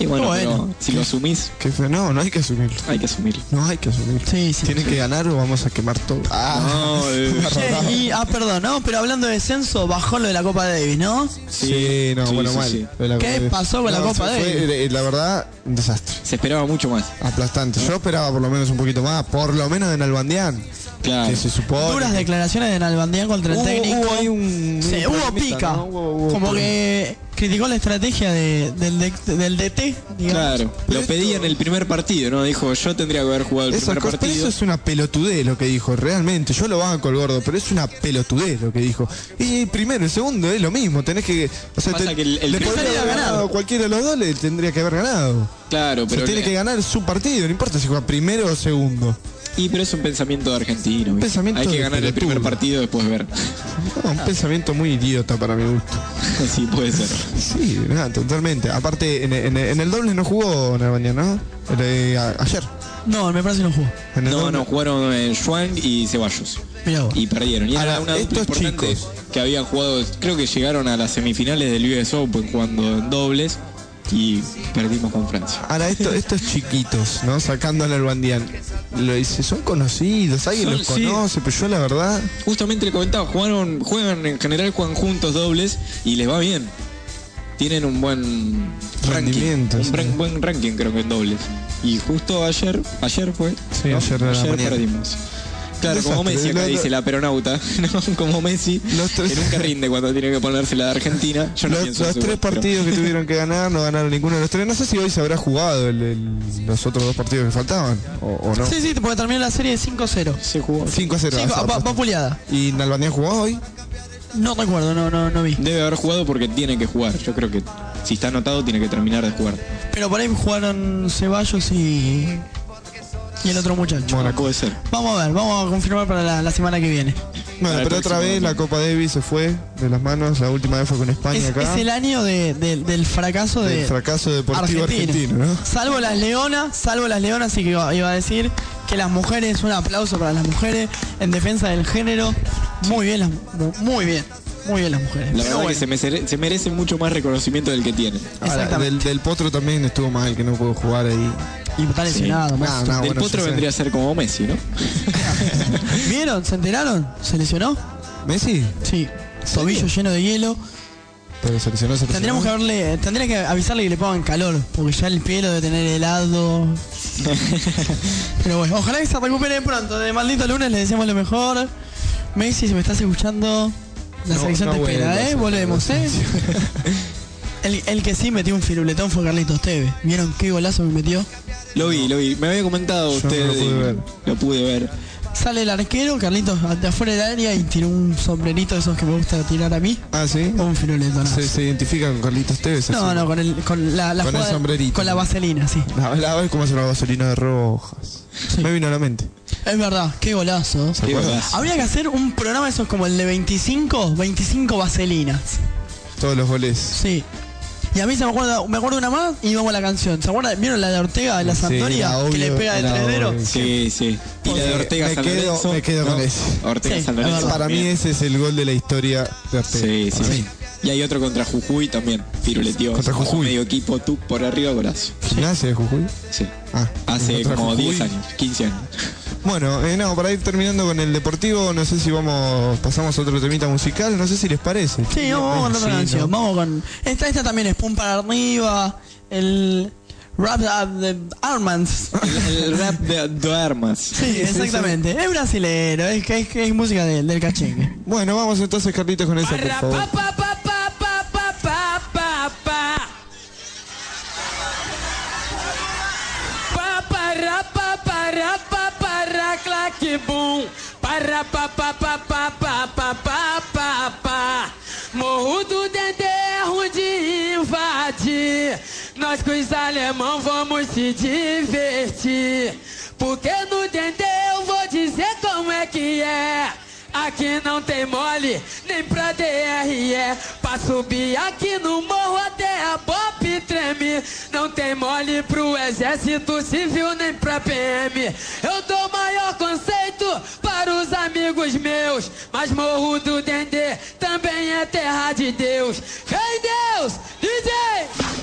Speaker 7: Y bueno,
Speaker 6: Bueno.
Speaker 7: pero si lo asumís,
Speaker 6: Qué fe- no, no hay que asumirlo.
Speaker 7: hay que asumirlo.
Speaker 6: No hay que asumirlo.
Speaker 4: Sí, sí,
Speaker 6: Tienen
Speaker 4: sí.
Speaker 6: que ganar o vamos a quemar todo. Ah,
Speaker 7: No, eh,
Speaker 4: Che, y, ah, perdón, no, pero hablando de descenso, bajó lo de la Copa Davis, ¿no?
Speaker 6: sí, no,
Speaker 7: sí,
Speaker 6: bueno,
Speaker 7: sí,
Speaker 6: mal.
Speaker 7: sí.
Speaker 6: Lo de la
Speaker 4: ¿Qué
Speaker 6: Copa Davis.
Speaker 4: pasó con la
Speaker 6: No,
Speaker 4: Copa
Speaker 6: se fue,
Speaker 4: Davis?
Speaker 6: eh, La verdad, un desastre.
Speaker 7: Se esperaba mucho más.
Speaker 6: Aplastante. Yo esperaba por lo menos un poquito más, por lo menos en Albandián.
Speaker 7: Claro.
Speaker 6: Que se supone.
Speaker 4: Duras declaraciones de Nalbandián contra el
Speaker 6: Hubo-
Speaker 4: técnico.
Speaker 6: hubo ahí un-
Speaker 4: Sí,
Speaker 6: un
Speaker 4: hubo
Speaker 6: problemita,
Speaker 4: pica.
Speaker 6: ¿no? Hubo- hubo
Speaker 4: Como
Speaker 6: problema.
Speaker 4: que criticó la estrategia de- del, de- del DT, digamos.
Speaker 7: Claro, lo pedía en el primer partido, ¿no? Dijo, yo tendría que haber jugado el
Speaker 6: Esa
Speaker 7: primer
Speaker 6: cosa- pero
Speaker 7: partido.
Speaker 6: eso es una pelotudez lo que dijo, realmente. Yo lo banco el gordo, pero es una pelotudez lo que dijo. Y el primero, el segundo es lo mismo. Tenés que. O sea,
Speaker 7: Pasa que el- el
Speaker 6: le
Speaker 7: primero-
Speaker 6: podría haber
Speaker 4: ganado.
Speaker 6: ganado cualquiera de los dos, le tendría que haber ganado.
Speaker 7: Claro,
Speaker 6: O sea,
Speaker 7: pero.
Speaker 6: tiene que ganar su partido, no importa si juega primero o segundo.
Speaker 7: Y pero es un pensamiento de argentino. ¿viste?
Speaker 6: pensamiento
Speaker 7: Hay que
Speaker 6: de
Speaker 7: ganar el
Speaker 6: pelotudo.
Speaker 7: primer partido después ver. Ah.
Speaker 6: No, un pensamiento muy idiota para mi gusto.
Speaker 7: sí, puede ser.
Speaker 6: Sí, nada, totalmente. Aparte, en, en- en el doble no jugó Narbaña, ¿no? El, eh, a- ayer.
Speaker 4: No, me parece que no jugó.
Speaker 6: En el
Speaker 7: No,
Speaker 6: doble.
Speaker 7: no, jugaron eh, Schwang y Ceballos.
Speaker 4: Mirá vos.
Speaker 7: Y perdieron. Y era
Speaker 6: Ahora,
Speaker 7: una dupla
Speaker 6: estos
Speaker 7: importante
Speaker 6: chicos.
Speaker 7: que habían jugado, creo que llegaron a las semifinales del US Open jugando en dobles y perdimos con Francia.
Speaker 6: Ahora, esto, estos chiquitos, ¿no? Sacando al Albandián. Lo dice, son conocidos, alguien
Speaker 7: Son-
Speaker 6: los
Speaker 7: sí.
Speaker 6: conoce, pero yo la verdad.
Speaker 7: Justamente le comentaba, jugaron, juegan en general, juegan juntos dobles y les va bien. Tienen un buen ranking.
Speaker 6: Rendimiento,
Speaker 7: Un
Speaker 6: sí.
Speaker 7: ran- buen ranking creo que en dobles. Y justo ayer, ayer fue.
Speaker 6: Sí, ayer a la mañana.
Speaker 7: perdimos. Claro, como
Speaker 6: Desastre,
Speaker 7: Messi acá
Speaker 6: lo- lo-
Speaker 7: dice la peronauta, ¿no? Como Messi,
Speaker 6: Los tres-
Speaker 7: que nunca rinde cuando tiene que ponerse la de Argentina. Yo no
Speaker 6: Los,
Speaker 7: pienso en
Speaker 6: los
Speaker 7: su
Speaker 6: tres
Speaker 7: gol, pero-
Speaker 6: partidos que tuvieron que ganar no ganaron ninguno de los tres. No sé si hoy se habrá jugado el- el- los otros dos partidos que faltaban o, o no.
Speaker 4: Sí, sí, porque terminó la serie 5-0.
Speaker 7: Se jugó.
Speaker 6: 5 a 0.
Speaker 4: Cinco- va- va puliada.
Speaker 6: ¿Y Nalbandián jugó hoy?
Speaker 4: No recuerdo, no, no, no vi.
Speaker 7: Debe haber jugado porque tiene que jugar. Yo creo que si está anotado tiene que terminar de jugar.
Speaker 4: Pero por ahí jugaron Ceballos y. Y el otro muchacho.
Speaker 7: Ah, Puede ser.
Speaker 4: Vamos a ver, vamos a confirmar para la, la semana que viene.
Speaker 6: Bueno,
Speaker 7: Para el
Speaker 6: pero otra
Speaker 7: próximo
Speaker 6: vez la
Speaker 7: domingo.
Speaker 6: Copa Davis se fue de las manos. La última vez fue con España
Speaker 4: Es,
Speaker 6: acá.
Speaker 4: es el año de- de- del fracaso de.
Speaker 6: El fracaso deportivo
Speaker 4: Argentina.
Speaker 6: argentino, ¿no?
Speaker 4: Salvo las leonas, salvo las leonas, sí que iba, iba a decir que las mujeres, un aplauso para las mujeres en defensa del género. Muy bien, las, mu- muy bien, muy bien las mujeres. Pero
Speaker 7: La verdad que
Speaker 4: bueno,
Speaker 7: se, mere- se merece mucho más reconocimiento del que tiene.
Speaker 6: Ahora, del,
Speaker 4: Exactamente.
Speaker 6: del Potro también estuvo mal, que no pudo jugar ahí.
Speaker 4: Y está lesionado,
Speaker 6: Sí.
Speaker 4: más.
Speaker 6: Nah, nah. Ah,
Speaker 7: del
Speaker 6: bueno,
Speaker 7: Potro
Speaker 6: sí, sí.
Speaker 7: vendría a ser como Messi, ¿no?
Speaker 4: ¿Vieron? ¿Se enteraron? ¿Se lesionó?
Speaker 6: ¿Messi?
Speaker 4: Sí. Tobillo lleno de hielo.
Speaker 6: Pero seleccionó, seleccionó.
Speaker 4: Tendríamos que haberle, tendría que avisarle que le pongan calor, porque ya el pie lo debe tener helado. Pero bueno, ojalá que se recupere pronto. De maldito lunes le deseamos lo mejor. Messi, si me estás escuchando, la
Speaker 6: No,
Speaker 4: selección
Speaker 6: no
Speaker 4: te espera,
Speaker 6: vuelvas,
Speaker 4: ¿eh?
Speaker 6: no
Speaker 4: Volvemos, ¿eh? El, el que sí metió un firuletón fue Carlitos Tevez. ¿Vieron qué golazo me metió?
Speaker 7: Lo vi, lo vi. Me había comentado
Speaker 6: Yo no
Speaker 7: usted.
Speaker 6: lo pude
Speaker 7: y
Speaker 6: ver.
Speaker 7: lo pude ver.
Speaker 4: Sale el arquero, Carlitos, de afuera del área y tiró un sombrerito de esos que me gusta tirar a mí.
Speaker 6: Ah, sí.
Speaker 4: Un firuletón.
Speaker 6: Se, se identifica con Carlitos Tevez.
Speaker 4: No,
Speaker 6: así.
Speaker 4: no, con, el, con la, la
Speaker 6: Con el
Speaker 4: jugada-
Speaker 6: sombrerito.
Speaker 4: Con la vaselina, sí.
Speaker 6: La la vez como hace una gasolina de rojas. Me vino a la mente.
Speaker 4: Es verdad, qué golazo.
Speaker 6: ¿Te
Speaker 7: Qué
Speaker 6: acuerdas?
Speaker 7: golazo.
Speaker 4: Habría que hacer un programa de esos como el de 25, 25 vaselinas.
Speaker 6: Todos los goles.
Speaker 4: Sí. Y a mí se me acuerda, me acuerdo una más y vamos a la canción. ¿Se acuerdan? ¿Vieron la de Ortega de la
Speaker 6: Sí,
Speaker 4: Santoria?
Speaker 6: era
Speaker 4: que le
Speaker 6: obvio,
Speaker 4: pega de
Speaker 6: era
Speaker 4: tredero.
Speaker 6: obvio.
Speaker 7: Sí, sí. Y la de
Speaker 6: Me-
Speaker 7: Ortega
Speaker 6: me
Speaker 7: San
Speaker 6: quedo-
Speaker 7: Lorenzo.
Speaker 6: me quedo con
Speaker 7: ¿no?
Speaker 6: ese.
Speaker 7: Ortega
Speaker 4: Sí,
Speaker 7: San
Speaker 4: es
Speaker 7: Lorenzo.
Speaker 4: verdad.
Speaker 6: Para mí
Speaker 7: también.
Speaker 6: ese es el gol de la historia de Ortega.
Speaker 7: Sí, sí,
Speaker 6: Para
Speaker 7: sí.
Speaker 6: mí.
Speaker 7: Y hay otro contra Jujuy también. Piruleteó.
Speaker 6: Contra Jujuy.
Speaker 7: Medio equipo, tú por arriba, golazo.
Speaker 6: Gimnasia de Jujuy.
Speaker 7: Sí.
Speaker 6: Ah,
Speaker 7: Hace
Speaker 6: contra
Speaker 7: como
Speaker 6: Jujuy.
Speaker 7: 10 años, 15 años.
Speaker 6: Bueno, eh, no, para ir terminando con el deportivo, no sé si vamos, pasamos a otro temita musical, no sé si les parece.
Speaker 4: Sí, vamos, vamos con otra
Speaker 6: Sí,
Speaker 4: canción.
Speaker 6: ¿no?
Speaker 4: Vamos con. Esta, esta también es Pum para arriba. El rap up de Armands.
Speaker 7: El, el rap de, de armas.
Speaker 4: Sí, exactamente. Es brasilero, es que es, que es música de- del cachengue.
Speaker 6: Bueno, vamos entonces, Carlitos, con esa, por favor.
Speaker 11: Morro do Dendê é ruim de invadir. Nós com os alemão vamos se divertir. Porque no Dendê eu vou dizer como é que é. Aqui não tem mole, nem pra DRE. Pra subir aqui no morro até a BOP treme. Não tem mole pro exército civil nem pra PM. Eu dou maior conceito para os amigos meus. Mas morro do Dendê também é terra de Deus. Vem Deus, DJ!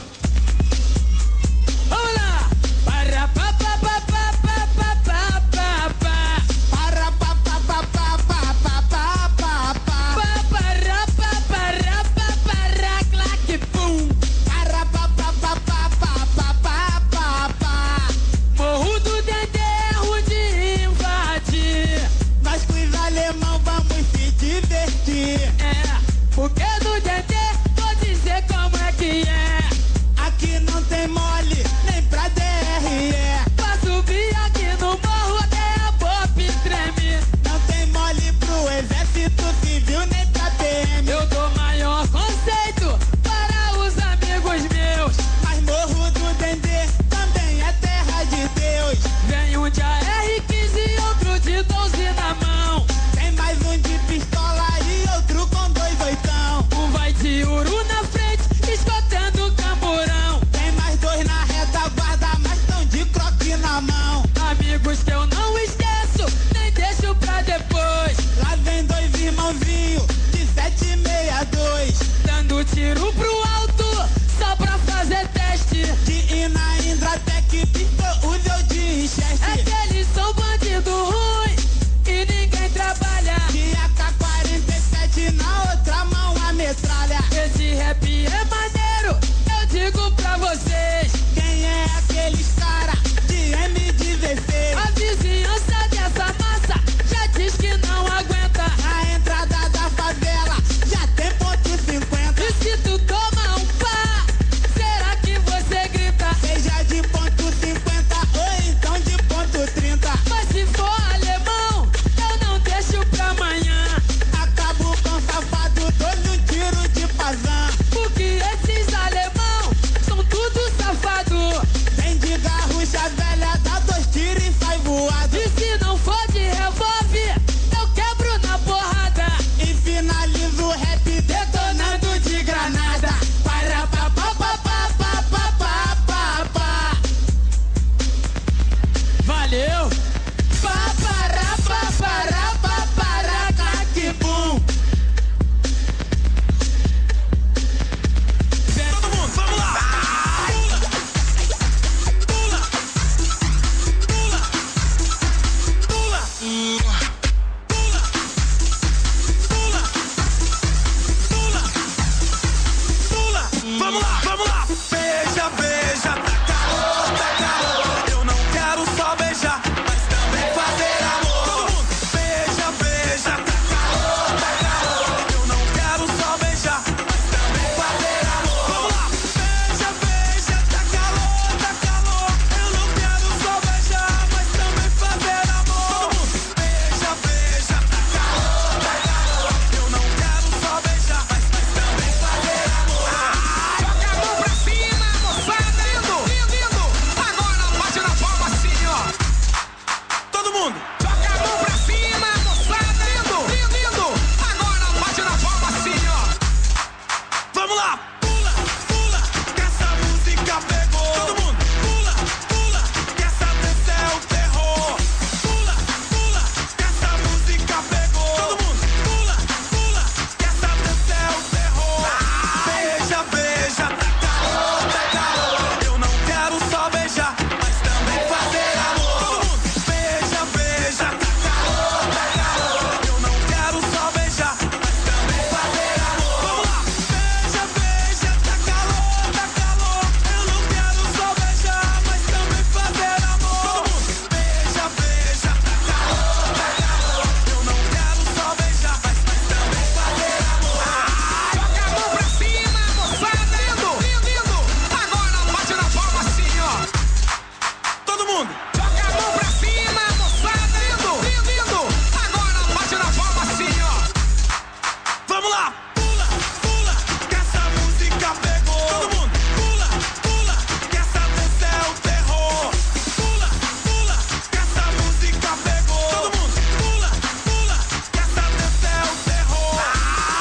Speaker 11: Um Tiro pro alto só pra fazer teste. Que e na Indratec pintou o meu desgaste. É que eles são bandido ruim e ninguém trabalha. Que AK-47 na outra mão a metralha. Esse rap é maneiro, eu digo pra vocês. Quem é aqueles cara de M16? A vizinhança dessa massa já diz que não aguenta. A entrada da favela já tem ponto 50. E se tu toma um pá, será que você grita? Seja de ponto 50 ou então de ponto 30. Mas se for alemão, eu não deixo pra amanhã. Acabo com safado, dou-lhe um tiro de pazão. Porque esses alemão são tudo safado. Tem de garrucha velha, dá dois tiros e sai voado. E se não for de revólver, eu quebro na porrada. E finalizo o rap detonando de granada. Para pa pa pa pa pa pa pa pa pa. Valeu! Pa para pa para pa para que bum. Todo mundo, vamos lá! Pula! Pula! Pula! Pula! Pula! Pula! Pula! Vamos lá, vamos lá! Beija, beija, tá calor, tá calor. Eu não quero só beijar, mas também fazer amor. Todo mundo, beija, beija, tá calor, tá calor. Eu não quero só beijar, mas também fazer amor. Vamos lá! Beija, beija, tá calor, tá calor. Eu não quero só beijar, mas também fazer amor. Todo mundo, beija, beija, tá calor, tá calor. Eu não quero só beijar, mas, mas também fazer amor. Joga a mão pra cima, moçada. Lindo, lindo. Agora bate na palma assim, ó. Todo mundo. Joga a mão pra cima, moçada. Lindo, lindo. Agora bate na palma assim, ó. Vamos lá. Pula, pula, que essa música pegou. Todo mundo. Pula, pula, que essa dança é o terror. Pula, pula, que essa música pegou. Todo mundo. Pula, pula, que essa dança é o terror. Beija, beija, tá calor, tá calor. Eu não quero só beijar, mas também fazer amor. Todo mundo. Beija, beija, tá calor, tá calor. Eu não quero só beijar, mas também fazer amor. Vamos lá. Beija, beija, tá calor, tá calor. Eu não quero só beijar, mas também fazer amor. Todo mundo. Beija, beija, tá calor, tá calor. Eu não quero só beijar, mas, mas também fazer amor. Joga a mão pra cima, moçada. Lindo, lindo. Agora bate na palma assim, ó. Todo mundo. Joga a mão pra cima, moçada. Lindo, lindo. Agora bate na palma assim, ó. Vamos lá! Pula, pula, que essa música pegou. Todo mundo, pula, pula, que essa dança é o terror. Pula, pula, que essa música pegou. Todo mundo, pula, pula, que essa dança é o terror.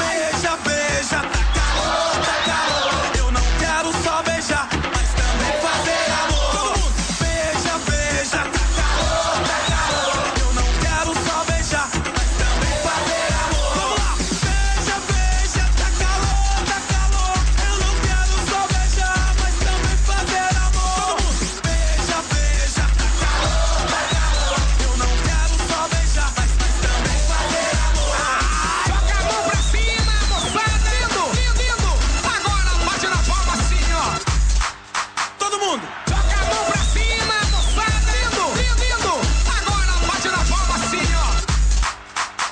Speaker 11: Beija, beija, tá calor, tá calor. Eu não quero só beijar, mas também fazer amor. Todo mundo, beija, beija, tá calor, tá calor. Eu não quero só beijar, mas também fazer amor. Vamos lá! Beija, beija, tá calor, tá calor. Eu não quero só beijar, mas também fazer amor. Beija, beija, tá calor, tá calor. Eu não quero só beijar, mas, mas também fazer amor. Joga a mão pra cima, moçada. Lindo, lindo. Agora bate na palma assim, ó. Todo mundo. Joga a mão pra cima, moçada. Lindo, lindo. Agora bate na palma assim, ó.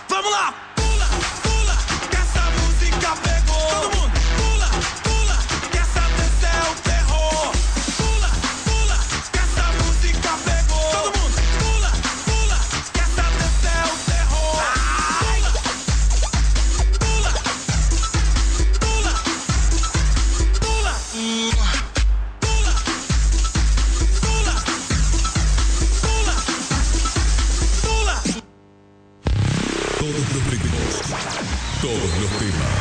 Speaker 11: Vamos lá! Pula, pula, que essa música pegou. Todo mundo, pula, pula, que essa dança é o terror. Pula, pula, que essa música pegou. Todo mundo, pula, pula, que essa dança é o terror. Pula, pula, pula, pula. Pula, pula, pula, pula.
Speaker 1: Todos los ritmos, todos los temas,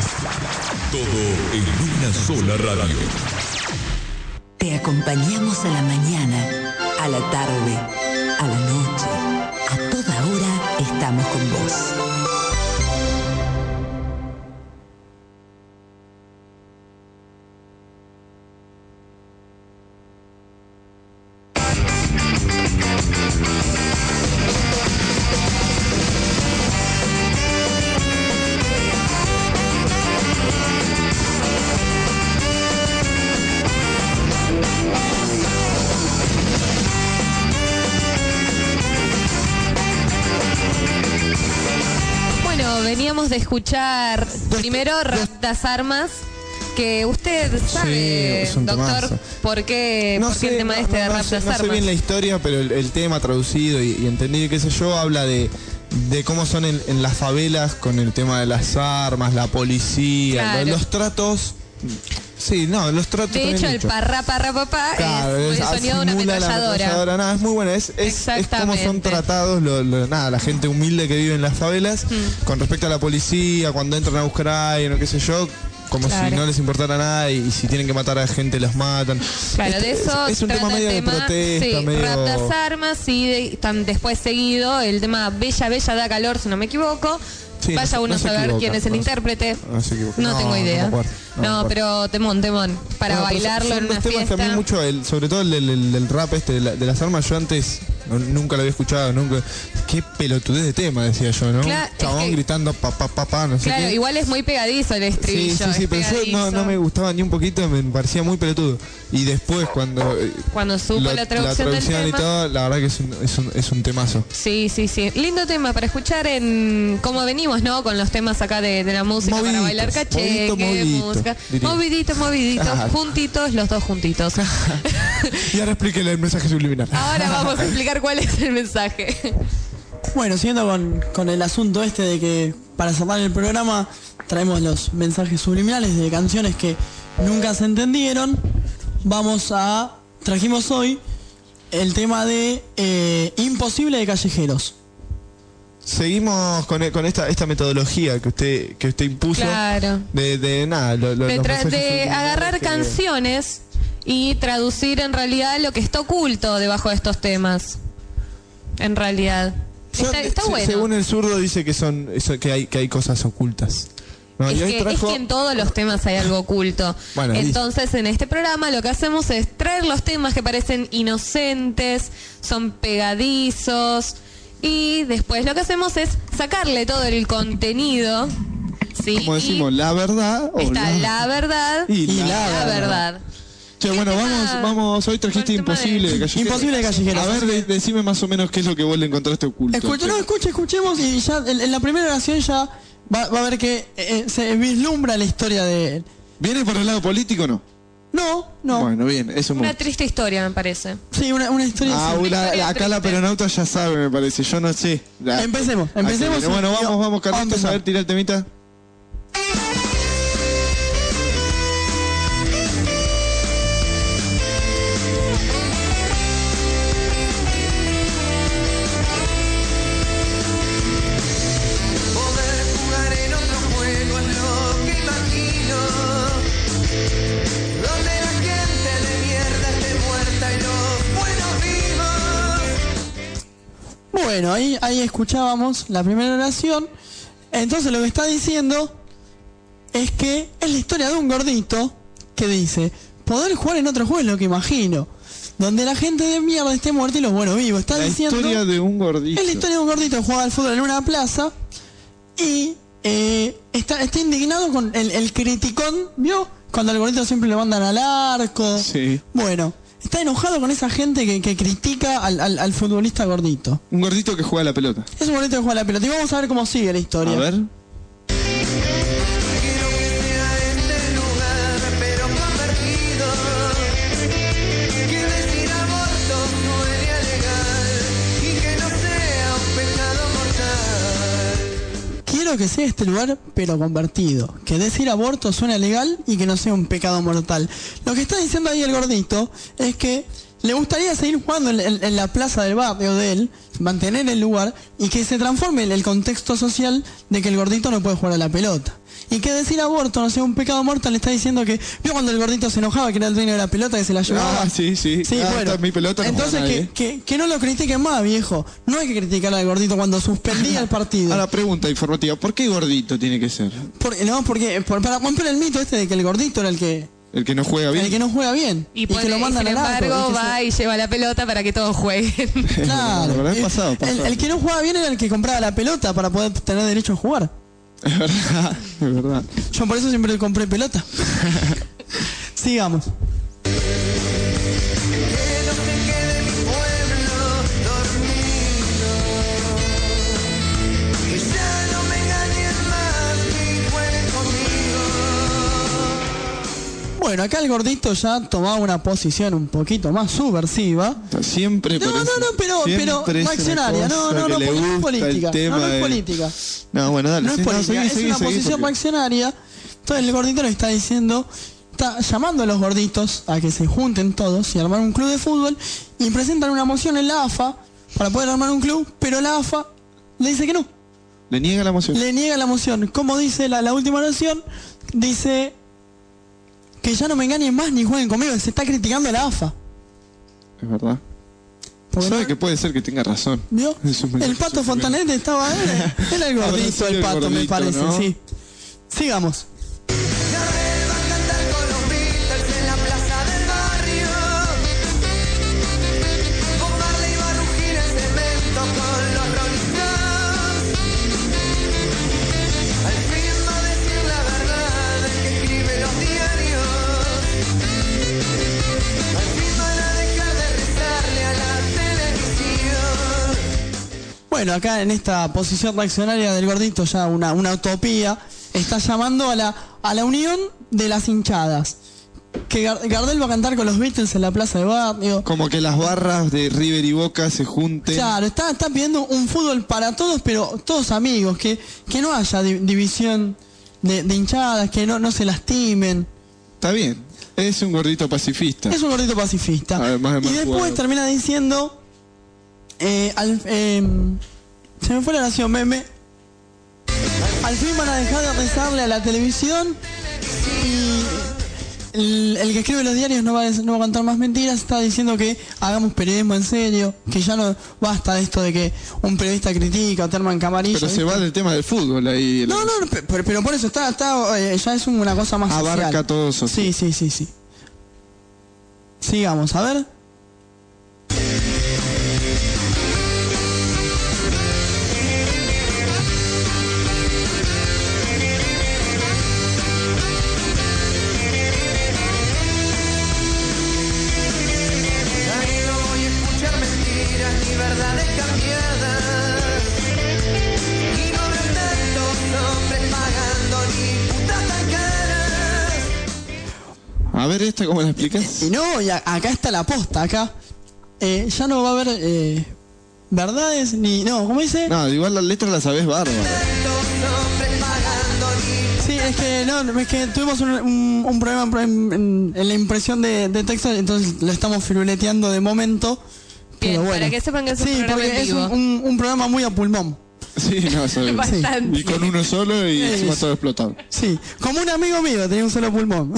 Speaker 1: todo en una sola radio.
Speaker 12: Te acompañamos a la mañana, a la tarde, a la noche. A toda hora estamos con vos.
Speaker 8: vamos a escuchar
Speaker 6: este-
Speaker 8: primero Raptas Armas, que usted sabe,
Speaker 6: es un
Speaker 8: doctor,
Speaker 6: temazo.
Speaker 8: por qué, por qué el tema este de
Speaker 6: no
Speaker 8: Raptas
Speaker 6: sé, no sé
Speaker 8: Armas.
Speaker 6: bien la historia, pero el, el tema traducido y, y entendido, y qué sé yo, habla de, de cómo son en, en las favelas con el tema de las armas, la policía,
Speaker 8: Claro.
Speaker 6: lo- los tratos. Sí, no, los tratos.
Speaker 8: de
Speaker 6: también
Speaker 8: hecho, el
Speaker 6: mucho.
Speaker 8: parra parra papá
Speaker 6: Claro,
Speaker 8: es, el
Speaker 6: es-
Speaker 8: sonido de una
Speaker 6: simula la
Speaker 8: ametralladora.
Speaker 6: ametralladora. Nada, es muy buena, es, es, es como son
Speaker 8: Exactamente.
Speaker 6: tratados lo- lo- nada, la gente humilde que vive en las favelas
Speaker 8: Mm.
Speaker 6: con respecto a la policía, cuando entran a buscar a alguien o qué sé yo, como si
Speaker 8: Claro.
Speaker 6: no les importara nada y, y si tienen que matar a gente los matan.
Speaker 8: Claro,
Speaker 6: Este
Speaker 8: de eso
Speaker 6: es, es un
Speaker 8: trata
Speaker 6: tema medio
Speaker 8: el tema,
Speaker 6: de protesta,
Speaker 8: sí,
Speaker 6: medio...
Speaker 8: Raptas Armas y de- tam- después seguido el tema Bella Bella da calor, si no me equivoco.
Speaker 6: Sí, no
Speaker 8: Vaya
Speaker 6: se-
Speaker 8: uno
Speaker 6: no
Speaker 8: a
Speaker 6: se
Speaker 8: saber
Speaker 6: equivoca,
Speaker 8: quién es el
Speaker 6: no se-
Speaker 8: intérprete.
Speaker 6: no Ah, se equivoca.
Speaker 8: No, tengo idea.
Speaker 6: me
Speaker 8: No,
Speaker 6: acuerdo, no me acuerdo.
Speaker 8: pero temón, temón. Para
Speaker 6: No, pero son-
Speaker 8: bailarlo
Speaker 6: son
Speaker 8: en
Speaker 6: dos
Speaker 8: una
Speaker 6: temas
Speaker 8: fiesta.
Speaker 6: también mucho, el- sobre todo el del, el del rap este, de, la- de las armas, yo antes no- nunca lo había escuchado, nunca. Qué pelotudez de tema, decía yo, ¿no? Un
Speaker 8: Claro, es
Speaker 6: Chabón
Speaker 8: que-
Speaker 6: gritando pa pa pa pa, no sé
Speaker 8: Claro,
Speaker 6: qué.
Speaker 8: igual es muy pegadizo el
Speaker 6: Sí,
Speaker 8: estribillo.
Speaker 6: sí, sí,
Speaker 8: es
Speaker 6: pero yo no,
Speaker 8: pegadizo.
Speaker 6: no me gustaba ni un poquito, me parecía muy pelotudo. Y después cuando... eh,
Speaker 8: Cuando supo la, traducción, del
Speaker 6: y
Speaker 8: tema.
Speaker 6: todo, la verdad que es un, es un, es un temazo.
Speaker 8: Sí, sí, sí. Lindo tema para escuchar en cómo venimos, ¿no? Con los temas acá de, de la música para bailar cacheque,
Speaker 6: movidito, movidito,
Speaker 8: música.
Speaker 6: diría.
Speaker 8: Movidito, movidito.
Speaker 6: Claro.
Speaker 8: Juntitos, los dos juntitos.
Speaker 6: Y ahora explíquele el mensaje subliminal.
Speaker 8: Ahora vamos a explicar cuál es el mensaje.
Speaker 4: Bueno, siguiendo con, con el asunto este de que para cerrar el programa traemos los mensajes subliminales de canciones que nunca se entendieron, vamos a... Trajimos hoy el tema de eh, Imposible de Callejeros.
Speaker 6: Seguimos con, e, con esta, esta metodología que usted, que usted impuso.
Speaker 8: Claro.
Speaker 6: De, de nada, lo, lo-
Speaker 8: de,
Speaker 6: los
Speaker 8: tra-
Speaker 6: mensajes
Speaker 8: de
Speaker 6: subliminales
Speaker 8: agarrar
Speaker 6: que-
Speaker 8: canciones y traducir en realidad lo que está oculto debajo de estos temas. En realidad.
Speaker 6: Yo-
Speaker 8: Está, está
Speaker 6: se-
Speaker 8: bueno.
Speaker 6: Según el zurdo dice que son eso, que hay que hay cosas ocultas. No,
Speaker 8: es,
Speaker 6: y hoy
Speaker 8: que,
Speaker 6: trajo-
Speaker 8: es que en todos los temas hay algo oculto.
Speaker 6: Bueno, listo.
Speaker 8: Entonces, en este programa lo que hacemos es traer los temas que parecen inocentes, son pegadizos, y después lo que hacemos es sacarle todo el contenido. ¿sí?
Speaker 6: como decimos,
Speaker 8: Y
Speaker 6: la verdad o
Speaker 8: está
Speaker 6: la-
Speaker 8: la verdad
Speaker 6: Y la verdad.
Speaker 8: verdad.
Speaker 6: Che, bueno,
Speaker 8: tema-
Speaker 6: vamos, vamos, hoy trajiste imposible de callejero.
Speaker 4: Imposible de Callejero.
Speaker 6: A ver, de- decime más o menos qué es lo que vos le encontraste oculto.
Speaker 4: Escucha, no, escuche, escuchemos y ya en, en la primera oración ya va, va a ver que eh, se vislumbra la historia de él.
Speaker 6: ¿Viene por el lado político o no?
Speaker 4: No, no.
Speaker 6: Bueno, bien, es un
Speaker 8: Una
Speaker 6: monstruo.
Speaker 8: triste historia, me parece.
Speaker 4: Sí, una, una historia.
Speaker 6: Ah,
Speaker 4: sí.
Speaker 6: la- acá la peronauta ya sabe, me parece. Yo no sé. La-
Speaker 4: Empecemos,
Speaker 6: Ahí se
Speaker 4: empecemos.
Speaker 6: viene. Bueno, vamos, vamos, Carlitos,
Speaker 4: Vamos a
Speaker 6: a ver, tira el temita.
Speaker 5: Poder jugar en otro juego es lo que imagino. Donde la gente de mierda esté muerta y los buenos vivos.
Speaker 4: Bueno, ahí, ahí escuchábamos la primera oración. Entonces lo que está diciendo es que es la historia de un gordito que dice, poder jugar en otro juego es lo que imagino. Donde la gente de mierda esté muerta y los buenos vivos. Está
Speaker 6: La
Speaker 4: diciendo...
Speaker 6: historia de un gordito.
Speaker 4: Es la historia de un gordito que juega al fútbol en una plaza y eh, está, está indignado con el, el criticón, ¿vio? Cuando al gordito siempre lo mandan al arco.
Speaker 6: Sí.
Speaker 4: Bueno, está enojado con esa gente que, que critica al, al- al futbolista gordito.
Speaker 6: Un gordito que juega a la pelota.
Speaker 4: Es un gordito que juega a la pelota y vamos a ver cómo sigue la
Speaker 6: A
Speaker 4: historia.
Speaker 6: ver.
Speaker 5: Quiero que sea este lugar, pero convertido. Que decir aborto suene legal y que no sea un pecado mortal.
Speaker 4: Quiero que sea este lugar, pero convertido. Que decir aborto suena legal y que no sea un pecado mortal. Lo que está diciendo ahí el gordito es que le gustaría seguir jugando en, en- en la plaza del barrio de él, mantener el lugar y que se transforme en el contexto social de que el gordito no puede jugar a la pelota. Y que decir aborto no sea un pecado mortal, le está diciendo que vio cuando el gordito se enojaba que era el dueño de la pelota que se la llevaba.
Speaker 6: Ah, sí, sí.
Speaker 4: Sí,
Speaker 6: Ah,
Speaker 4: bueno.
Speaker 6: esta es mi pelota. no
Speaker 4: Entonces,
Speaker 6: juega nadie.
Speaker 4: que, que- que no lo critiquen más, viejo. No hay que criticar al gordito cuando suspendía el partido.
Speaker 6: Ahora pregunta informativa, ¿por qué gordito tiene que ser?
Speaker 4: Por- no, porque por- para romper el mito este de que el gordito era el que
Speaker 6: El que no juega bien.
Speaker 4: el que no juega bien
Speaker 8: Y, pone-
Speaker 4: que lo
Speaker 8: y
Speaker 4: mandan al
Speaker 8: sin
Speaker 4: arco,
Speaker 8: embargo
Speaker 4: y que se-
Speaker 8: va y lleva la pelota para que todos jueguen.
Speaker 4: Claro.
Speaker 6: La verdad,
Speaker 4: Eh,
Speaker 6: pasado, pasado.
Speaker 4: El, el que no jugaba bien era el que compraba la pelota para poder tener derecho a jugar.
Speaker 6: Es verdad, es verdad.
Speaker 4: Yo por eso siempre compré pelota. Sigamos.
Speaker 5: Que no se quede mi pueblo dormido. Que ya no me engañen más.
Speaker 4: bueno, acá el gordito ya tomaba una posición un poquito más subversiva.
Speaker 6: Siempre
Speaker 4: No,
Speaker 6: parece-
Speaker 4: no, no, pero,
Speaker 6: siempre
Speaker 4: pero
Speaker 6: es una
Speaker 4: reaccionaria. No,
Speaker 6: cosa
Speaker 4: no,
Speaker 6: que
Speaker 4: no,
Speaker 6: le
Speaker 4: porque no es
Speaker 6: gusta el
Speaker 4: política. No,
Speaker 6: tema
Speaker 4: no
Speaker 6: de-
Speaker 4: es política.
Speaker 6: No, bueno, dale.
Speaker 4: No es
Speaker 6: sí,
Speaker 4: política,
Speaker 6: seguí,
Speaker 4: es
Speaker 6: seguí,
Speaker 4: una
Speaker 6: seguí,
Speaker 4: posición
Speaker 6: porque-
Speaker 4: reaccionaria. Entonces el gordito le está diciendo, está llamando a los gorditos a que se junten todos y armar un club de fútbol y presentan una moción en la AFA para poder armar un club, pero la AFA le dice que no.
Speaker 6: Le niega la moción.
Speaker 4: Le niega la moción. Como dice la, la última oración, dice que ya no me engañen más ni jueguen conmigo. Se está criticando a la AFA.
Speaker 6: Es verdad. ¿Sabe que puede ser que tenga razón?
Speaker 4: ¿Vio?
Speaker 6: Eso me-
Speaker 4: El pato Fontanete estaba. Era, era el
Speaker 6: Habrá
Speaker 4: gordito
Speaker 6: sido
Speaker 4: el
Speaker 6: el
Speaker 4: pato, me
Speaker 6: gordito,
Speaker 4: parece,
Speaker 6: ¿no?
Speaker 4: sí. Sigamos.
Speaker 13: en la plaza del barrio. Bombarle y barrugir el cemento con los Rolling Stones. Al fin va a decir la verdad el que escribe los diarios. Al fin van a dejar de rezarle a la televisión.
Speaker 4: Bueno, acá en esta posición reaccionaria del gordito, ya una, una utopía, está llamando a la, a la unión de las hinchadas. Que Gar- Gardel va a cantar con los Beatles en la plaza de barrio.
Speaker 6: Como que las barras de River y Boca se junten.
Speaker 4: Claro, está, está pidiendo un fútbol para todos, pero todos amigos, que, que no haya di- división de, de hinchadas, que no, no se lastimen.
Speaker 6: Está bien. Es un gordito pacifista.
Speaker 4: Es un gordito pacifista.
Speaker 6: Además de
Speaker 4: y
Speaker 6: mal
Speaker 4: después
Speaker 6: jugador.
Speaker 4: termina diciendo. eh, al- eh, se me fue la nación, meme. Al fin van a dejar de rezarle a la televisión. Y el, el que escribe los diarios no va, a, des- no va a contar más mentiras. Está diciendo que hagamos periodismo en serio. Que ya no basta de esto de que un periodista critica o te arman camarilla.
Speaker 6: Pero se
Speaker 4: ¿viste?
Speaker 6: va del tema del fútbol ahí.
Speaker 4: No, no, no, pe- pero, pero por eso está, está eh, ya es una cosa más
Speaker 6: Abarca
Speaker 4: social.
Speaker 6: todo eso.
Speaker 4: Sí, sí, sí, sí. Sigamos, a ver.
Speaker 13: Ya no voy a escuchar mentiras ni verdades cambiadas. Y no habrá tantos hombres pagando ni putas tan caras.
Speaker 6: A ver esta, ¿cómo la explicas?
Speaker 4: Y Eh, no, y a- acá está la posta, acá. Eh, ya no va a haber eh, verdades ni. No, ¿cómo dice?
Speaker 6: No, igual la letra la sabes bárbara.
Speaker 4: Sí, es que no, no, es que tuvimos un, un- un problema en- en, en la impresión de, de texto, entonces lo estamos firuleteando de momento.
Speaker 8: Bien,
Speaker 4: pero bueno.
Speaker 8: para que sepan que es un
Speaker 4: Sí,
Speaker 8: programa
Speaker 4: porque
Speaker 8: en
Speaker 4: es
Speaker 8: vivo.
Speaker 4: un- un- un programa muy a pulmón.
Speaker 6: Sí, no, sabes.
Speaker 4: Bastante.
Speaker 6: Y con uno solo y
Speaker 4: Sí.
Speaker 6: encima todo explotado.
Speaker 4: Sí, como un amigo mío tenía un solo pulmón.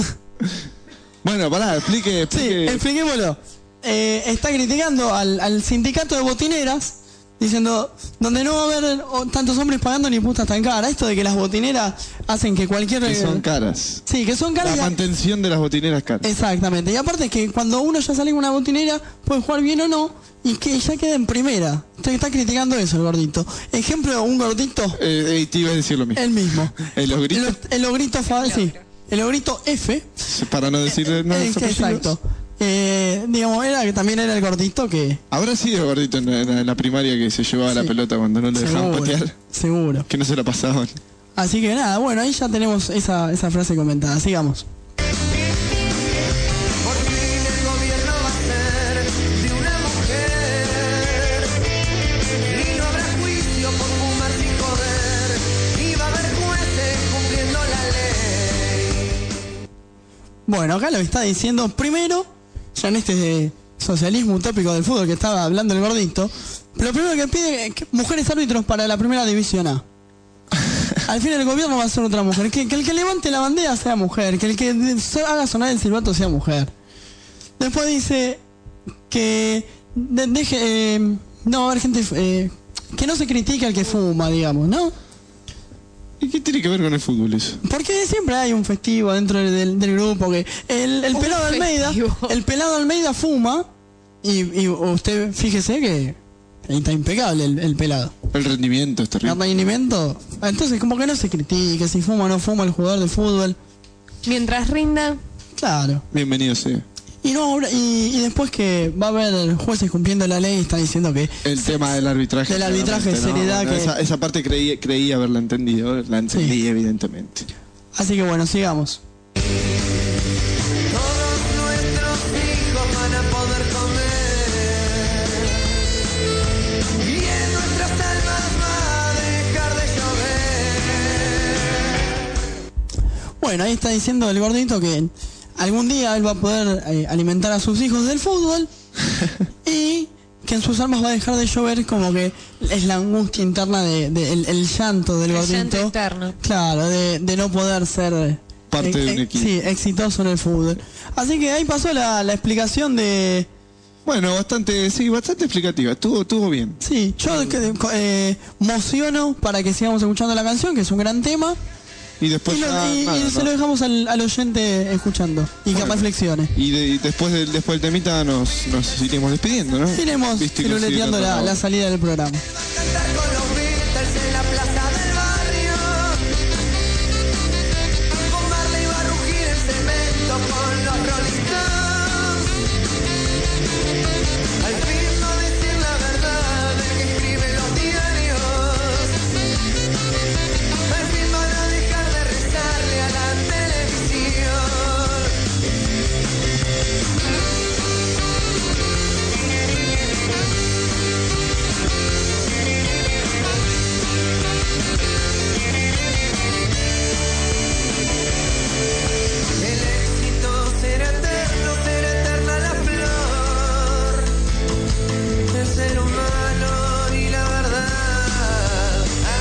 Speaker 6: Bueno, pará, explique,
Speaker 4: Sí,
Speaker 6: explique.
Speaker 4: expliquémoslo. Eh, está criticando al, al sindicato de botineras, diciendo, donde no va a haber oh, tantos hombres pagando ni putas tan caras. Esto de que las botineras hacen que cualquier...
Speaker 6: que son caras.
Speaker 4: eh, Sí, que son caras.
Speaker 6: La
Speaker 4: y-
Speaker 6: mantención de las botineras caras.
Speaker 4: Exactamente. Y aparte es que cuando uno ya sale con una botinera, puede jugar bien o no, y que ya queda en primera. Entonces está criticando eso el gordito. Ejemplo, un gordito...
Speaker 6: Eh, eh, te iba a decir lo mismo. Eh,
Speaker 4: El mismo.
Speaker 6: El logrito,
Speaker 4: El, el ogrito... fa- sí, el ogrito F.
Speaker 6: para no decirle nada.
Speaker 4: Eh,
Speaker 6: de sus
Speaker 4: que
Speaker 6: apellidos.
Speaker 4: exacto. Eh, digamos, era que también era el gordito que.
Speaker 6: Habrá sido gordito en la, en la primaria que se llevaba la pelota cuando no le dejaban
Speaker 4: Seguro,
Speaker 6: patear.
Speaker 4: Seguro.
Speaker 6: Que no se la pasaban.
Speaker 4: Así que nada, bueno, ahí ya tenemos esa, esa frase comentada. Sigamos.
Speaker 13: Por fin el gobierno va a ser de una mujer. Y no habrá juicio por fumar sin joder. Y va a haber jueces cumpliendo la ley.
Speaker 4: Bueno, acá lo está diciendo primero, ya en este eh, socialismo utópico del fútbol que estaba hablando el gordito, lo primero que pide es que mujeres árbitros para la primera división A. Al fin el gobierno va a ser otra mujer. Que, que el que levante la bandera sea mujer. Que el que de- so- haga sonar el silbato sea mujer. Después dice que de- deje... eh, no, va a haber gente... eh, que no se critique al que fuma, digamos, ¿no?
Speaker 6: ¿Y qué tiene que ver con el fútbol eso?
Speaker 4: Porque siempre hay un festivo dentro del, del grupo que el, el
Speaker 14: Un
Speaker 4: pelado Almeida, el pelado Almeida fuma y, y usted fíjese que está impecable el, el pelado.
Speaker 6: El rendimiento es terrible.
Speaker 4: El rendimiento, entonces como que no se critique si fuma o no fuma el jugador de fútbol.
Speaker 8: Mientras rinda.
Speaker 4: Claro.
Speaker 6: Bienvenido sea.
Speaker 4: Y no ahora- y, y después que va a haber jueces cumpliendo la ley está diciendo que
Speaker 6: El tema del arbitraje.
Speaker 4: Del arbitraje,
Speaker 6: claramente,
Speaker 4: seriedad que-
Speaker 6: Esa, esa parte creí, creí haberla entendido. La entendí, evidentemente.
Speaker 4: así que bueno, sigamos.
Speaker 13: Por
Speaker 4: Bueno, ahí está diciendo el gordito que algún día él va a poder eh, alimentar a sus hijos del fútbol y que en sus armas va a dejar de llover como que es la angustia interna de, de- el, el llanto del
Speaker 8: El
Speaker 4: gordito.
Speaker 8: llanto interno.
Speaker 4: Claro, de, de no poder ser
Speaker 7: Parte de un
Speaker 4: eh,
Speaker 7: equipo.
Speaker 4: sí, exitoso en el fútbol. Así que ahí pasó la, la explicación de...
Speaker 6: Bueno, bastante, sí, bastante explicativa, estuvo, estuvo bien.
Speaker 4: Sí, yo que- eh, mociono para que sigamos escuchando la canción, que es un gran tema.
Speaker 6: Y después
Speaker 4: y lo-
Speaker 6: Pues ya,
Speaker 4: y- y
Speaker 6: nada,
Speaker 4: se lo
Speaker 6: ¿no?
Speaker 4: dejamos al, al oyente escuchando. Y
Speaker 6: Bueno.
Speaker 4: capaz flexione.
Speaker 6: Y, de- y después del después del temita nos, nos iremos despidiendo, ¿no?
Speaker 4: Iremos
Speaker 6: Viste que
Speaker 4: piruleteando
Speaker 6: sí,
Speaker 4: la,
Speaker 6: tratamos.
Speaker 4: la salida del programa.
Speaker 13: Beatles en la plaza del barrio. Con Marley va a rugir el cemento con los Rolling Stones. Al fin no decir la verdad el que escribe los diarios. Al fin van a dejar de rezarle a la televisión. El éxito será eterno, será eterna la flor El ser humano y la verdad Ah,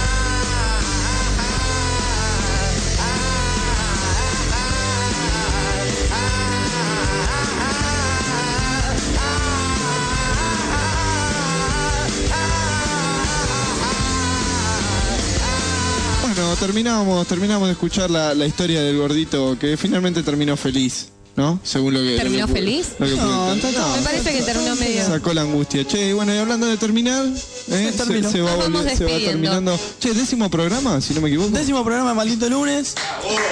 Speaker 13: ah, ah, ah, ah,
Speaker 6: Bueno, terminamos, terminamos de escuchar la, la historia del gordito que finalmente terminó feliz, ¿no? Según lo que. lo que
Speaker 8: ¿Terminó
Speaker 6: pude-
Speaker 8: feliz?
Speaker 6: lo que pude
Speaker 4: No,
Speaker 6: entender.
Speaker 4: no,
Speaker 8: Me parece que terminó medio.
Speaker 6: Sacó la angustia. Che, y bueno, y hablando de terminar, ¿eh? se,
Speaker 4: terminó.
Speaker 6: se va
Speaker 8: Nos vamos
Speaker 6: volvi- se va
Speaker 8: despidiendo.
Speaker 6: terminando. Che, décimo programa, si no me equivoco.
Speaker 4: Décimo programa de Maldito Lunes.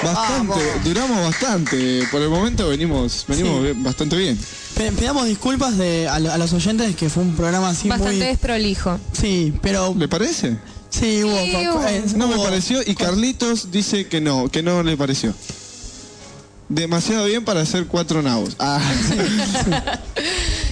Speaker 6: Bastante,
Speaker 4: Vamos.
Speaker 6: duramos bastante. Por el momento venimos, venimos
Speaker 4: Sí.
Speaker 6: bien- bastante bien.
Speaker 4: Pe- Pedamos disculpas de, a, lo- a los oyentes que fue un programa así
Speaker 8: Bastante
Speaker 4: muy...
Speaker 8: desprolijo.
Speaker 4: Sí, pero...
Speaker 6: ¿Le parece?
Speaker 4: Sí, hubo...
Speaker 8: Sí,
Speaker 4: co- co-
Speaker 8: hubo.
Speaker 4: eh,
Speaker 6: No me
Speaker 4: hubo-
Speaker 6: pareció y Carlitos dice que no, que no le pareció. Demasiado bien para hacer cuatro nabos. Ah,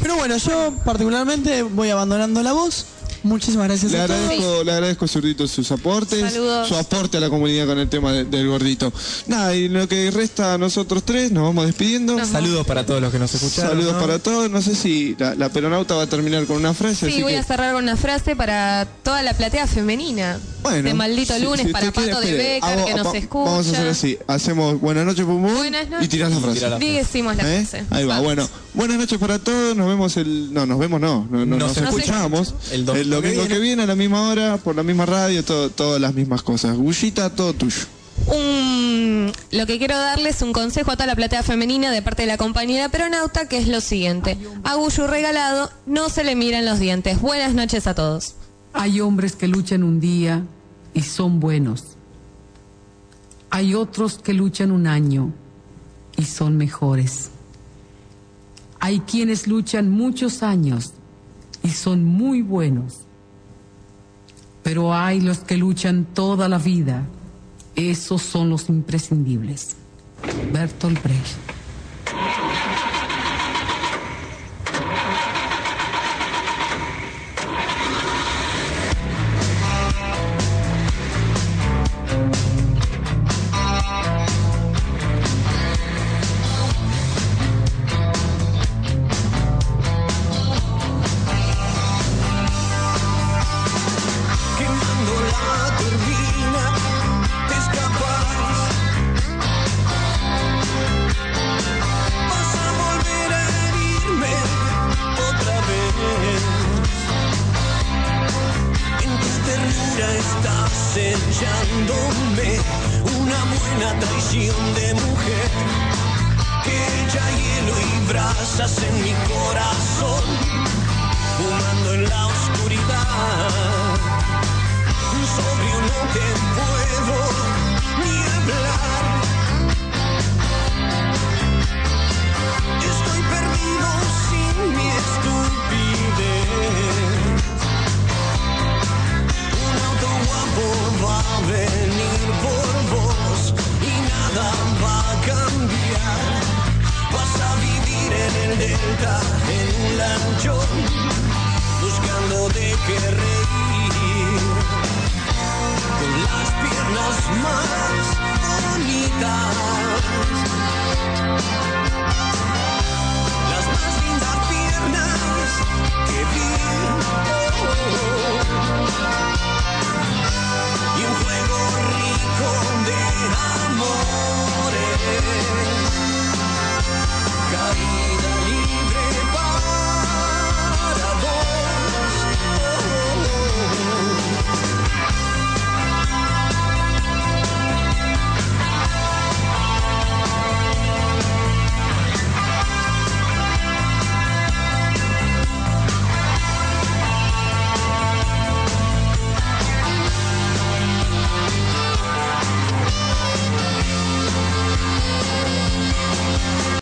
Speaker 4: Pero bueno, yo particularmente voy abandonando la voz. Muchísimas gracias
Speaker 6: le
Speaker 4: a todos.
Speaker 6: agradezco, le agradezco Zurdito sus aportes,
Speaker 8: Saludos.
Speaker 6: su aporte a la comunidad con el tema de- del gordito. Nada, y lo que resta a nosotros tres, nos vamos despidiendo.
Speaker 2: Saludos para todos los que nos escucharon.
Speaker 6: Saludos
Speaker 2: ¿no?
Speaker 6: para todos. No sé si la, la peronauta va a terminar con una frase.
Speaker 8: Sí,
Speaker 6: así
Speaker 8: voy
Speaker 6: que,
Speaker 8: a cerrar con una frase para toda la platea femenina.
Speaker 6: bueno,
Speaker 8: de maldito
Speaker 6: si-
Speaker 8: lunes
Speaker 6: si
Speaker 8: para
Speaker 6: usted quiere,
Speaker 8: Pato de
Speaker 6: espere,
Speaker 8: Becker
Speaker 6: hago-
Speaker 8: que nos
Speaker 6: va-
Speaker 8: escucha.
Speaker 6: Vamos a hacer así: hacemos buenas noches, pum, pum,
Speaker 8: Buenas
Speaker 6: y
Speaker 8: noches.
Speaker 6: tirás la frase.
Speaker 2: Tirá la frase.
Speaker 8: Dijimos la
Speaker 6: ¿Eh?
Speaker 8: frase.
Speaker 6: Ahí va,
Speaker 8: Vamos.
Speaker 6: bueno. Buenas noches para todos, nos vemos el... No, nos vemos no, no, no, nos,
Speaker 2: Nos escuchamos.
Speaker 6: escuchamos el
Speaker 2: El
Speaker 6: domingo,
Speaker 2: domingo que viene.
Speaker 6: que viene a la misma hora, por la misma radio, todo, todas las mismas cosas. Gullita, todo tuyo.
Speaker 8: un, lo que quiero darles un consejo a toda la platea femenina de parte de la compañera Peronauta, que es lo siguiente. A Guyu regalado, no se le miran los dientes. Buenas noches a todos.
Speaker 14: Hay hombres que luchan un día y son buenos. Hay otros que luchan un año y son mejores. Hay quienes luchan muchos años y son muy buenos. Pero hay los que luchan toda la vida. Esos son los imprescindibles. Bertolt Brecht.
Speaker 13: Quemando la turbina, te escapas. Vas a volver a herirme otra vez. En tu ternura estás sellándome una buena traición de mujer. Que echa hielo y brasas en mi corazón, fumando en la oscuridad. Sobrio no te puedo